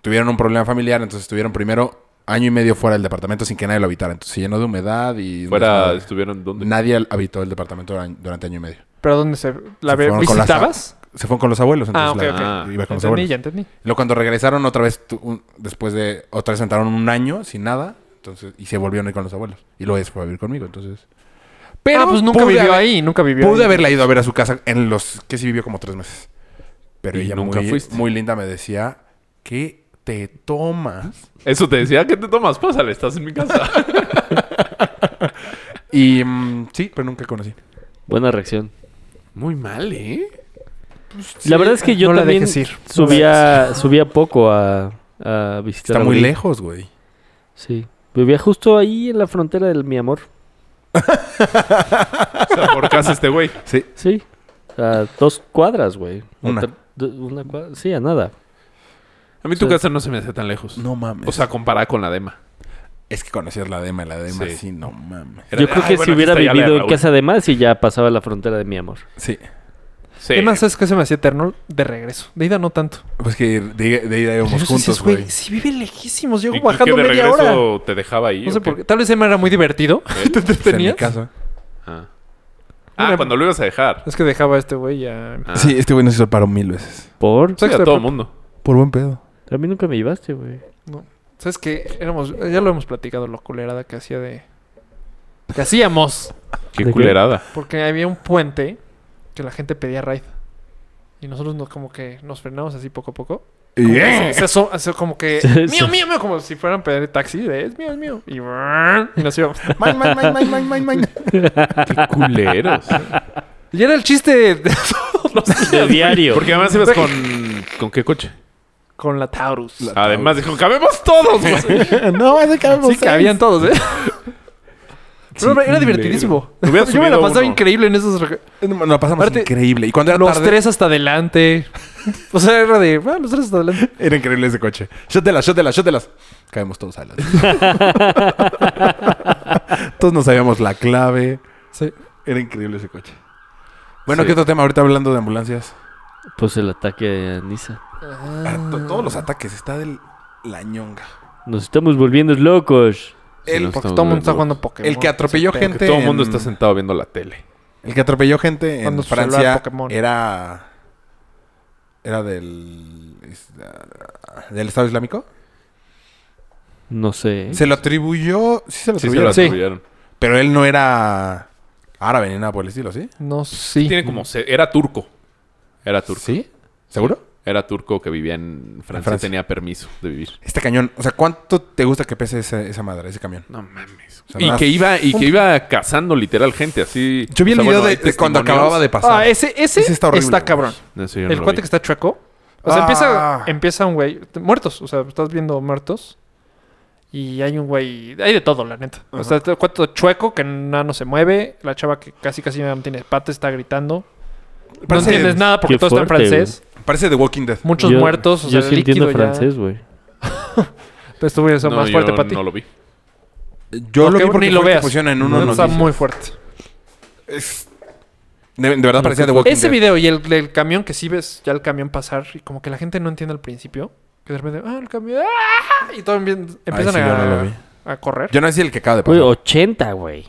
Speaker 4: tuvieron un problema familiar, entonces estuvieron primero año y medio fuera del departamento sin que nadie lo habitara. Entonces se llenó de humedad y...
Speaker 3: Fuera, estuvieron donde.
Speaker 4: Nadie habitó el departamento duran- durante año y medio.
Speaker 6: ¿Pero dónde se la
Speaker 4: Se
Speaker 6: ve-
Speaker 4: fueron con las-
Speaker 6: visitabas?
Speaker 4: Se fueron con los abuelos, entonces
Speaker 6: Ah, ok,
Speaker 4: la-
Speaker 3: ok.
Speaker 4: iba con los
Speaker 6: entendí,
Speaker 4: abuelos.
Speaker 6: ya entendí.
Speaker 4: Luego cuando regresaron otra vez, tu- un- después de... Otra vez sentaron un año sin nada, entonces... Y se volvieron a ir con los abuelos. Y luego ella se fue a vivir conmigo, entonces...
Speaker 6: Pero pues nunca
Speaker 4: pude
Speaker 6: vivió
Speaker 4: haber-
Speaker 6: ahí, nunca vivió
Speaker 4: Pude
Speaker 6: ahí.
Speaker 4: haberla ido a ver a su casa en los que sí vivió como tres meses. Pero
Speaker 3: Y
Speaker 4: ella
Speaker 3: nunca
Speaker 4: muy,
Speaker 3: fuiste.
Speaker 4: muy linda me decía, ¿qué te tomas?
Speaker 3: Eso te decía, ¿qué te tomas? Pásale, estás en mi casa.
Speaker 4: Y mm, sí, pero nunca conocí.
Speaker 2: Buena reacción.
Speaker 3: Muy mal, ¿eh?
Speaker 2: La verdad es que yo
Speaker 6: no la
Speaker 2: también
Speaker 6: dejes ir.
Speaker 2: subía, subía poco a, a visitar.
Speaker 4: Está
Speaker 2: a
Speaker 4: muy
Speaker 2: Uri.
Speaker 4: lejos, güey.
Speaker 2: Sí. Vivía justo ahí en la frontera del mi amor.
Speaker 3: O sea, por casa este güey.
Speaker 4: Sí.
Speaker 2: Sí. A dos cuadras, güey.
Speaker 4: Una.
Speaker 2: Otra- do- una cuadra- Sí, a nada.
Speaker 3: A mí tu
Speaker 2: Sí.
Speaker 3: casa no se me hace tan lejos.
Speaker 4: No mames.
Speaker 3: O sea, comparada con la Dema.
Speaker 4: es que conocías la Dema, la Dema,
Speaker 3: Sí.
Speaker 4: sí, no mames.
Speaker 3: Era de,
Speaker 2: Yo creo
Speaker 3: "Ay,
Speaker 2: que si
Speaker 3: bueno, aquí
Speaker 2: hubiera
Speaker 3: está ya la de
Speaker 2: vivido en
Speaker 3: Raúl".
Speaker 2: casa de más y ya pasaba la frontera de mi amor.
Speaker 4: Sí.
Speaker 3: Sí.
Speaker 6: Además, ¿sabes qué se me hacía eterno? De regreso. De ida no tanto.
Speaker 4: Pues que de, de ida íbamos
Speaker 6: Pero
Speaker 4: juntos,
Speaker 6: dices,
Speaker 4: güey.
Speaker 6: Sí, vive lejísimos.
Speaker 3: ¿Y
Speaker 6: Llego
Speaker 3: que
Speaker 6: bajando
Speaker 3: de
Speaker 6: media hora.
Speaker 3: regreso te dejaba ahí?
Speaker 6: No sé
Speaker 3: o qué?
Speaker 6: por qué. Tal vez Emma era muy divertido. ¿Te te
Speaker 4: Pues, en mi
Speaker 6: tenías?
Speaker 4: casa.
Speaker 3: Ah, Ah,
Speaker 6: Una-
Speaker 3: cuando lo ibas a dejar.
Speaker 6: Es que dejaba a este güey ya...
Speaker 3: Ah.
Speaker 4: Sí, este güey nos hizo el paro mil veces.
Speaker 2: ¿Por?
Speaker 3: Sí, a
Speaker 6: Sexto de
Speaker 3: todo
Speaker 6: prepa.
Speaker 3: mundo.
Speaker 4: Por buen pedo.
Speaker 2: A mí nunca me llevaste, güey.
Speaker 6: ¿Sabes qué? Éramos... Ya lo hemos platicado, lo culerada que hacía de... Que hacíamos.
Speaker 3: Qué
Speaker 2: ¿De qué?
Speaker 3: culerada.
Speaker 6: Porque había un puente que la gente pedía raid. Y nosotros nos, como que nos frenamos así poco a poco. Como que
Speaker 4: Eh.
Speaker 6: se- se aso- se- como que...
Speaker 2: Sí, sí.
Speaker 6: mío, mío, mío. Como si fueran a pedir taxi. de, es mío, es mío. Y, y nos íbamos.
Speaker 4: Main, main, main, main, main, main, main.
Speaker 3: Qué culeros.
Speaker 6: Y era el chiste de todos los
Speaker 2: De diario.
Speaker 3: Porque además ibas con... ¿Con qué coche?
Speaker 6: Con la Taurus.
Speaker 3: Además dijo, cabemos todos. güey".
Speaker 4: no, es que
Speaker 6: Sí, cabían todos, ¿eh? Pero era divertidísimo.
Speaker 3: Hubiera
Speaker 6: Yo me la
Speaker 3: subido
Speaker 6: pasaba
Speaker 3: uno.
Speaker 6: increíble en esos... reg-
Speaker 4: Nos la pasamos
Speaker 6: Aparte,
Speaker 4: increíble. Y cuando era
Speaker 6: Los
Speaker 4: tarde,
Speaker 6: tres hasta adelante. O sea, era de... "Ah, los tres hasta adelante.
Speaker 4: era increíble ese coche. Shótelas, shótelas, shótelas. Caemos todos a las. todos nos sabíamos la clave.
Speaker 6: Sí.
Speaker 4: Era increíble ese coche. Bueno,
Speaker 3: Sí.
Speaker 4: ¿qué otro tema ahorita hablando de ambulancias?
Speaker 2: Pues el ataque a Niza.
Speaker 4: Ah, to- Todos los ataques. Está del la ñonga.
Speaker 2: Nos estamos volviendo locos.
Speaker 3: Sí,
Speaker 4: El-
Speaker 3: nos
Speaker 6: Porque
Speaker 3: estamos
Speaker 6: todo el mundo está
Speaker 3: volviendo
Speaker 6: jugando Pokémon.
Speaker 4: El que atropelló
Speaker 3: locos.
Speaker 4: gente.
Speaker 3: Que todo el mundo
Speaker 4: en-
Speaker 3: está sentado viendo la tele.
Speaker 4: El que atropelló gente en
Speaker 6: Cuando su
Speaker 4: Francia
Speaker 6: celular Pokémon.
Speaker 4: era. Era del. es- ah, ¿Del Estado Islámico?
Speaker 2: No sé.
Speaker 4: Se lo atribuyó. Sí, se lo
Speaker 3: Sí, se
Speaker 4: atribuyó.
Speaker 3: lo
Speaker 6: Sí.
Speaker 3: atribuyeron.
Speaker 4: Pero él no era árabe ni nada por el estilo, ¿sí?
Speaker 6: No, sí. Ah,
Speaker 3: Tiene como... se- Era turco. Era turco.
Speaker 4: ¿Sí? ¿Seguro?
Speaker 3: Era turco que vivía en Francia.
Speaker 4: Francia.
Speaker 3: Tenía permiso de vivir.
Speaker 4: Este cañón. O sea, ¿cuánto te gusta que pese ese- esa madre, ese camión?
Speaker 3: No mames.
Speaker 4: sea,
Speaker 3: y
Speaker 4: más-
Speaker 3: que iba, y que iba cazando literal gente así.
Speaker 4: Yo vi el
Speaker 3: O sea,
Speaker 4: video
Speaker 3: bueno,
Speaker 4: de,
Speaker 3: hay
Speaker 4: de cuando
Speaker 3: testimonios.
Speaker 4: acababa de pasar.
Speaker 6: Ah, ese, ese,
Speaker 4: Ese está
Speaker 6: está,
Speaker 4: horrible, güey.
Speaker 6: cabrón.
Speaker 3: No, eso yo no
Speaker 6: El
Speaker 3: lo
Speaker 6: cuate
Speaker 3: vi.
Speaker 6: que está chueco. O sea,
Speaker 4: Ah.
Speaker 6: empieza, empieza un güey. Muertos, o sea, estás viendo muertos. Y hay un güey. Hay de todo, la neta. O sea, el cuate chueco que nada no se mueve. La chava que casi casi no tiene patas está gritando. No
Speaker 4: Parece-
Speaker 6: entiendes nada porque
Speaker 2: Qué
Speaker 6: todo está en
Speaker 2: fuerte,
Speaker 6: francés.
Speaker 4: Parece The Walking Dead.
Speaker 6: Muchos
Speaker 2: Yo-
Speaker 6: muertos. O
Speaker 2: Yo
Speaker 6: sea,
Speaker 2: sí entiendo
Speaker 6: líquido ya.
Speaker 2: francés, güey.
Speaker 6: Entonces tú eso
Speaker 3: No,
Speaker 6: más
Speaker 3: yo
Speaker 6: fuerte para ti.
Speaker 3: No lo vi.
Speaker 4: Yo
Speaker 6: Porque
Speaker 4: lo vi porque
Speaker 6: ni lo
Speaker 4: fue que
Speaker 6: veas.
Speaker 4: pusieron en uno
Speaker 6: No, está
Speaker 4: noticias.
Speaker 6: muy fuerte.
Speaker 4: Es- De, de verdad parecía The Walking
Speaker 6: Ese
Speaker 4: Dead.
Speaker 6: video y el, el camión que sí ves ya el camión pasar y como que la gente no entiende al principio. Que de repente, ah, el camión, ¡ah! Y todo empie- empiezan
Speaker 4: sí, yo no lo
Speaker 6: a,
Speaker 4: vi.
Speaker 6: a correr.
Speaker 4: Yo no sé si el que acaba de
Speaker 2: Güey,
Speaker 4: pasar.
Speaker 2: 80, Pues, güey.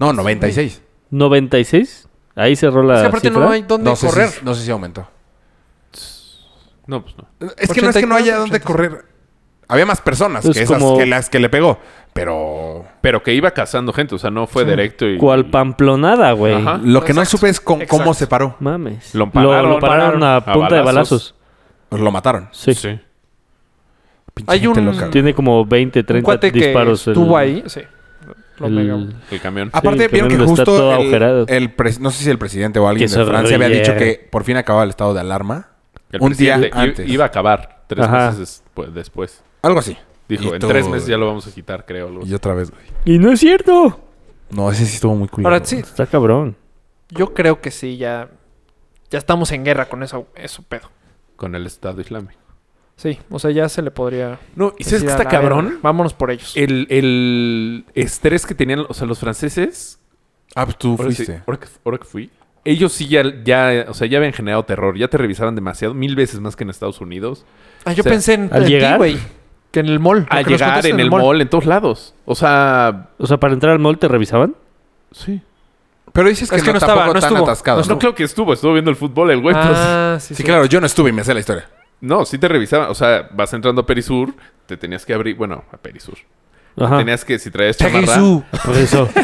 Speaker 4: No, 96.
Speaker 2: 96. Ahí cerró la
Speaker 6: es que aparte
Speaker 2: cifra.
Speaker 6: no hay dónde
Speaker 4: no sé
Speaker 6: correr.
Speaker 4: Si, no sé si aumentó.
Speaker 3: No, pues no.
Speaker 4: Es que no es que no haya dónde
Speaker 6: 89,
Speaker 4: correr. Había más personas
Speaker 2: Es
Speaker 4: que esas
Speaker 2: como-
Speaker 4: que las que le pegó. Pero
Speaker 3: Pero que iba cazando gente. O sea, no fue directo y...
Speaker 2: Cual pamplonada, güey.
Speaker 3: Ajá.
Speaker 4: lo que no supe es con
Speaker 6: Ah, exacto.
Speaker 4: cómo se paró.
Speaker 2: Mames.
Speaker 3: Lo pararon,
Speaker 2: lo pararon a punta de balazos.
Speaker 4: Pues Lo mataron.
Speaker 2: Sí.
Speaker 3: Sí.
Speaker 4: Pinche
Speaker 6: Hay
Speaker 4: gente
Speaker 6: un-
Speaker 4: loca.
Speaker 2: Tiene como 20,
Speaker 6: Un
Speaker 2: 30
Speaker 6: cuate que
Speaker 2: disparos. el-
Speaker 6: estuvo ahí. Sí. Lo
Speaker 2: el-
Speaker 6: mega-
Speaker 3: El camión.
Speaker 4: Aparte,
Speaker 2: el
Speaker 4: vieron que
Speaker 2: camino está todo
Speaker 4: justo el,
Speaker 2: agujerado.
Speaker 4: el pres- no sé si el presidente o alguien
Speaker 2: Que
Speaker 4: de
Speaker 2: se
Speaker 4: Francia había
Speaker 2: ríe.
Speaker 4: dicho que por fin acababa el estado de alarma.
Speaker 3: El
Speaker 4: un día
Speaker 3: presidente i-
Speaker 4: antes.
Speaker 3: Iba a acabar tres
Speaker 2: Ajá.
Speaker 3: meses despu- después.
Speaker 4: Algo así.
Speaker 3: Dijo,
Speaker 4: Y
Speaker 3: en
Speaker 4: todo-
Speaker 3: tres meses ya lo vamos a quitar, creo. algo así.
Speaker 4: Y otra vez, güey.
Speaker 2: Y no es cierto.
Speaker 4: No, ese sí estuvo muy cool.
Speaker 6: Ahora sí,
Speaker 2: Está cabrón.
Speaker 6: yo creo que sí, ya, ya estamos en guerra con eso, eso pedo.
Speaker 3: Con el Estado Islámico.
Speaker 6: Sí, o sea, ya se le podría.
Speaker 3: No, ¿y sabes
Speaker 6: decir
Speaker 3: que
Speaker 6: Pues a
Speaker 3: está
Speaker 6: la
Speaker 3: cabrón? Eh,
Speaker 6: verga, Vámonos por ellos.
Speaker 3: El, el estrés que tenían, o sea, los franceses.
Speaker 4: Ah, pues tú
Speaker 3: Ahora, sí,
Speaker 4: fuiste.
Speaker 3: ahora que, ahora que fui. Ellos sí ya, ya, o sea, ya habían generado terror. Ya te revisaban demasiado, mil veces más que en Estados Unidos.
Speaker 6: ah, yo
Speaker 3: o sea,
Speaker 6: pensé en,
Speaker 2: al
Speaker 6: en ti,
Speaker 2: llegar-
Speaker 6: güey. Que en el mall. lo
Speaker 3: Al
Speaker 6: que nos
Speaker 3: llegar
Speaker 6: contaste
Speaker 3: en el mall. en todos lados. O sea,
Speaker 2: O sea, para entrar al mall te revisaban.
Speaker 3: sí.
Speaker 4: Pero dices que,
Speaker 6: Es que
Speaker 4: no,
Speaker 6: no estaba,
Speaker 4: tampoco
Speaker 6: no
Speaker 4: tan
Speaker 6: estuvo.
Speaker 4: atascado.
Speaker 6: No
Speaker 3: Pues no
Speaker 4: ¿no?
Speaker 3: creo que estuvo, estuvo viendo el fútbol el güey. pues.
Speaker 6: Ah, sí,
Speaker 4: Sí, claro, yo no estuve y me sé la historia.
Speaker 3: No, sí te revisaban. O sea, vas entrando a Perisur, te tenías que abrir, bueno, a Perisur.
Speaker 6: Ah.
Speaker 2: Ajá.
Speaker 3: Tenías que, si traías chamarra,
Speaker 2: Por eso.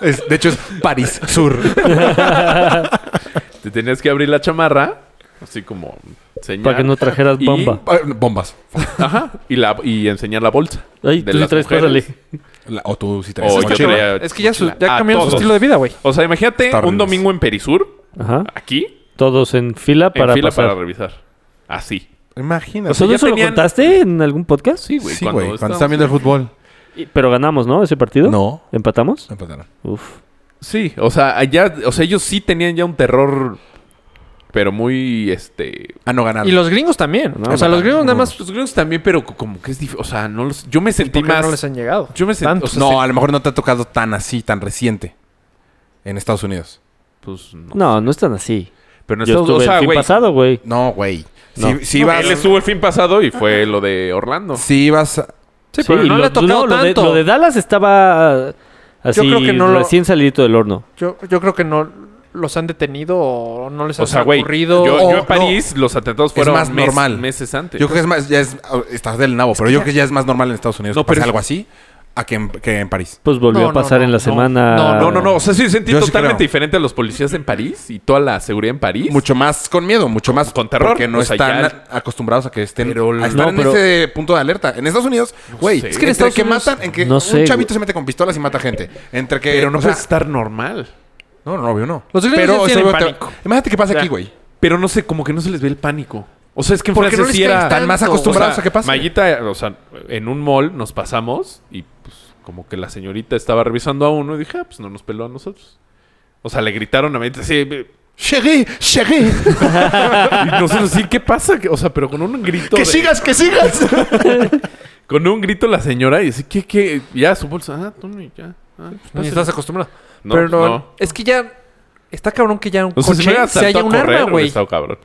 Speaker 4: Es- de hecho, es París Sur.
Speaker 3: te tenías que abrir la chamarra, así como señal.
Speaker 2: para que no trajeras
Speaker 3: Y-
Speaker 2: bomba.
Speaker 4: Ah, Bombas.
Speaker 3: Ajá. Y, la, y enseñar la bolsa.
Speaker 2: Ay, tú sí
Speaker 3: las
Speaker 2: traes,
Speaker 3: mujeres.
Speaker 2: pásale.
Speaker 4: La- o tú sí traes
Speaker 3: O Oh,
Speaker 4: mochila.
Speaker 3: yo traía
Speaker 6: Es que ya, su-
Speaker 3: mochila.
Speaker 6: ya
Speaker 3: A
Speaker 6: cambiaron su
Speaker 3: todos.
Speaker 6: estilo de vida, güey.
Speaker 3: O sea, imagínate
Speaker 4: Está horrible
Speaker 3: un domingo en Perisur,
Speaker 2: Ajá.
Speaker 3: aquí,
Speaker 2: Todos en fila
Speaker 3: en
Speaker 2: para
Speaker 3: fila
Speaker 2: pasar.
Speaker 3: para revisar. Así.
Speaker 4: Imagínate.
Speaker 2: ¿Todo
Speaker 3: ya
Speaker 2: eso lo
Speaker 3: tenían-
Speaker 2: contaste en algún podcast?
Speaker 3: Sí, güey.
Speaker 4: sí, güey. Cuando,
Speaker 3: estábamos-
Speaker 4: están viendo el fútbol.
Speaker 2: Y- Pero ganamos, ¿no? Ese partido.
Speaker 4: No.
Speaker 2: ¿Empatamos?
Speaker 4: Empataron.
Speaker 2: Uf.
Speaker 3: Sí, o sea, allá, o sea, ellos sí tenían ya un terror, pero muy, este...
Speaker 4: Ah, no ganaron.
Speaker 6: Y los gringos también.
Speaker 2: No,
Speaker 6: o sea, los gringos nada más
Speaker 3: Los gringos también, pero co- como que es difícil. O sea, no los- yo me sentí
Speaker 6: porque
Speaker 3: más...
Speaker 6: no les han llegado.
Speaker 3: Yo me sentí...
Speaker 6: Tanto.
Speaker 3: O sea,
Speaker 4: No,
Speaker 3: se-
Speaker 4: a lo mejor no te ha tocado tan así, tan reciente. En Estados Unidos.
Speaker 3: pues no.
Speaker 2: No, no es tan así.
Speaker 3: Pero en
Speaker 2: Yo
Speaker 3: Estados
Speaker 2: estuve
Speaker 3: o sea,
Speaker 2: el fin
Speaker 3: güey,
Speaker 2: pasado, güey.
Speaker 4: No, güey.
Speaker 2: No.
Speaker 4: Si, si ibas.
Speaker 3: Él estuvo el fin pasado y fue lo de Orlando.
Speaker 4: Si ibas.
Speaker 6: Sí, pero
Speaker 2: y
Speaker 6: no
Speaker 2: lo- pues,
Speaker 6: le ha tocado
Speaker 2: lo de-
Speaker 6: tanto.
Speaker 2: lo de Dallas estaba ah, así
Speaker 6: creo que no lo-
Speaker 2: recién salidito del horno.
Speaker 6: yo, yo creo que no los han detenido o no les
Speaker 3: O
Speaker 6: ha
Speaker 3: sea, güey,
Speaker 6: ocurrido.
Speaker 3: yo, yo
Speaker 4: O-
Speaker 3: en París los atentados
Speaker 4: Es
Speaker 3: fueron
Speaker 4: más
Speaker 3: mes-
Speaker 4: normal.
Speaker 3: meses antes.
Speaker 4: Yo creo que es más. Ya es, estás del nabo, pero yo creo que ya es más normal en Estados Unidos.
Speaker 3: No,
Speaker 4: No, pero
Speaker 3: pero es-
Speaker 4: algo así a que en, que en París.
Speaker 2: Pues volvió
Speaker 6: No,
Speaker 2: a pasar
Speaker 6: no,
Speaker 2: en la
Speaker 6: no, no.
Speaker 2: semana.
Speaker 6: No,
Speaker 3: no, no, no. O sea, sí sentí
Speaker 4: Yo sí
Speaker 3: totalmente
Speaker 4: creo.
Speaker 3: diferente a los policías en París y toda la seguridad en París.
Speaker 4: Mucho más con miedo, mucho más
Speaker 3: Con terror.
Speaker 4: Porque no
Speaker 3: O sea,
Speaker 4: están
Speaker 3: ya-
Speaker 4: a- acostumbrados a que estén.
Speaker 3: Pero-
Speaker 4: a estar
Speaker 2: No,
Speaker 4: en
Speaker 2: pero-
Speaker 4: ese punto de alerta. En Estados Unidos, güey.
Speaker 3: sé.
Speaker 4: Es que en Estados que matan, en que
Speaker 2: No sé,
Speaker 4: un chavito
Speaker 2: güey.
Speaker 4: se mete con pistolas y mata gente. Entre que.
Speaker 3: Pero no
Speaker 4: o sea,
Speaker 3: puede estar normal.
Speaker 4: No, no, obvio no.
Speaker 6: Los gringos sí
Speaker 4: o sea,
Speaker 6: tienen
Speaker 4: obvio te-
Speaker 6: pánico.
Speaker 4: Imagínate qué pasa
Speaker 6: O sea,
Speaker 4: aquí, güey.
Speaker 3: Pero no sé, como que no se les ve el pánico. O sea, es que en
Speaker 6: Porque
Speaker 3: Francia
Speaker 6: no les
Speaker 3: sí
Speaker 6: cae
Speaker 3: era...
Speaker 6: tan
Speaker 4: Están más
Speaker 6: tanto,
Speaker 4: acostumbrados
Speaker 3: o sea,
Speaker 4: a que pase.
Speaker 3: Mayita, o sea, en un mall nos pasamos y pues como que la señorita estaba revisando a uno y dije, ah, pues no nos peló a nosotros. O sea, le gritaron a mí así,
Speaker 4: Chegué, chegué.
Speaker 3: y nosotros sí, ¿qué pasa? O sea, pero con un grito.
Speaker 4: Que
Speaker 3: de-
Speaker 4: sigas, que sigas.
Speaker 3: Con un grito la señora y dice, ¿qué, qué? Ya, su bolsa. Ah, tú ni ya. Ah, pues,
Speaker 6: Ni
Speaker 3: pásale.
Speaker 6: estás acostumbrado.
Speaker 3: No,
Speaker 6: pero no,
Speaker 3: pues, no.
Speaker 6: es que ya está cabrón que ya un
Speaker 3: O sea, si me
Speaker 6: coche
Speaker 3: hubiera
Speaker 6: se haya
Speaker 3: saltado
Speaker 6: un
Speaker 3: a correr,
Speaker 6: arma,
Speaker 3: hubiera
Speaker 6: güey.
Speaker 3: estado cabrón.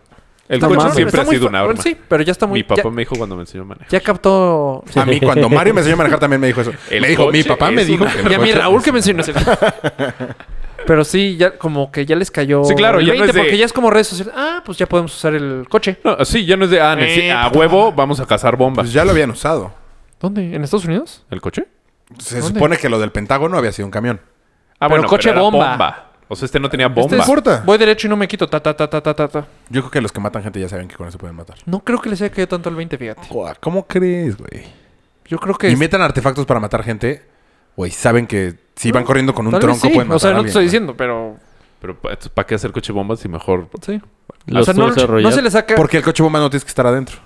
Speaker 3: El
Speaker 6: Está
Speaker 3: coche
Speaker 6: cabrón,
Speaker 3: siempre
Speaker 6: está
Speaker 3: ha
Speaker 6: muy
Speaker 3: sido
Speaker 6: fa-
Speaker 3: un arma.
Speaker 6: bueno, Sí, pero ya está muy
Speaker 3: Mi papá
Speaker 6: ya,
Speaker 3: me dijo cuando me enseñó a manejar.
Speaker 6: ya captó
Speaker 4: A mí cuando Mario me enseñó a manejar también me dijo eso.
Speaker 3: El
Speaker 4: me dijo, mi
Speaker 3: coche
Speaker 4: papá me
Speaker 3: es
Speaker 4: dijo
Speaker 3: una-
Speaker 4: que el
Speaker 6: Y a mí
Speaker 4: coche-
Speaker 6: Raúl que me enseñó a hacer. Pero sí, ya como que ya les cayó.
Speaker 3: Sí, claro,
Speaker 6: el
Speaker 3: ya no es
Speaker 6: 20,
Speaker 3: de-
Speaker 6: porque ya es como redes sociales. Ah, pues ya podemos usar el coche.
Speaker 3: No, sí, ya no es de, ah, neces-
Speaker 6: Eh,
Speaker 3: a huevo, vamos a cazar bombas.
Speaker 4: Pues ya lo habían usado.
Speaker 6: ¿Dónde? ¿En Estados Unidos?
Speaker 3: ¿El coche?
Speaker 6: Ah,
Speaker 4: Se
Speaker 6: ¿Dónde?
Speaker 4: supone que lo del Pentágono había sido un camión.
Speaker 3: Ah,
Speaker 6: Pero coche
Speaker 3: era
Speaker 6: bomba.
Speaker 3: O sea, este no tenía
Speaker 6: Este
Speaker 3: bomba.
Speaker 4: es- Corta.
Speaker 6: Voy derecho y no me quito. Ta, ta, ta, ta, ta, ta, ta.
Speaker 4: Yo creo que los que matan gente ya saben que con eso pueden matar.
Speaker 6: No creo que les haya caído tanto el 20, fíjate.
Speaker 4: Joder, ¿Cómo crees, güey?
Speaker 6: Yo creo que.
Speaker 4: Y metan artefactos para matar gente, güey, saben que si van corriendo con un
Speaker 6: Tal vez
Speaker 4: tronco
Speaker 6: sí.
Speaker 4: pueden matar
Speaker 6: O sea,
Speaker 4: a
Speaker 6: no te
Speaker 4: alguien.
Speaker 6: estoy diciendo, pero.
Speaker 3: Pero ¿para qué hacer coche bomba si mejor?
Speaker 6: Sí.
Speaker 2: Los
Speaker 6: o sea, no,
Speaker 2: tuvo que
Speaker 6: no
Speaker 2: arrollar.
Speaker 6: se les saca.
Speaker 4: Porque el coche bomba no tienes que estar adentro.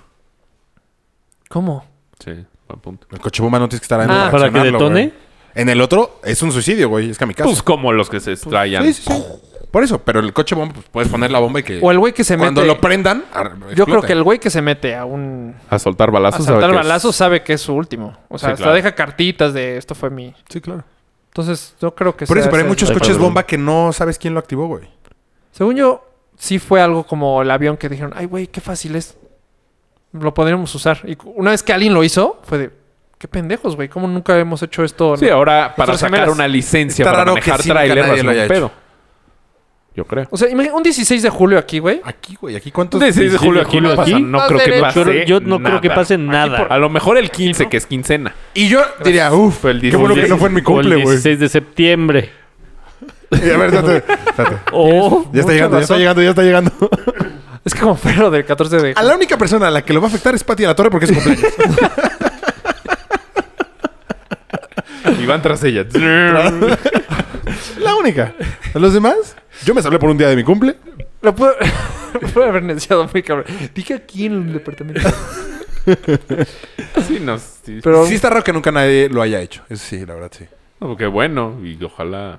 Speaker 6: ¿Cómo?
Speaker 3: Sí, buen punto.
Speaker 4: El coche bomba no tienes que estar adentro.
Speaker 6: Ah,
Speaker 2: ¿para que
Speaker 4: accionarlo,
Speaker 2: detone?
Speaker 4: güey. En el otro es un suicidio, güey. Es kamikaze.
Speaker 3: Pues como los que se extrañan.
Speaker 6: Pues,
Speaker 4: Sí, sí, sí. Por eso, pero el coche bomba pues, puedes poner la bomba y que
Speaker 6: O el güey que se
Speaker 4: cuando
Speaker 6: mete.
Speaker 4: lo prendan, ar-
Speaker 6: Yo creo
Speaker 4: explote.
Speaker 6: que el güey que se mete a un.
Speaker 3: A soltar
Speaker 6: A
Speaker 3: balazos.
Speaker 6: saltar
Speaker 3: ¿sabe qué es?
Speaker 6: balazos sabe que es su último. O sea,
Speaker 3: Sí,
Speaker 6: hasta
Speaker 3: claro.
Speaker 6: deja cartitas de esto fue mi.
Speaker 4: Sí, claro.
Speaker 6: Entonces, yo creo que
Speaker 4: Por
Speaker 6: sea
Speaker 4: eso, pero hay
Speaker 6: ese-
Speaker 4: muchos
Speaker 2: no hay
Speaker 4: coches
Speaker 2: problema.
Speaker 4: bomba que no sabes quién lo activó, güey.
Speaker 6: Según yo, sí fue algo como el avión que dijeron, ay, güey, qué fácil es. Lo podríamos usar. Y cu- una vez que alguien lo hizo, fue de, qué pendejos, güey, ¿cómo nunca hemos hecho esto?
Speaker 3: Sí, ahora para
Speaker 6: Estas
Speaker 3: sacar
Speaker 6: gemelas.
Speaker 3: una licencia
Speaker 4: Está
Speaker 3: para
Speaker 4: raro que
Speaker 3: manejar
Speaker 4: sí, nunca
Speaker 3: trailer
Speaker 4: nadie
Speaker 3: es
Speaker 4: lo haya
Speaker 3: un
Speaker 4: hecho.
Speaker 3: pedo. Yo creo.
Speaker 6: O sea, imagi- un 16 de julio aquí, güey.
Speaker 4: Aquí, güey. Aquí cuántos...
Speaker 3: Entonces,
Speaker 2: sí,
Speaker 3: de julio
Speaker 2: de
Speaker 3: aquí
Speaker 2: julio
Speaker 3: no pasa,
Speaker 2: aquí.
Speaker 3: no creo que
Speaker 6: Yo-
Speaker 3: pase.
Speaker 2: yo no creo que pase nada.
Speaker 3: A lo mejor el 15, que es quincena.
Speaker 4: Y yo diría, uff,
Speaker 3: Fue el
Speaker 4: qué bueno que
Speaker 3: 16.
Speaker 4: no fue en mi
Speaker 2: O el
Speaker 4: cumple, güey.
Speaker 2: 16 de septiembre.
Speaker 4: Y a ver, espérate, espérate.
Speaker 2: O
Speaker 4: Ya está llegando, ya está llegando, ya está llegando. Ah.
Speaker 6: Es que como fue lo del 14 de
Speaker 4: A la única persona a la que lo va a afectar es Pati a la Torre porque es su cumpleaños.
Speaker 3: Y van tras ella.
Speaker 4: la única. Los demás, yo me salvé por un día de mi cumple.
Speaker 6: Lo pude, lo pude haber iniciado muy cabrón. Dije aquí en el departamento.
Speaker 3: sí, no. Sí.
Speaker 6: Pero
Speaker 4: Sí está raro que nunca nadie lo haya hecho. Eso sí, la verdad, sí.
Speaker 3: No, Qué bueno. Y ojalá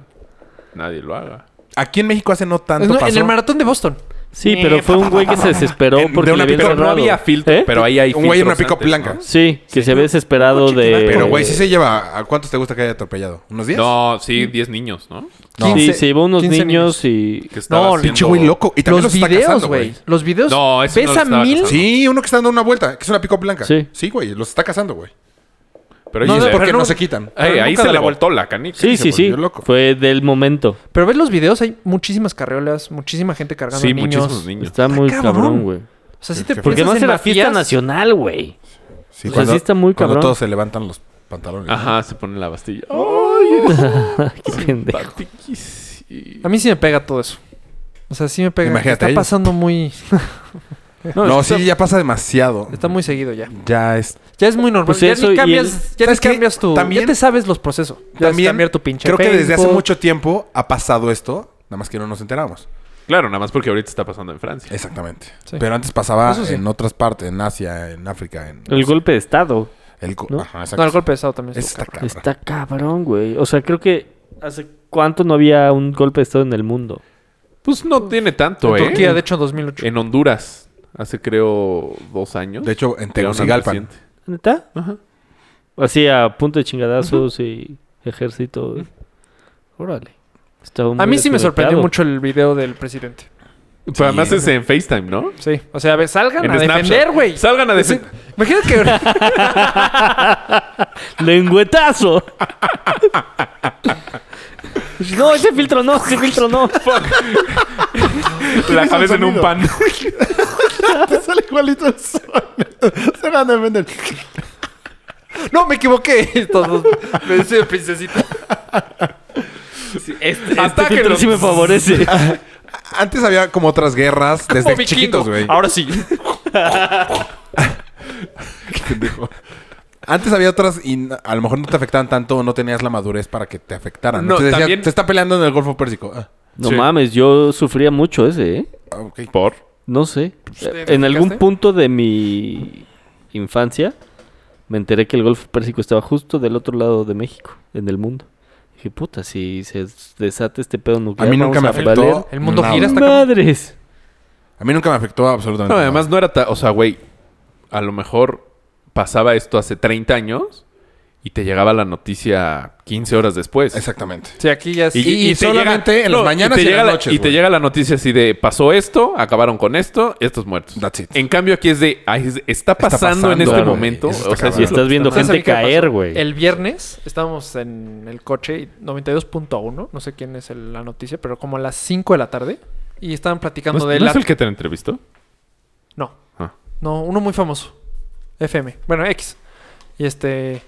Speaker 3: nadie lo haga.
Speaker 4: Aquí en México hace no tanto
Speaker 6: es no- en
Speaker 4: pasó.
Speaker 6: el maratón de Boston.
Speaker 2: Sí, pero fue un güey que se desesperó
Speaker 3: Eh,
Speaker 4: En- de
Speaker 2: porque le
Speaker 4: una
Speaker 2: habían
Speaker 4: pick-up.
Speaker 3: Pero no
Speaker 2: cerrado.
Speaker 3: había filtro.
Speaker 2: ¿Eh?
Speaker 3: Pero ahí hay
Speaker 4: un güey en una
Speaker 3: filtros
Speaker 4: pick-up
Speaker 3: antes,
Speaker 4: blanca.
Speaker 3: ¿no?
Speaker 2: Sí, que se había desesperado
Speaker 6: coche que va
Speaker 2: de...
Speaker 6: con-
Speaker 4: Pero, güey, sí se lleva... ¿A cuántos te gusta que haya atropellado? ¿Unos 10?
Speaker 3: No, sí, 10 niños, ¿no?
Speaker 4: No.
Speaker 2: Sí,
Speaker 6: 15,
Speaker 2: se llevó unos
Speaker 6: 15
Speaker 2: niños, y...
Speaker 3: Que estaba
Speaker 6: No,
Speaker 3: haciendo-
Speaker 4: Pinche güey loco. Y también
Speaker 6: Los
Speaker 4: los, está
Speaker 6: videos,
Speaker 4: cazando,
Speaker 6: güey.
Speaker 4: güey.
Speaker 6: Los videos
Speaker 3: No, ese no lo
Speaker 6: pesan
Speaker 3: estaba
Speaker 6: mil.
Speaker 3: cazando.
Speaker 4: Sí, uno que está dando una vuelta, que es una pick-up blanca.
Speaker 2: Sí.
Speaker 4: Sí, güey, los está cazando, güey.
Speaker 3: Pero
Speaker 4: Y
Speaker 3: ahí
Speaker 4: es
Speaker 3: se-
Speaker 4: porque
Speaker 6: pero
Speaker 4: no
Speaker 6: no-
Speaker 4: se quitan.
Speaker 3: Ey,
Speaker 6: pero
Speaker 3: ahí
Speaker 6: nunca
Speaker 3: se
Speaker 6: da
Speaker 3: le
Speaker 6: la
Speaker 3: voltó la canica.
Speaker 2: Sí,
Speaker 4: se
Speaker 2: sí, sí.
Speaker 4: volvió loco.
Speaker 2: Fue del momento.
Speaker 6: Pero ves los videos, hay muchísimas carriolas, muchísima gente cargando
Speaker 3: Sí,
Speaker 6: niños.
Speaker 3: muchísimos niños.
Speaker 2: Está muy
Speaker 6: cabrón.
Speaker 2: cabrón, güey.
Speaker 6: O sea, sí te
Speaker 2: Porque
Speaker 6: piensas
Speaker 2: además
Speaker 6: en
Speaker 2: era fiesta
Speaker 6: mafías.
Speaker 2: nacional, güey.
Speaker 4: Sí,
Speaker 2: O sea, sí está muy
Speaker 4: cuando
Speaker 2: cabrón.
Speaker 4: todos se levantan los pantalones.
Speaker 3: Ajá, se pone la bastilla. Oh, ¡Ay!
Speaker 2: Qué pendejo.
Speaker 6: A mí sí me pega todo eso. O sea, sí me pega.
Speaker 4: Imagínate
Speaker 6: está
Speaker 4: a ellos.
Speaker 6: pasando muy.
Speaker 4: No, sí, ya pasa demasiado.
Speaker 6: Está muy seguido ya.
Speaker 4: Ya es...
Speaker 6: Ya es muy normal.
Speaker 2: Pues
Speaker 6: ya
Speaker 2: eso
Speaker 6: ni
Speaker 2: y
Speaker 6: cambias,
Speaker 2: el-
Speaker 6: ya ni
Speaker 4: ¿Sabes qué?
Speaker 6: cambias tu.
Speaker 4: También-
Speaker 6: ya te sabes los procesos. Ya es
Speaker 4: También
Speaker 6: cambiar tu pinche.
Speaker 4: creo que desde hace
Speaker 6: Facebook.
Speaker 4: mucho tiempo ha pasado esto, nada más que no nos enteramos.
Speaker 3: Claro, nada más porque ahorita está pasando en Francia.
Speaker 4: Exactamente.
Speaker 6: Sí.
Speaker 4: Pero antes pasaba
Speaker 6: Eso sí.
Speaker 4: en otras partes, en Asia, en África, en...
Speaker 2: El golpe de estado.
Speaker 4: el co-
Speaker 2: ¿no?
Speaker 4: Ajá, exacto.
Speaker 6: No, el golpe de Estado también.
Speaker 4: Eso
Speaker 6: Es
Speaker 4: está cabrón.
Speaker 2: Está cabrón, güey. O sea, creo que hace cuánto no había un golpe de estado en el mundo.
Speaker 3: Pues no tiene tanto, ¿eh?
Speaker 6: Turquía, de hecho, en 2008.
Speaker 3: En Honduras, hace creo dos años.
Speaker 4: De hecho, en
Speaker 3: tiraron al
Speaker 4: Tegucigalpan.
Speaker 3: presidente.
Speaker 2: ¿Neta?
Speaker 3: Ajá.
Speaker 2: Así a punto de chingadazos y ejército. Órale. Estaba muy
Speaker 6: A mí sí me sorprendió
Speaker 2: desubicado.
Speaker 6: mucho el video del presidente.
Speaker 3: Pero además es en FaceTime, ¿no?
Speaker 6: Sí. O sea, a ver, salgan
Speaker 3: En
Speaker 6: a
Speaker 3: Snapchat.
Speaker 6: defender, güey.
Speaker 3: Salgan a
Speaker 6: Sí.
Speaker 3: decir.
Speaker 6: Imagínate que.
Speaker 2: ¡Lengüetazo! no, ese filtro no, ese filtro no.
Speaker 3: La cabeza en un
Speaker 4: sonido?
Speaker 3: pan.
Speaker 4: Te sale igualito el sonido. Se van a vender.
Speaker 6: no, me equivoqué. Estos dos. Me dice princesita.
Speaker 2: Este,
Speaker 3: Atáquenlo.
Speaker 2: filtro sí me favorece.
Speaker 4: Antes había como otras guerras desde
Speaker 6: vikingo.
Speaker 4: chiquitos, güey.
Speaker 6: Ahora sí.
Speaker 4: Antes había otras y n- a lo mejor no te afectaban tanto o no tenías la madurez para que te afectaran.
Speaker 3: No,
Speaker 4: Entonces decía,
Speaker 3: también-
Speaker 4: te está peleando en el Golfo Pérsico. Ah,
Speaker 2: No
Speaker 3: Sí.
Speaker 2: mames, yo sufría mucho ese, ¿eh?
Speaker 4: ah, ok.
Speaker 3: Por.
Speaker 2: No sé.
Speaker 6: ¿te
Speaker 2: En algún
Speaker 6: identificaste?
Speaker 2: punto de mi infancia me enteré que el Golfo Pérsico estaba justo del otro lado de México, en el mundo. Dije, puta, si se desata este pedo
Speaker 4: A
Speaker 2: nuclear.
Speaker 4: mí nunca me
Speaker 2: vamos a valer
Speaker 4: afectó.
Speaker 6: El mundo
Speaker 4: nada.
Speaker 6: gira hasta acá.
Speaker 2: Madres.
Speaker 4: A mí nunca me afectó absolutamente.
Speaker 3: No,
Speaker 4: nada.
Speaker 3: además no era... ta- O sea, güey, a lo mejor pasaba esto hace 30 años y te llegaba la noticia 15 horas después.
Speaker 4: Exactamente.
Speaker 6: Sí, aquí ya es...
Speaker 4: Y-
Speaker 3: te
Speaker 4: solamente en las mañanas
Speaker 3: te
Speaker 4: y en
Speaker 3: llega
Speaker 4: las
Speaker 3: la-
Speaker 4: noches,
Speaker 3: Y te
Speaker 4: güey.
Speaker 3: llega la noticia así de pasó esto, acabaron con esto, estos muertos.
Speaker 4: That's
Speaker 6: eh,
Speaker 4: it.
Speaker 3: En cambio aquí es de ay, es- está, pasando en
Speaker 4: pasando,
Speaker 3: este
Speaker 4: güey.
Speaker 3: momento.
Speaker 4: Eso está
Speaker 3: O sea,
Speaker 4: cabrón.
Speaker 3: sí
Speaker 2: Y
Speaker 3: es lo
Speaker 2: estás
Speaker 3: que
Speaker 2: viendo
Speaker 3: está
Speaker 6: ¿Ustedes
Speaker 2: gente
Speaker 6: saben qué pasó?
Speaker 2: caer, güey.
Speaker 6: El viernes estábamos en el coche y 92.1, no sé quién es el- la noticia, pero como a las 5 de la tarde. Y estaban platicando
Speaker 3: pasando. ¿No,
Speaker 6: de
Speaker 3: es- no
Speaker 6: la...
Speaker 3: es el que te entrevistó?
Speaker 6: No.
Speaker 3: Ah.
Speaker 6: No, uno muy famoso. FM. Bueno, X. Y este.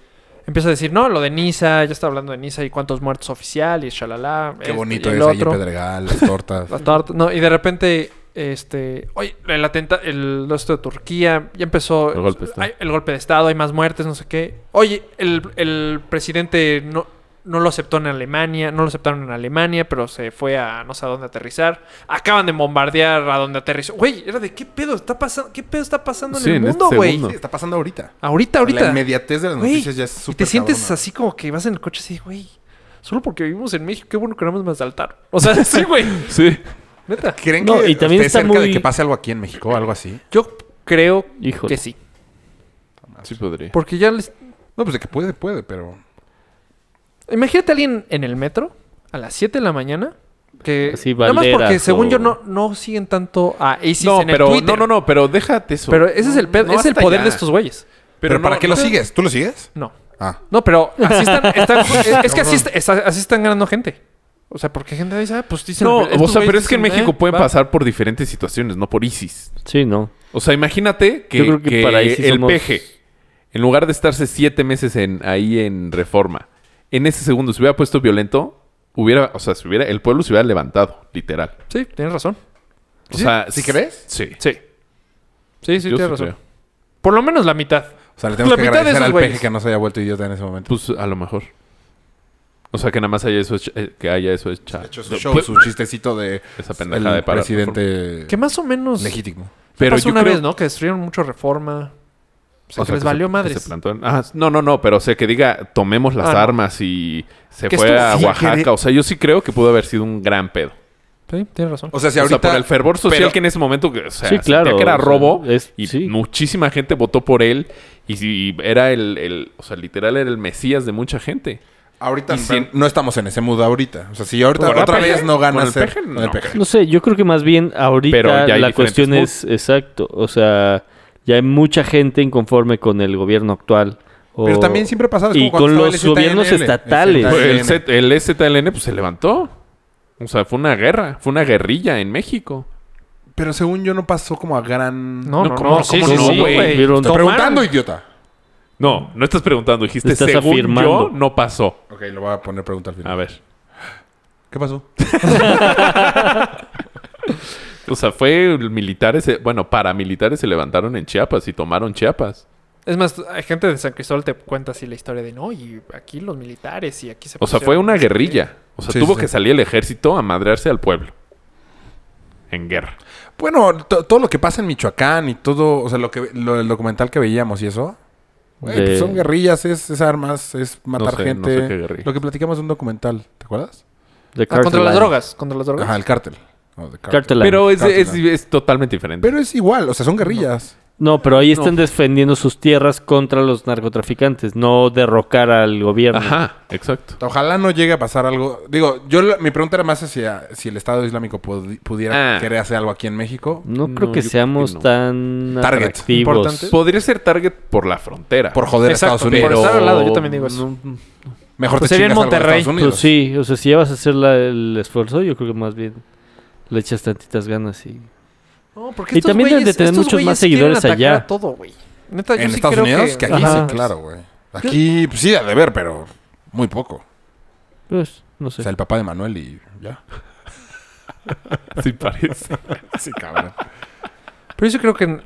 Speaker 6: Empieza a decir, no, lo de Niza, ya está hablando de Niza y cuántos muertos oficial y shalala.
Speaker 4: Qué bonito es
Speaker 6: este, el
Speaker 4: ahí en
Speaker 6: otro.
Speaker 4: Pedregal, las tortas.
Speaker 6: Las tortas. No, y de repente, este. Oye, el atenta, el esto de Turquía, ya empezó.
Speaker 3: El golpe este". de estado.
Speaker 6: hay- el golpe de Estado, hay más muertes, no sé qué. Oye, el, el presidente no, no lo aceptó en Alemania, no lo aceptaron en Alemania, pero se fue a no sé a dónde aterrizar. Acaban de bombardear a donde aterrizó. Güey, era de qué pedo está pasando, qué pedo está pasando
Speaker 3: Sí,
Speaker 6: en el
Speaker 3: en este
Speaker 6: mundo, güey.
Speaker 3: segundo.
Speaker 4: Sí, está pasando ahorita. La
Speaker 6: Ahorita, ahorita.
Speaker 4: inmediatez de las
Speaker 6: Güey,
Speaker 4: noticias ya es
Speaker 6: y
Speaker 4: súper
Speaker 6: te sientes
Speaker 4: cabrona.
Speaker 6: así como que vas en el coche así, güey. Solo porque vivimos en México, qué bueno que no más me asaltaron. O sea, sí, güey.
Speaker 3: Sí.
Speaker 6: Neta.
Speaker 4: ¿Creen
Speaker 2: No,
Speaker 4: que
Speaker 2: y también
Speaker 4: esté
Speaker 2: está
Speaker 4: cerca de
Speaker 2: muy-
Speaker 4: que pase algo aquí en México? Algo así.
Speaker 6: Yo creo
Speaker 2: Híjole.
Speaker 6: que sí.
Speaker 3: Sí podría.
Speaker 6: Porque ya les...
Speaker 4: No, pues de que puede, puede, pero...
Speaker 6: Imagínate a alguien en el metro a las 7 de la mañana. Que
Speaker 2: Así,
Speaker 6: nada más
Speaker 2: Valderas
Speaker 6: porque según
Speaker 2: o-
Speaker 6: yo no, no siguen tanto a ACES
Speaker 3: No,
Speaker 6: en el
Speaker 3: pero no,
Speaker 6: Twitter.
Speaker 3: no, no, pero déjate eso.
Speaker 6: Pero ese es el pedo,
Speaker 3: No,
Speaker 6: es el
Speaker 3: hasta
Speaker 6: poder
Speaker 3: ya.
Speaker 6: de estos güeyes.
Speaker 4: ¿Pero,
Speaker 3: no-
Speaker 4: para qué lo
Speaker 3: no-
Speaker 4: sigues? ¿Tú lo sigues?
Speaker 6: No.
Speaker 4: Ah.
Speaker 6: No, pero así están, están- es, es que así, está- está- así están ganando gente. O sea, porque gente dice, ah, pues dicen...
Speaker 3: No,
Speaker 6: estos
Speaker 3: o sea, pero
Speaker 6: güeyes
Speaker 3: es que en
Speaker 6: dicen,
Speaker 3: México
Speaker 6: eh,
Speaker 3: pueden
Speaker 6: va.
Speaker 3: pasar por diferentes situaciones, no por ISIS.
Speaker 2: Sí, no.
Speaker 3: O sea, imagínate que,
Speaker 2: Yo creo que
Speaker 3: que
Speaker 2: para ahí sí
Speaker 3: el
Speaker 2: somos-
Speaker 3: peje, en lugar de estarse siete meses en, ahí en reforma, en ese segundo se hubiera puesto violento, hubiera, o sea, se hubiera, el pueblo se hubiera levantado, literal.
Speaker 6: Sí, tienes razón.
Speaker 3: O sea,
Speaker 4: ¿Sí
Speaker 3: s-
Speaker 4: crees?
Speaker 3: Sí.
Speaker 6: Sí. Sí, sí,
Speaker 3: Yo
Speaker 6: tienes
Speaker 3: sí
Speaker 6: razón.
Speaker 3: creo.
Speaker 6: Por lo menos la mitad.
Speaker 4: O sea, le tenemos
Speaker 6: La
Speaker 4: que
Speaker 6: mitad de
Speaker 4: agradecer
Speaker 6: esos
Speaker 4: al
Speaker 6: güeyes.
Speaker 4: peje que no se haya vuelto idiota en ese momento.
Speaker 3: Pues a lo mejor. O sea, que nada más haya eso hecha- eh, que haya eso hecha.
Speaker 4: De hecho, su
Speaker 3: No,
Speaker 4: show,
Speaker 3: pues,
Speaker 4: su chistecito de...
Speaker 3: esa
Speaker 4: el
Speaker 3: pendejada de parar.
Speaker 4: presidente
Speaker 6: Que más o menos...
Speaker 4: legítimo.
Speaker 3: Pero
Speaker 6: pasó
Speaker 3: yo
Speaker 6: una
Speaker 3: creo-
Speaker 6: vez, ¿no? Que destruyeron mucho reforma. O sea,
Speaker 3: o
Speaker 6: que
Speaker 3: sea,
Speaker 6: les
Speaker 3: que
Speaker 6: valió
Speaker 3: se- que
Speaker 6: madres.
Speaker 3: se plantó en- Ah, no, no, no, pero o sea, que diga, tomemos las
Speaker 6: Ah, no.
Speaker 3: armas y se
Speaker 6: Que
Speaker 3: fue
Speaker 6: estuvo-
Speaker 3: a
Speaker 6: sí, que
Speaker 3: Oaxaca.
Speaker 6: de-
Speaker 3: O sea, yo sí creo que pudo haber sido un gran pedo.
Speaker 6: Sí, tienes razón.
Speaker 4: O sea, si ahorita...
Speaker 3: O sea, por el fervor social
Speaker 4: pero-
Speaker 3: que en ese momento, que, o sea,
Speaker 2: Sí,
Speaker 3: sentía
Speaker 2: claro,
Speaker 3: que era
Speaker 2: o sea,
Speaker 3: robo
Speaker 2: es-
Speaker 3: y
Speaker 2: sí.
Speaker 3: muchísima gente votó por él y, si- y era el, el- o sea, literal era el mesías de mucha gente.
Speaker 4: Ahorita
Speaker 3: Y si-
Speaker 4: no estamos en ese mood ahorita. O sea, si ahorita
Speaker 3: ¿Con el
Speaker 4: otra
Speaker 3: peje?
Speaker 4: vez no
Speaker 3: ¿Con
Speaker 4: gana
Speaker 3: el
Speaker 4: ser...
Speaker 3: peje?
Speaker 4: con el
Speaker 3: No.
Speaker 4: peje.
Speaker 2: No sé, yo creo que más bien
Speaker 3: Pero ya
Speaker 2: ahorita
Speaker 3: hay
Speaker 2: la
Speaker 3: diferentes
Speaker 2: cuestión
Speaker 3: moods.
Speaker 2: es, exacto, o sea, ya hay mucha gente inconforme con el gobierno actual. o-
Speaker 4: Pero también siempre ha pasado. es
Speaker 2: Y
Speaker 4: como cuando
Speaker 2: con
Speaker 4: estaba el
Speaker 2: los
Speaker 4: ZNL,
Speaker 2: gobiernos
Speaker 4: el
Speaker 2: estatales.
Speaker 4: ZNL.
Speaker 3: Pues el, Z- el EZLN pues se levantó. O sea, fue una guerra, fue una guerrilla en México.
Speaker 4: Pero según yo no pasó como a gran...
Speaker 6: No, no, no.
Speaker 3: ¿cómo-
Speaker 6: sí,
Speaker 3: cómo
Speaker 6: sí,
Speaker 3: no,
Speaker 6: sí,
Speaker 3: güey?
Speaker 6: güey.
Speaker 2: Vieron-
Speaker 4: Está preguntando, idiota.
Speaker 3: No, no estás preguntando, dijiste,
Speaker 2: Estás
Speaker 3: según yo,
Speaker 2: afirmando.
Speaker 3: no pasó.
Speaker 4: Ok, lo voy a poner pregunta al final.
Speaker 3: A ver.
Speaker 4: ¿Qué pasó?
Speaker 3: O sea, fue militares, se- bueno, paramilitares se levantaron en Chiapas y tomaron Chiapas.
Speaker 6: Es más, hay gente de San Cristóbal te cuenta así la historia de no, y aquí los militares y aquí se
Speaker 3: O sea,
Speaker 6: pusieron
Speaker 3: fue una
Speaker 6: no sé qué".
Speaker 3: guerrilla. O sea,
Speaker 4: Sí,
Speaker 3: tuvo
Speaker 4: sí,
Speaker 3: que
Speaker 4: sí.
Speaker 3: salir el ejército a madrearse al pueblo. En guerra.
Speaker 4: Bueno, to- todo lo que pasa en Michoacán y todo, o sea, lo que lo, el documental que veíamos y eso. Güey,
Speaker 2: De-
Speaker 4: pues son guerrillas, es, es armas, es matar
Speaker 3: sé, no
Speaker 4: gente.
Speaker 3: sé qué guerrilla.
Speaker 4: lo que platicamos de un documental, ¿te acuerdas?
Speaker 2: The
Speaker 6: Ah, contra
Speaker 2: Cartel
Speaker 6: las
Speaker 2: Line.
Speaker 6: drogas, contra las drogas.
Speaker 4: Ajá, el cártel. No, de cártel.
Speaker 2: Cartel Line.
Speaker 3: Pero es,
Speaker 4: Cárcel,
Speaker 3: es- es totalmente diferente.
Speaker 4: Pero es igual, o sea, son guerrillas.
Speaker 2: No, pero ahí están defendiendo sus tierras contra los narcotraficantes, no derrocar al gobierno.
Speaker 3: Ajá, exacto.
Speaker 4: Ojalá no llegue a pasar algo. Digo, yo la- mi pregunta era más hacia si el Estado Islámico pudi- pudiera
Speaker 3: Ah.
Speaker 4: querer hacer algo aquí en México.
Speaker 2: No
Speaker 3: No,
Speaker 2: creo que
Speaker 3: yo creo que
Speaker 2: seamos
Speaker 3: no.
Speaker 2: tan
Speaker 4: Target.
Speaker 2: atractivos.
Speaker 6: Importante.
Speaker 3: Podría ser target por la frontera.
Speaker 4: Por joder
Speaker 6: Exacto,
Speaker 4: a Estados Unidos.
Speaker 6: por estar al lado, yo también digo eso.
Speaker 2: No,
Speaker 4: Mejor
Speaker 6: Pues
Speaker 4: te
Speaker 6: sería en
Speaker 4: chingas algo de
Speaker 6: Monterrey.
Speaker 4: Estados Unidos.
Speaker 2: Pues sí, o sea, si ya vas a hacer la- el esfuerzo, yo creo que más bien le echas tantitas ganas y...
Speaker 6: No, porque
Speaker 2: Y
Speaker 6: estos
Speaker 2: también deben de
Speaker 6: güeyes-
Speaker 2: tener
Speaker 6: estos
Speaker 2: muchos
Speaker 6: güeyes
Speaker 2: más
Speaker 6: quieren
Speaker 2: seguidores
Speaker 6: atacar
Speaker 2: allá.
Speaker 6: a todo, güey. Neta, yo
Speaker 4: En
Speaker 6: sí
Speaker 4: Estados
Speaker 6: creo
Speaker 4: Unidos, que, allí
Speaker 6: Ajá.
Speaker 4: sí, claro, güey. Aquí, pues sí, ha de haber, pero muy poco.
Speaker 2: Pues, no
Speaker 4: O
Speaker 2: sé.
Speaker 4: sea, el papá de Manuel y ya.
Speaker 3: Sí, parece.
Speaker 4: Sí, cabrón.
Speaker 6: Pero yo sí creo que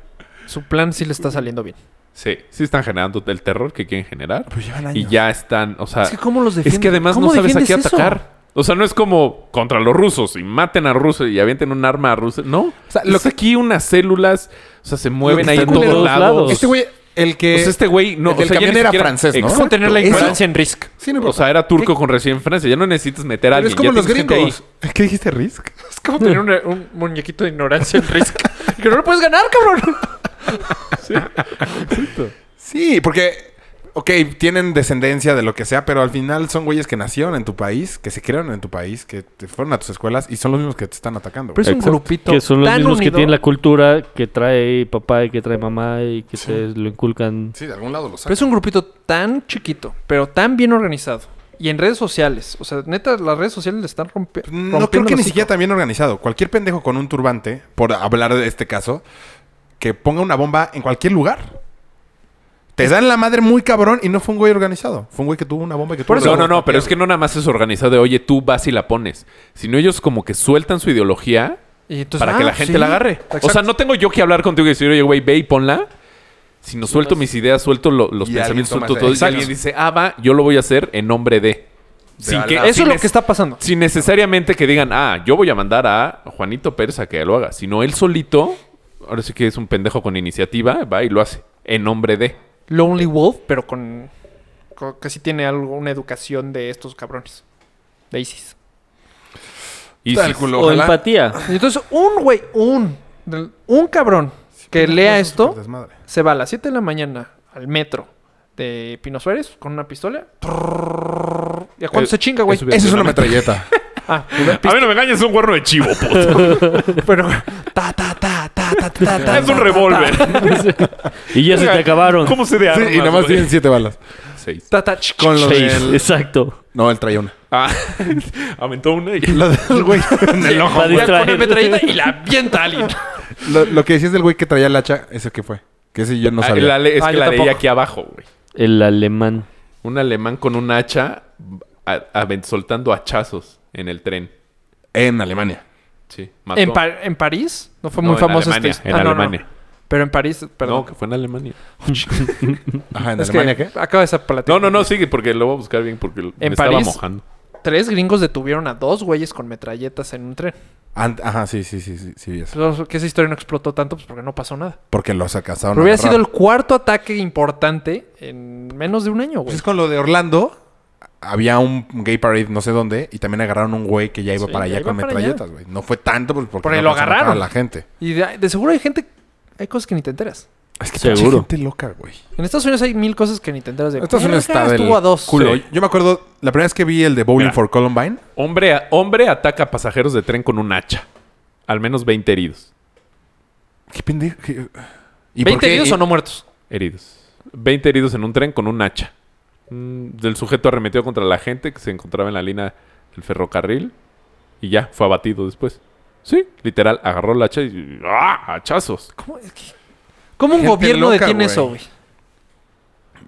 Speaker 6: su plan sí le está saliendo bien.
Speaker 3: Sí, sí están generando el terror que quieren generar.
Speaker 4: Pues llevan
Speaker 3: Y
Speaker 4: años.
Speaker 3: ya están, o sea...
Speaker 6: Es que cómo los
Speaker 3: Es
Speaker 6: defiendes.
Speaker 3: que además no
Speaker 6: ¿Cómo
Speaker 3: sabes a qué
Speaker 6: defiendes eso?
Speaker 3: atacar. O sea, no es como contra los rusos y maten a rusos y avienten un arma a rusos. No.
Speaker 4: sea,
Speaker 3: lo
Speaker 4: lo
Speaker 3: que aquí unas células, o sea, se mueven
Speaker 4: que
Speaker 3: ahí en
Speaker 4: está
Speaker 3: todos
Speaker 4: culero-
Speaker 3: lados.
Speaker 2: Este
Speaker 4: Este güey
Speaker 7: El que.
Speaker 3: Pues este güey no.
Speaker 4: el del
Speaker 3: ya
Speaker 4: camión
Speaker 3: ni
Speaker 4: era
Speaker 3: siquiera-
Speaker 4: francés, ¿no?
Speaker 3: Exacto.
Speaker 6: Es contener la
Speaker 7: Eso-
Speaker 6: ignorancia en Risk.
Speaker 7: Sí, no
Speaker 3: O
Speaker 7: importa.
Speaker 3: sea, era turco con recién Francia. Ya no necesitas meter
Speaker 7: Pero
Speaker 3: a alguien.
Speaker 7: es como
Speaker 3: ya
Speaker 7: los
Speaker 3: tienes gente ahí.
Speaker 7: gringos.
Speaker 4: ¿Qué dijiste, Risk?
Speaker 6: Es como tener un, un muñequito de ignorancia en Risk. que no lo puedes ganar, cabrón.
Speaker 4: Sí, porque, ok, tienen descendencia de lo que sea, pero al final son güeyes que nacieron en tu país, que se crearon en tu país, que te fueron a tus escuelas y son los mismos que te están atacando.
Speaker 6: Pero
Speaker 4: güey.
Speaker 6: es un grupito.
Speaker 2: Que son los
Speaker 6: tan
Speaker 2: mismos que
Speaker 6: unido.
Speaker 2: tienen la cultura que trae papá y que trae mamá y que te lo inculcan.
Speaker 4: Sí, de algún lado lo
Speaker 6: Pero
Speaker 4: sacan.
Speaker 6: es un grupito tan chiquito, pero tan bien organizado. Y en redes sociales. O sea, neta, las redes sociales le están rompe- rompiendo.
Speaker 4: No creo que
Speaker 6: el
Speaker 4: ni
Speaker 6: hocico.
Speaker 4: siquiera tan bien organizado. Cualquier pendejo con un turbante, por hablar de este caso, que ponga una bomba en cualquier lugar. Te dan la madre muy cabrón y no fue un güey organizado. Fue un güey que tuvo una bomba que tuvo...
Speaker 3: No, no, no, pero es que no nada más es organizado de, oye, tú vas y la pones. Sino ellos como que sueltan su ideología
Speaker 6: Y entonces,
Speaker 3: para
Speaker 6: ah,
Speaker 3: que la gente
Speaker 6: sí.
Speaker 3: la agarre.
Speaker 6: Exacto.
Speaker 3: O sea, no tengo yo que hablar contigo y decir, oye, güey, ve y ponla. Sino suelto mis ideas, suelto lo- los
Speaker 4: Y alguien
Speaker 3: pensamientos,
Speaker 4: toma
Speaker 3: suelto
Speaker 4: esa-
Speaker 3: todo. Y
Speaker 4: Exacto.
Speaker 3: alguien dice, ah, va, yo lo voy a hacer en nombre de. Sin
Speaker 4: Ala.
Speaker 3: que,
Speaker 4: Eso
Speaker 6: Eso
Speaker 3: sin
Speaker 6: es lo
Speaker 3: nece-
Speaker 6: que está pasando.
Speaker 3: Sin necesariamente que digan, ah, yo voy a mandar a Juanito Pérez a que lo haga. Sino él solito, ahora sí que es un pendejo con iniciativa, va y lo hace. En nombre de.
Speaker 6: Lonely Wolf, pero con, con- que sí tiene algo, una educación de estos cabrones. De ISIS.
Speaker 3: Y
Speaker 4: Está
Speaker 3: si-
Speaker 4: del culo,
Speaker 2: O
Speaker 4: ojalá.
Speaker 2: empatía.
Speaker 6: Y entonces, un güey, un, del- un cabrón que lea esto
Speaker 4: Desmadre.
Speaker 6: se va a las 7 de la mañana al metro de Pino Suárez con una pistola. Trrrr. ¿Y a cuánto
Speaker 3: Eh,
Speaker 6: se chinga, güey?
Speaker 3: eso
Speaker 4: Eso es una metralleta.
Speaker 6: Ah,
Speaker 3: A mí no me engañes, es un cuerno de chivo, puto.
Speaker 6: pero. Ta, ta, ta, ta, ta, ta, ta,
Speaker 3: Es un
Speaker 6: ta,
Speaker 3: revólver.
Speaker 2: y ya se te acabaron.
Speaker 3: ¿Cómo se de
Speaker 4: Sí,
Speaker 3: armas,
Speaker 4: y nada más
Speaker 3: güey?
Speaker 4: tienen siete balas.
Speaker 3: Seis.
Speaker 6: ta, ta, ch-
Speaker 4: Con lo
Speaker 2: Seis,
Speaker 4: del...
Speaker 2: Exacto.
Speaker 4: No, él traía una.
Speaker 3: Ah, aumentó una y...
Speaker 4: Lo del güey en el ojo.
Speaker 2: Para
Speaker 6: Voy a poner
Speaker 2: distraer.
Speaker 6: metralleta y la avienta a alguien.
Speaker 4: Lo, lo que decías del güey que traía el hacha, ¿ese qué fue? Que ese yo no
Speaker 3: Ah,
Speaker 4: sabía.
Speaker 3: la le- es
Speaker 6: Ah,
Speaker 3: que
Speaker 6: yo
Speaker 3: la leí
Speaker 6: tampoco.
Speaker 3: aquí abajo, güey.
Speaker 2: El alemán.
Speaker 3: Un alemán con un hacha a- aven- soltando hachazos en el tren.
Speaker 4: En Alemania.
Speaker 3: Sí. mató.
Speaker 6: En, Pa- en París, no fue
Speaker 3: No,
Speaker 6: muy
Speaker 3: en
Speaker 6: famoso
Speaker 3: Alemania,
Speaker 6: este.
Speaker 3: en
Speaker 6: Ah, no, no, no.
Speaker 3: Alemania.
Speaker 6: Pero en París,
Speaker 3: No,
Speaker 6: perdón.
Speaker 3: que fue en Alemania.
Speaker 4: Ajá, en
Speaker 6: es
Speaker 4: Alemania,
Speaker 6: que
Speaker 4: ¿qué?
Speaker 6: acaba de ser
Speaker 3: No, no, no, sigue porque lo voy a buscar bien porque me estaba
Speaker 6: París?
Speaker 3: mojando.
Speaker 6: Tres gringos detuvieron a dos güeyes con metralletas en un tren.
Speaker 4: Ant- Ajá, sí, sí, sí, sí, sí, vi eso.
Speaker 6: Pero que esa historia no explotó tanto pues porque no pasó nada.
Speaker 4: Porque los acasaron.
Speaker 6: Pero hubiera
Speaker 4: agarrar.
Speaker 6: sido el cuarto ataque importante en menos de un año,
Speaker 4: Pues
Speaker 6: güey.
Speaker 4: es con lo de Orlando. Había un gay parade no sé dónde y también agarraron un güey que ya iba
Speaker 6: Sí,
Speaker 4: para
Speaker 6: ya
Speaker 4: allá
Speaker 6: iba
Speaker 4: con
Speaker 6: para
Speaker 4: metralletas, güey. No fue tanto pues, porque
Speaker 6: Porque
Speaker 4: no
Speaker 6: lo
Speaker 4: alcanzaron a matar
Speaker 6: agarraron.
Speaker 4: a la gente.
Speaker 6: Y de, de seguro hay gente, hay cosas que ni te enteras.
Speaker 4: Es que
Speaker 2: Seguro.
Speaker 4: pinche gente loca, güey.
Speaker 6: En Estados Unidos hay mil cosas que ni te enteras de.
Speaker 4: Esta es una
Speaker 6: Verga,
Speaker 4: está del
Speaker 6: Estuvo a dos.
Speaker 4: culo.
Speaker 3: Sí.
Speaker 4: Yo me acuerdo la primera vez que vi el de Bowling
Speaker 3: Mira.
Speaker 4: for Columbine.
Speaker 3: Hombre, a- hombre ataca a pasajeros de tren con un hacha. Al menos 20 heridos.
Speaker 4: Qué pendejo. qué- ¿Y por
Speaker 6: ¿20
Speaker 4: qué?
Speaker 6: heridos
Speaker 4: Y-
Speaker 6: o no muertos?
Speaker 3: Heridos. 20 heridos en un tren con un hacha. Mm, Del sujeto arremetió contra la gente que se encontraba en la línea del ferrocarril. Y ya, fue abatido después. Sí, literal, agarró el hacha y... ¡Ah! ¡Hachazos!
Speaker 6: ¿Cómo, es que- ¿Cómo un
Speaker 4: Gente
Speaker 6: gobierno
Speaker 4: loca,
Speaker 6: detiene
Speaker 4: güey.
Speaker 6: eso, güey?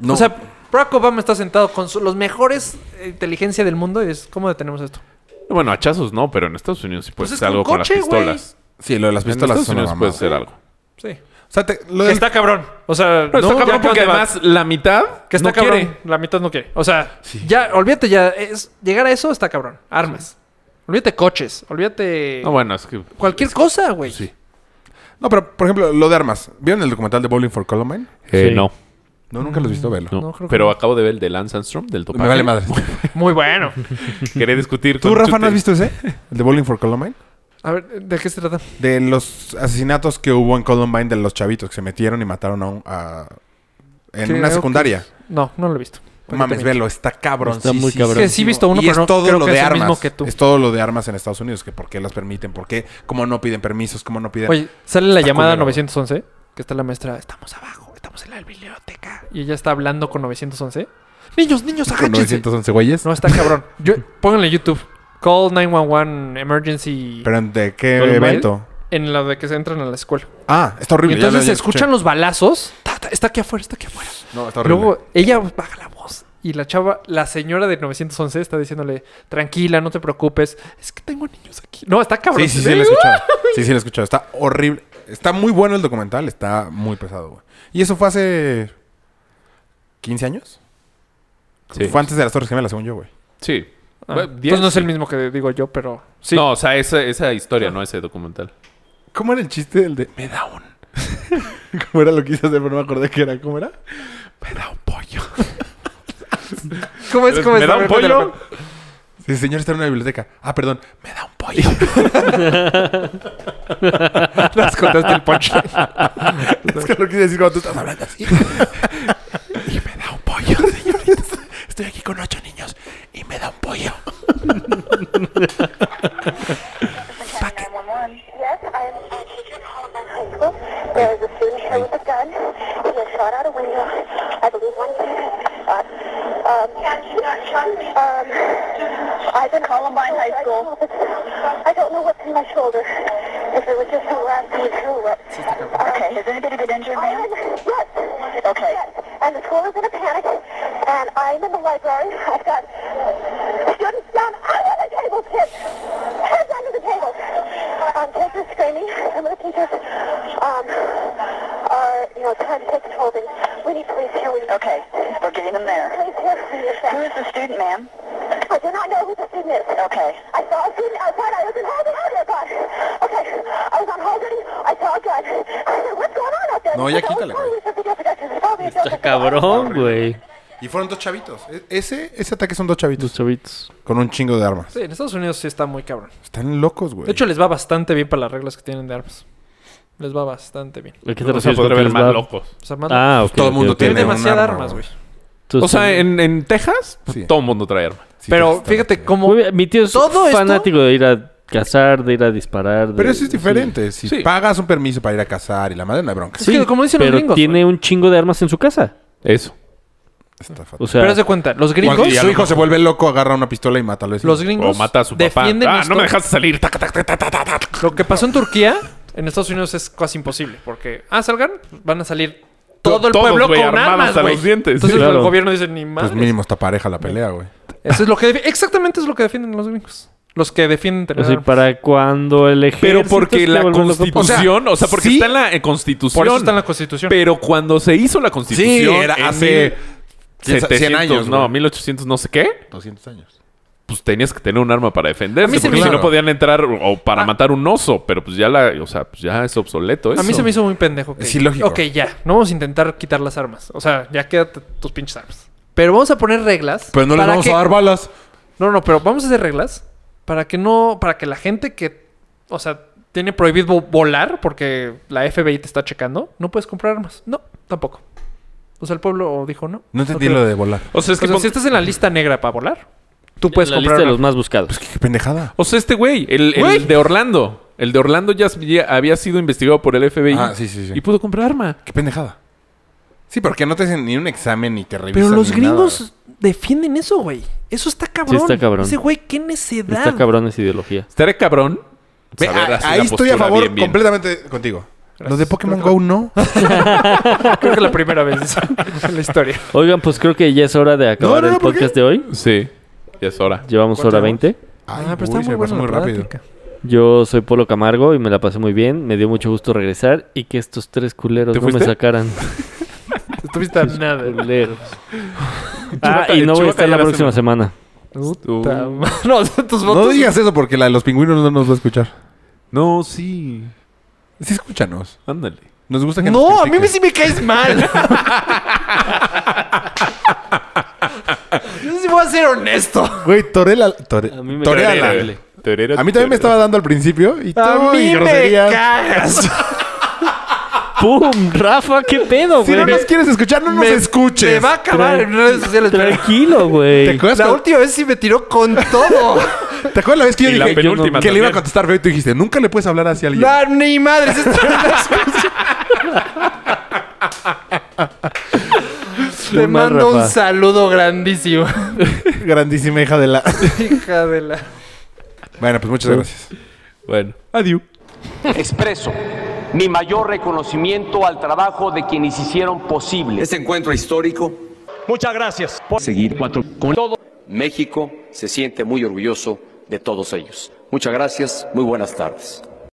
Speaker 4: No.
Speaker 6: O sea, Barack Obama está sentado con su- los mejores eh, inteligencia del mundo y es ¿cómo detenemos esto?
Speaker 3: Bueno, hachazos no, pero en Estados Unidos sí puede
Speaker 6: Pues es
Speaker 3: ser
Speaker 6: con
Speaker 3: algo con las
Speaker 6: coche, güey. Pues
Speaker 3: pistolas.
Speaker 4: sí, lo de las
Speaker 3: En
Speaker 4: pistolas
Speaker 3: Estados
Speaker 4: es una
Speaker 3: Unidos
Speaker 4: mamada.
Speaker 3: puede ser algo.
Speaker 6: Sí.
Speaker 4: O sea, te- lo
Speaker 6: Que
Speaker 4: del-
Speaker 6: está cabrón. O sea,
Speaker 3: No, está
Speaker 6: ya
Speaker 3: cabrón
Speaker 6: acaban
Speaker 3: porque
Speaker 6: de va-
Speaker 3: además la mitad
Speaker 6: que está
Speaker 3: no
Speaker 6: cabrón,
Speaker 3: quiere.
Speaker 6: la mitad no quiere. O sea, ya olvídate ya es llegar a eso está cabrón. Armas. Olvídate coches, olvídate
Speaker 4: Ah,
Speaker 3: No, bueno, es que...
Speaker 6: cualquier cosa, güey.
Speaker 3: Sí.
Speaker 4: No, pero por ejemplo, lo de armas. ¿Vieron el documental de Bowling for Columbine?
Speaker 3: Eh,
Speaker 2: Sí.
Speaker 3: No,
Speaker 4: No, nunca los he visto verlo.
Speaker 3: no.
Speaker 6: No, creo que
Speaker 3: pero
Speaker 6: no.
Speaker 3: acabo de ver el de Lance Armstrong, del topaje.
Speaker 4: Me vale madre.
Speaker 6: Muy bueno.
Speaker 3: Quería discutir
Speaker 4: ¿Tú,
Speaker 3: con
Speaker 4: Rafa, no
Speaker 3: Chute.
Speaker 4: has visto ese? ¿El de Bowling for Columbine?
Speaker 6: A ver, ¿de qué se trata?
Speaker 4: De los asesinatos que hubo en Columbine de los chavitos que se metieron y mataron a un... a- en
Speaker 6: Creo
Speaker 4: una secundaria.
Speaker 6: que- No, no lo he visto.
Speaker 4: No Mames, velo. Está cabrón.
Speaker 2: Está muy cabrón.
Speaker 6: Que sí he visto uno,
Speaker 4: y
Speaker 6: pero
Speaker 4: es
Speaker 6: no
Speaker 4: todo
Speaker 6: creo
Speaker 4: lo
Speaker 6: que
Speaker 4: de
Speaker 6: es el mismo
Speaker 4: armas.
Speaker 6: que tú.
Speaker 4: Es todo lo de armas en Estados Unidos. Que por qué las permiten, por qué, cómo no piden permisos, cómo no piden...
Speaker 6: Oye, sale la
Speaker 4: Está
Speaker 6: llamada
Speaker 4: culero,
Speaker 6: 911, que está la maestra, estamos abajo, estamos en la biblioteca. Y ella está hablando con 911. Niños, niños,
Speaker 4: con
Speaker 6: agáchense.
Speaker 4: 911 güeyes.
Speaker 6: No, está cabrón. Yo, pónganle YouTube. Call 911 Emergency.
Speaker 4: ¿Pero de qué
Speaker 2: ¿Columbine?
Speaker 4: evento?
Speaker 6: en la de que se entran a la escuela.
Speaker 4: Ah, está
Speaker 6: Y
Speaker 4: horrible. ya lo- ya
Speaker 6: entonces se
Speaker 4: escuché.
Speaker 6: escuchan los balazos. Ta, ta, está aquí afuera, está aquí afuera.
Speaker 4: No, está horrible.
Speaker 6: Luego ella baja la voz. Y la chava, la señora de 911 está diciéndole, tranquila, no te preocupes. Es que tengo niños aquí. No, está cabrón.
Speaker 4: Sí, sí, sí, lo he escuchado. Sí, sí, lo he escuchado. Está horrible. Está muy bueno el documental, está muy pesado, güey. Y eso fue hace 15 años.
Speaker 3: Sí.
Speaker 4: Fue antes de las Torres Gemelas, según yo, güey.
Speaker 3: Sí.
Speaker 6: Ah,
Speaker 3: Bueno, diez,
Speaker 6: entonces no es el
Speaker 3: sí.
Speaker 6: mismo que digo yo, pero sí.
Speaker 3: No, o sea, esa, esa historia, no ese documental.
Speaker 4: ¿Cómo era el chiste del de me da un? ¿Cómo era lo que hice hacer? Pero no me acordé que era. ¿Cómo era?
Speaker 3: Me da un pollo.
Speaker 6: ¿Cómo es? ¿Cómo es?
Speaker 3: ¿Me da un
Speaker 6: A ver, cuéntalo,
Speaker 3: pollo?
Speaker 6: cuéntalo.
Speaker 4: Sí, señor, está en una biblioteca. Ah, perdón. Me da un pollo.
Speaker 6: Nos contaste el punchline.
Speaker 4: es que lo quise decir cuando tú estás hablando así.
Speaker 3: Y me da un pollo, señoritas. Estoy aquí con ocho niños y me da un pollo.
Speaker 8: Fuck it. Yes, I am a teacher called my high school. There was a student here with a gun. He was shot out a window. I believe one kid has been shot. Um, um, I've been Columbine High School. I don't know what's in my shoulder. If it was just a last week, who what? Okay, has anybody been injured, ma'am? Yes. Okay. And the school is in a panic, and I'm in the library. I've got students down under the table, kids. Heads under the table. Um, kids are screaming. Some of the teachers um, are, you know, trying to take control. They, we need police here. We need okay, we're getting them there. Police here. Who is the student, ma'am? I do not know who the student is. Okay. I saw a student outside. I was in holding. Oh dear God. Okay. I was on holding. I saw a gun. I said, what's going on out there?
Speaker 9: No, ya
Speaker 8: They said,
Speaker 9: quítale,
Speaker 8: "Oh, sorry,
Speaker 9: güey.
Speaker 8: we should be doing production. It's probably a joke.
Speaker 2: Está cabrón, güey.
Speaker 4: Y fueron dos chavitos. E- Ese, ese ataque son dos chavitos.
Speaker 2: Los chavitos.
Speaker 4: Con un chingo de armas.
Speaker 6: Sí, en Estados Unidos sí está muy cabrón.
Speaker 4: Están locos, güey.
Speaker 6: De hecho, les va bastante bien para las reglas que tienen de armas. Les va bastante bien.
Speaker 2: ¿A qué te
Speaker 3: O sea,
Speaker 2: refieres con
Speaker 3: podría
Speaker 2: que
Speaker 3: ver
Speaker 2: les
Speaker 3: más
Speaker 2: va-
Speaker 3: locos.
Speaker 6: O sea, más
Speaker 2: Ah, ok.
Speaker 9: todo el
Speaker 2: ok,
Speaker 9: mundo
Speaker 2: ok.
Speaker 6: tienen
Speaker 9: tiene un
Speaker 6: demasiadas
Speaker 9: arma,
Speaker 6: armas, güey.
Speaker 9: güey.
Speaker 2: Entonces,
Speaker 3: O sea, eh, en, en Texas,
Speaker 4: Sí.
Speaker 3: todo el mundo trae arma.
Speaker 4: Sí,
Speaker 6: Pero
Speaker 4: está-
Speaker 6: fíjate cómo...
Speaker 2: muy bien, Mi tío es
Speaker 6: todo esto-
Speaker 2: fanático de ir a cazar, de ir a disparar. de-
Speaker 4: Pero eso es diferente. Si
Speaker 3: Sí.
Speaker 4: pagas un permiso para ir a cazar y la madre no hay bronca.
Speaker 6: Es que como dicen los
Speaker 2: pero
Speaker 6: gringos,
Speaker 2: tiene un chingo de armas en su casa.
Speaker 3: Eso.
Speaker 4: Está fatal.
Speaker 2: O sea,
Speaker 6: Pero haz de cuenta, los
Speaker 4: Cuando
Speaker 6: gringos...
Speaker 4: su hijo se vuelve loco, agarra una pistola y mata al vecino.
Speaker 6: Los gringos
Speaker 3: O mata a su papá.
Speaker 6: defienden
Speaker 3: Ah,
Speaker 6: esto.
Speaker 3: no me dejaste salir. Tac, tac, tac, tac, tac, tac, tac.
Speaker 6: Lo que pasó en Turquía, en Estados Unidos es casi imposible. Porque, ah, salgan, van a salir todo el
Speaker 3: Todos,
Speaker 6: pueblo
Speaker 3: güey,
Speaker 6: con
Speaker 3: armados
Speaker 6: armas,
Speaker 3: hasta
Speaker 6: güey.
Speaker 3: los dientes.
Speaker 6: Entonces
Speaker 3: Sí,
Speaker 2: claro.
Speaker 6: el gobierno dice, ni más.
Speaker 4: Pues mínimo está pareja la pelea, güey.
Speaker 6: Eso es lo que... defi- Exactamente es lo que defienden los gringos. Los que defienden
Speaker 4: Pues
Speaker 6: tener
Speaker 2: o sea,
Speaker 6: armas.
Speaker 2: para cuando el ejército...
Speaker 3: Pero porque
Speaker 2: se
Speaker 3: la
Speaker 2: vuelve loco, pues,
Speaker 3: constitución, o sea, porque
Speaker 4: sí.
Speaker 3: está en la eh, constitución.
Speaker 6: Por eso está en la Constitución.
Speaker 3: Pero cuando se hizo la constitución.
Speaker 4: Sí, era
Speaker 3: en
Speaker 4: hace
Speaker 3: 700,
Speaker 4: 100 años,
Speaker 3: No,
Speaker 4: güey.
Speaker 3: 1800, no sé qué.
Speaker 4: 200 años.
Speaker 3: Pues tenías que tener un arma para
Speaker 6: A mí
Speaker 3: defenderte.
Speaker 6: se
Speaker 3: Porque
Speaker 6: me
Speaker 3: si
Speaker 4: hizo-
Speaker 3: no podían entrar o para
Speaker 6: Ah.
Speaker 3: matar un oso. Pero pues ya la. O sea, pues ya es obsoleto eso.
Speaker 6: A mí se me hizo muy pendejo. que-
Speaker 4: Es ilógico.
Speaker 6: Ok, ya. No vamos a intentar quitar las armas. O sea, ya quédate tus pinches armas. Pero vamos a poner reglas.
Speaker 4: Pero no les
Speaker 6: para
Speaker 4: vamos
Speaker 6: que-
Speaker 4: a dar balas.
Speaker 6: No, no, pero vamos a hacer reglas para que no. Para que la gente que. O sea, tiene prohibido vo- volar porque la FBI te está checando. No puedes comprar armas. No, tampoco. O sea, el pueblo dijo no.
Speaker 4: No entendí
Speaker 6: creo.
Speaker 4: lo de volar.
Speaker 3: O sea, es que
Speaker 6: O sea,
Speaker 3: pon-
Speaker 6: si estás en la lista negra para volar, tú puedes
Speaker 2: la
Speaker 6: comprar.
Speaker 2: lista de los
Speaker 6: una-
Speaker 2: más buscados.
Speaker 4: Qué pendejada.
Speaker 3: O sea, este güey, el, el
Speaker 6: Güey.
Speaker 3: de Orlando. El de Orlando ya s- ya había sido investigado por el FBI.
Speaker 4: Ah, sí, sí, sí.
Speaker 3: Y pudo comprar arma.
Speaker 4: Qué pendejada. Sí, porque no te hacen ni un examen ni te revisan.
Speaker 6: Pero los
Speaker 4: ni nada.
Speaker 6: gringos defienden eso, güey. Eso está cabrón.
Speaker 2: está cabrón.
Speaker 6: Ese güey, qué necedad.
Speaker 2: Está cabrón esa ideología.
Speaker 3: Estaré cabrón.
Speaker 4: Ve,
Speaker 3: saber
Speaker 4: a-
Speaker 3: así
Speaker 4: ahí
Speaker 3: la
Speaker 4: estoy a
Speaker 3: postura
Speaker 4: favor
Speaker 3: bien, bien.
Speaker 4: completamente contigo. Los de Pokémon Go no.
Speaker 6: Creo que es la primera vez en la historia.
Speaker 2: Oigan, pues creo que ya es hora de acabar
Speaker 4: no, no,
Speaker 2: el
Speaker 4: ¿por qué?
Speaker 2: podcast de hoy.
Speaker 3: Sí. Ya es hora.
Speaker 2: Llevamos hora 20.
Speaker 4: Ay,
Speaker 6: ah, pero está
Speaker 4: güey, se
Speaker 6: muy
Speaker 4: me pasó
Speaker 6: bueno.
Speaker 4: muy rápido.
Speaker 2: Yo soy Polo Camargo y me la pasé muy bien. Me dio mucho gusto regresar y que estos tres culeros
Speaker 3: ¿Te
Speaker 2: no me
Speaker 3: fuiste?
Speaker 2: sacaran.
Speaker 6: Estuviste a nada.
Speaker 2: Culeros. ah, y
Speaker 3: Chúbata-
Speaker 2: no voy a
Speaker 3: chúbata
Speaker 2: estar la
Speaker 3: ya la
Speaker 2: próxima semana.
Speaker 6: Puta madre. No, o sea, tus votos.
Speaker 4: No digas eso porque la de los pingüinos no nos va a escuchar.
Speaker 3: No, sí.
Speaker 4: Sí, escúchanos.
Speaker 3: Ándale.
Speaker 4: Nos gusta que
Speaker 6: No,
Speaker 4: nos
Speaker 6: a mí me-
Speaker 4: critiques.
Speaker 6: sí me caes mal. Yo sí voy a ser honesto.
Speaker 4: Güey, Torela. Tore...
Speaker 2: A mí me
Speaker 4: toreala.
Speaker 2: cae mal.
Speaker 4: A mí también me estaba dando al principio. Y
Speaker 6: A
Speaker 4: todo, y
Speaker 6: mí me
Speaker 4: groserías.
Speaker 6: cagas.
Speaker 2: ¡Pum! Rafa, qué pedo,
Speaker 4: Si
Speaker 2: güey.
Speaker 4: no nos quieres escuchar, no nos
Speaker 6: Me-
Speaker 4: escuches.
Speaker 6: Me va a acabar en redes sociales. pero-
Speaker 2: Tranquilo,
Speaker 4: ¿Te
Speaker 2: güey.
Speaker 4: acuerdas,
Speaker 6: La
Speaker 4: cuando-
Speaker 6: última vez sí me tiró con todo.
Speaker 4: ¿Te acuerdas la vez que yo
Speaker 3: Y la
Speaker 4: dije que
Speaker 3: penúltima
Speaker 4: le iba a
Speaker 3: también.
Speaker 4: contestar feo y tú dijiste, nunca le puedes hablar así a alguien?
Speaker 6: No, ni madres. esto no es
Speaker 2: Muy
Speaker 6: Te
Speaker 2: mal,
Speaker 6: mando un
Speaker 2: Rafa.
Speaker 6: saludo grandísimo.
Speaker 4: Grandísima hija de la.
Speaker 6: Hija de la.
Speaker 4: bueno, pues muchas gracias.
Speaker 3: Bueno. Adiós.
Speaker 10: Expreso mi mayor reconocimiento al trabajo de quienes hicieron posible
Speaker 11: Este encuentro histórico,
Speaker 10: seguir cuatro
Speaker 11: México se siente muy orgulloso de todos ellos. Muchas gracias, muy buenas tardes.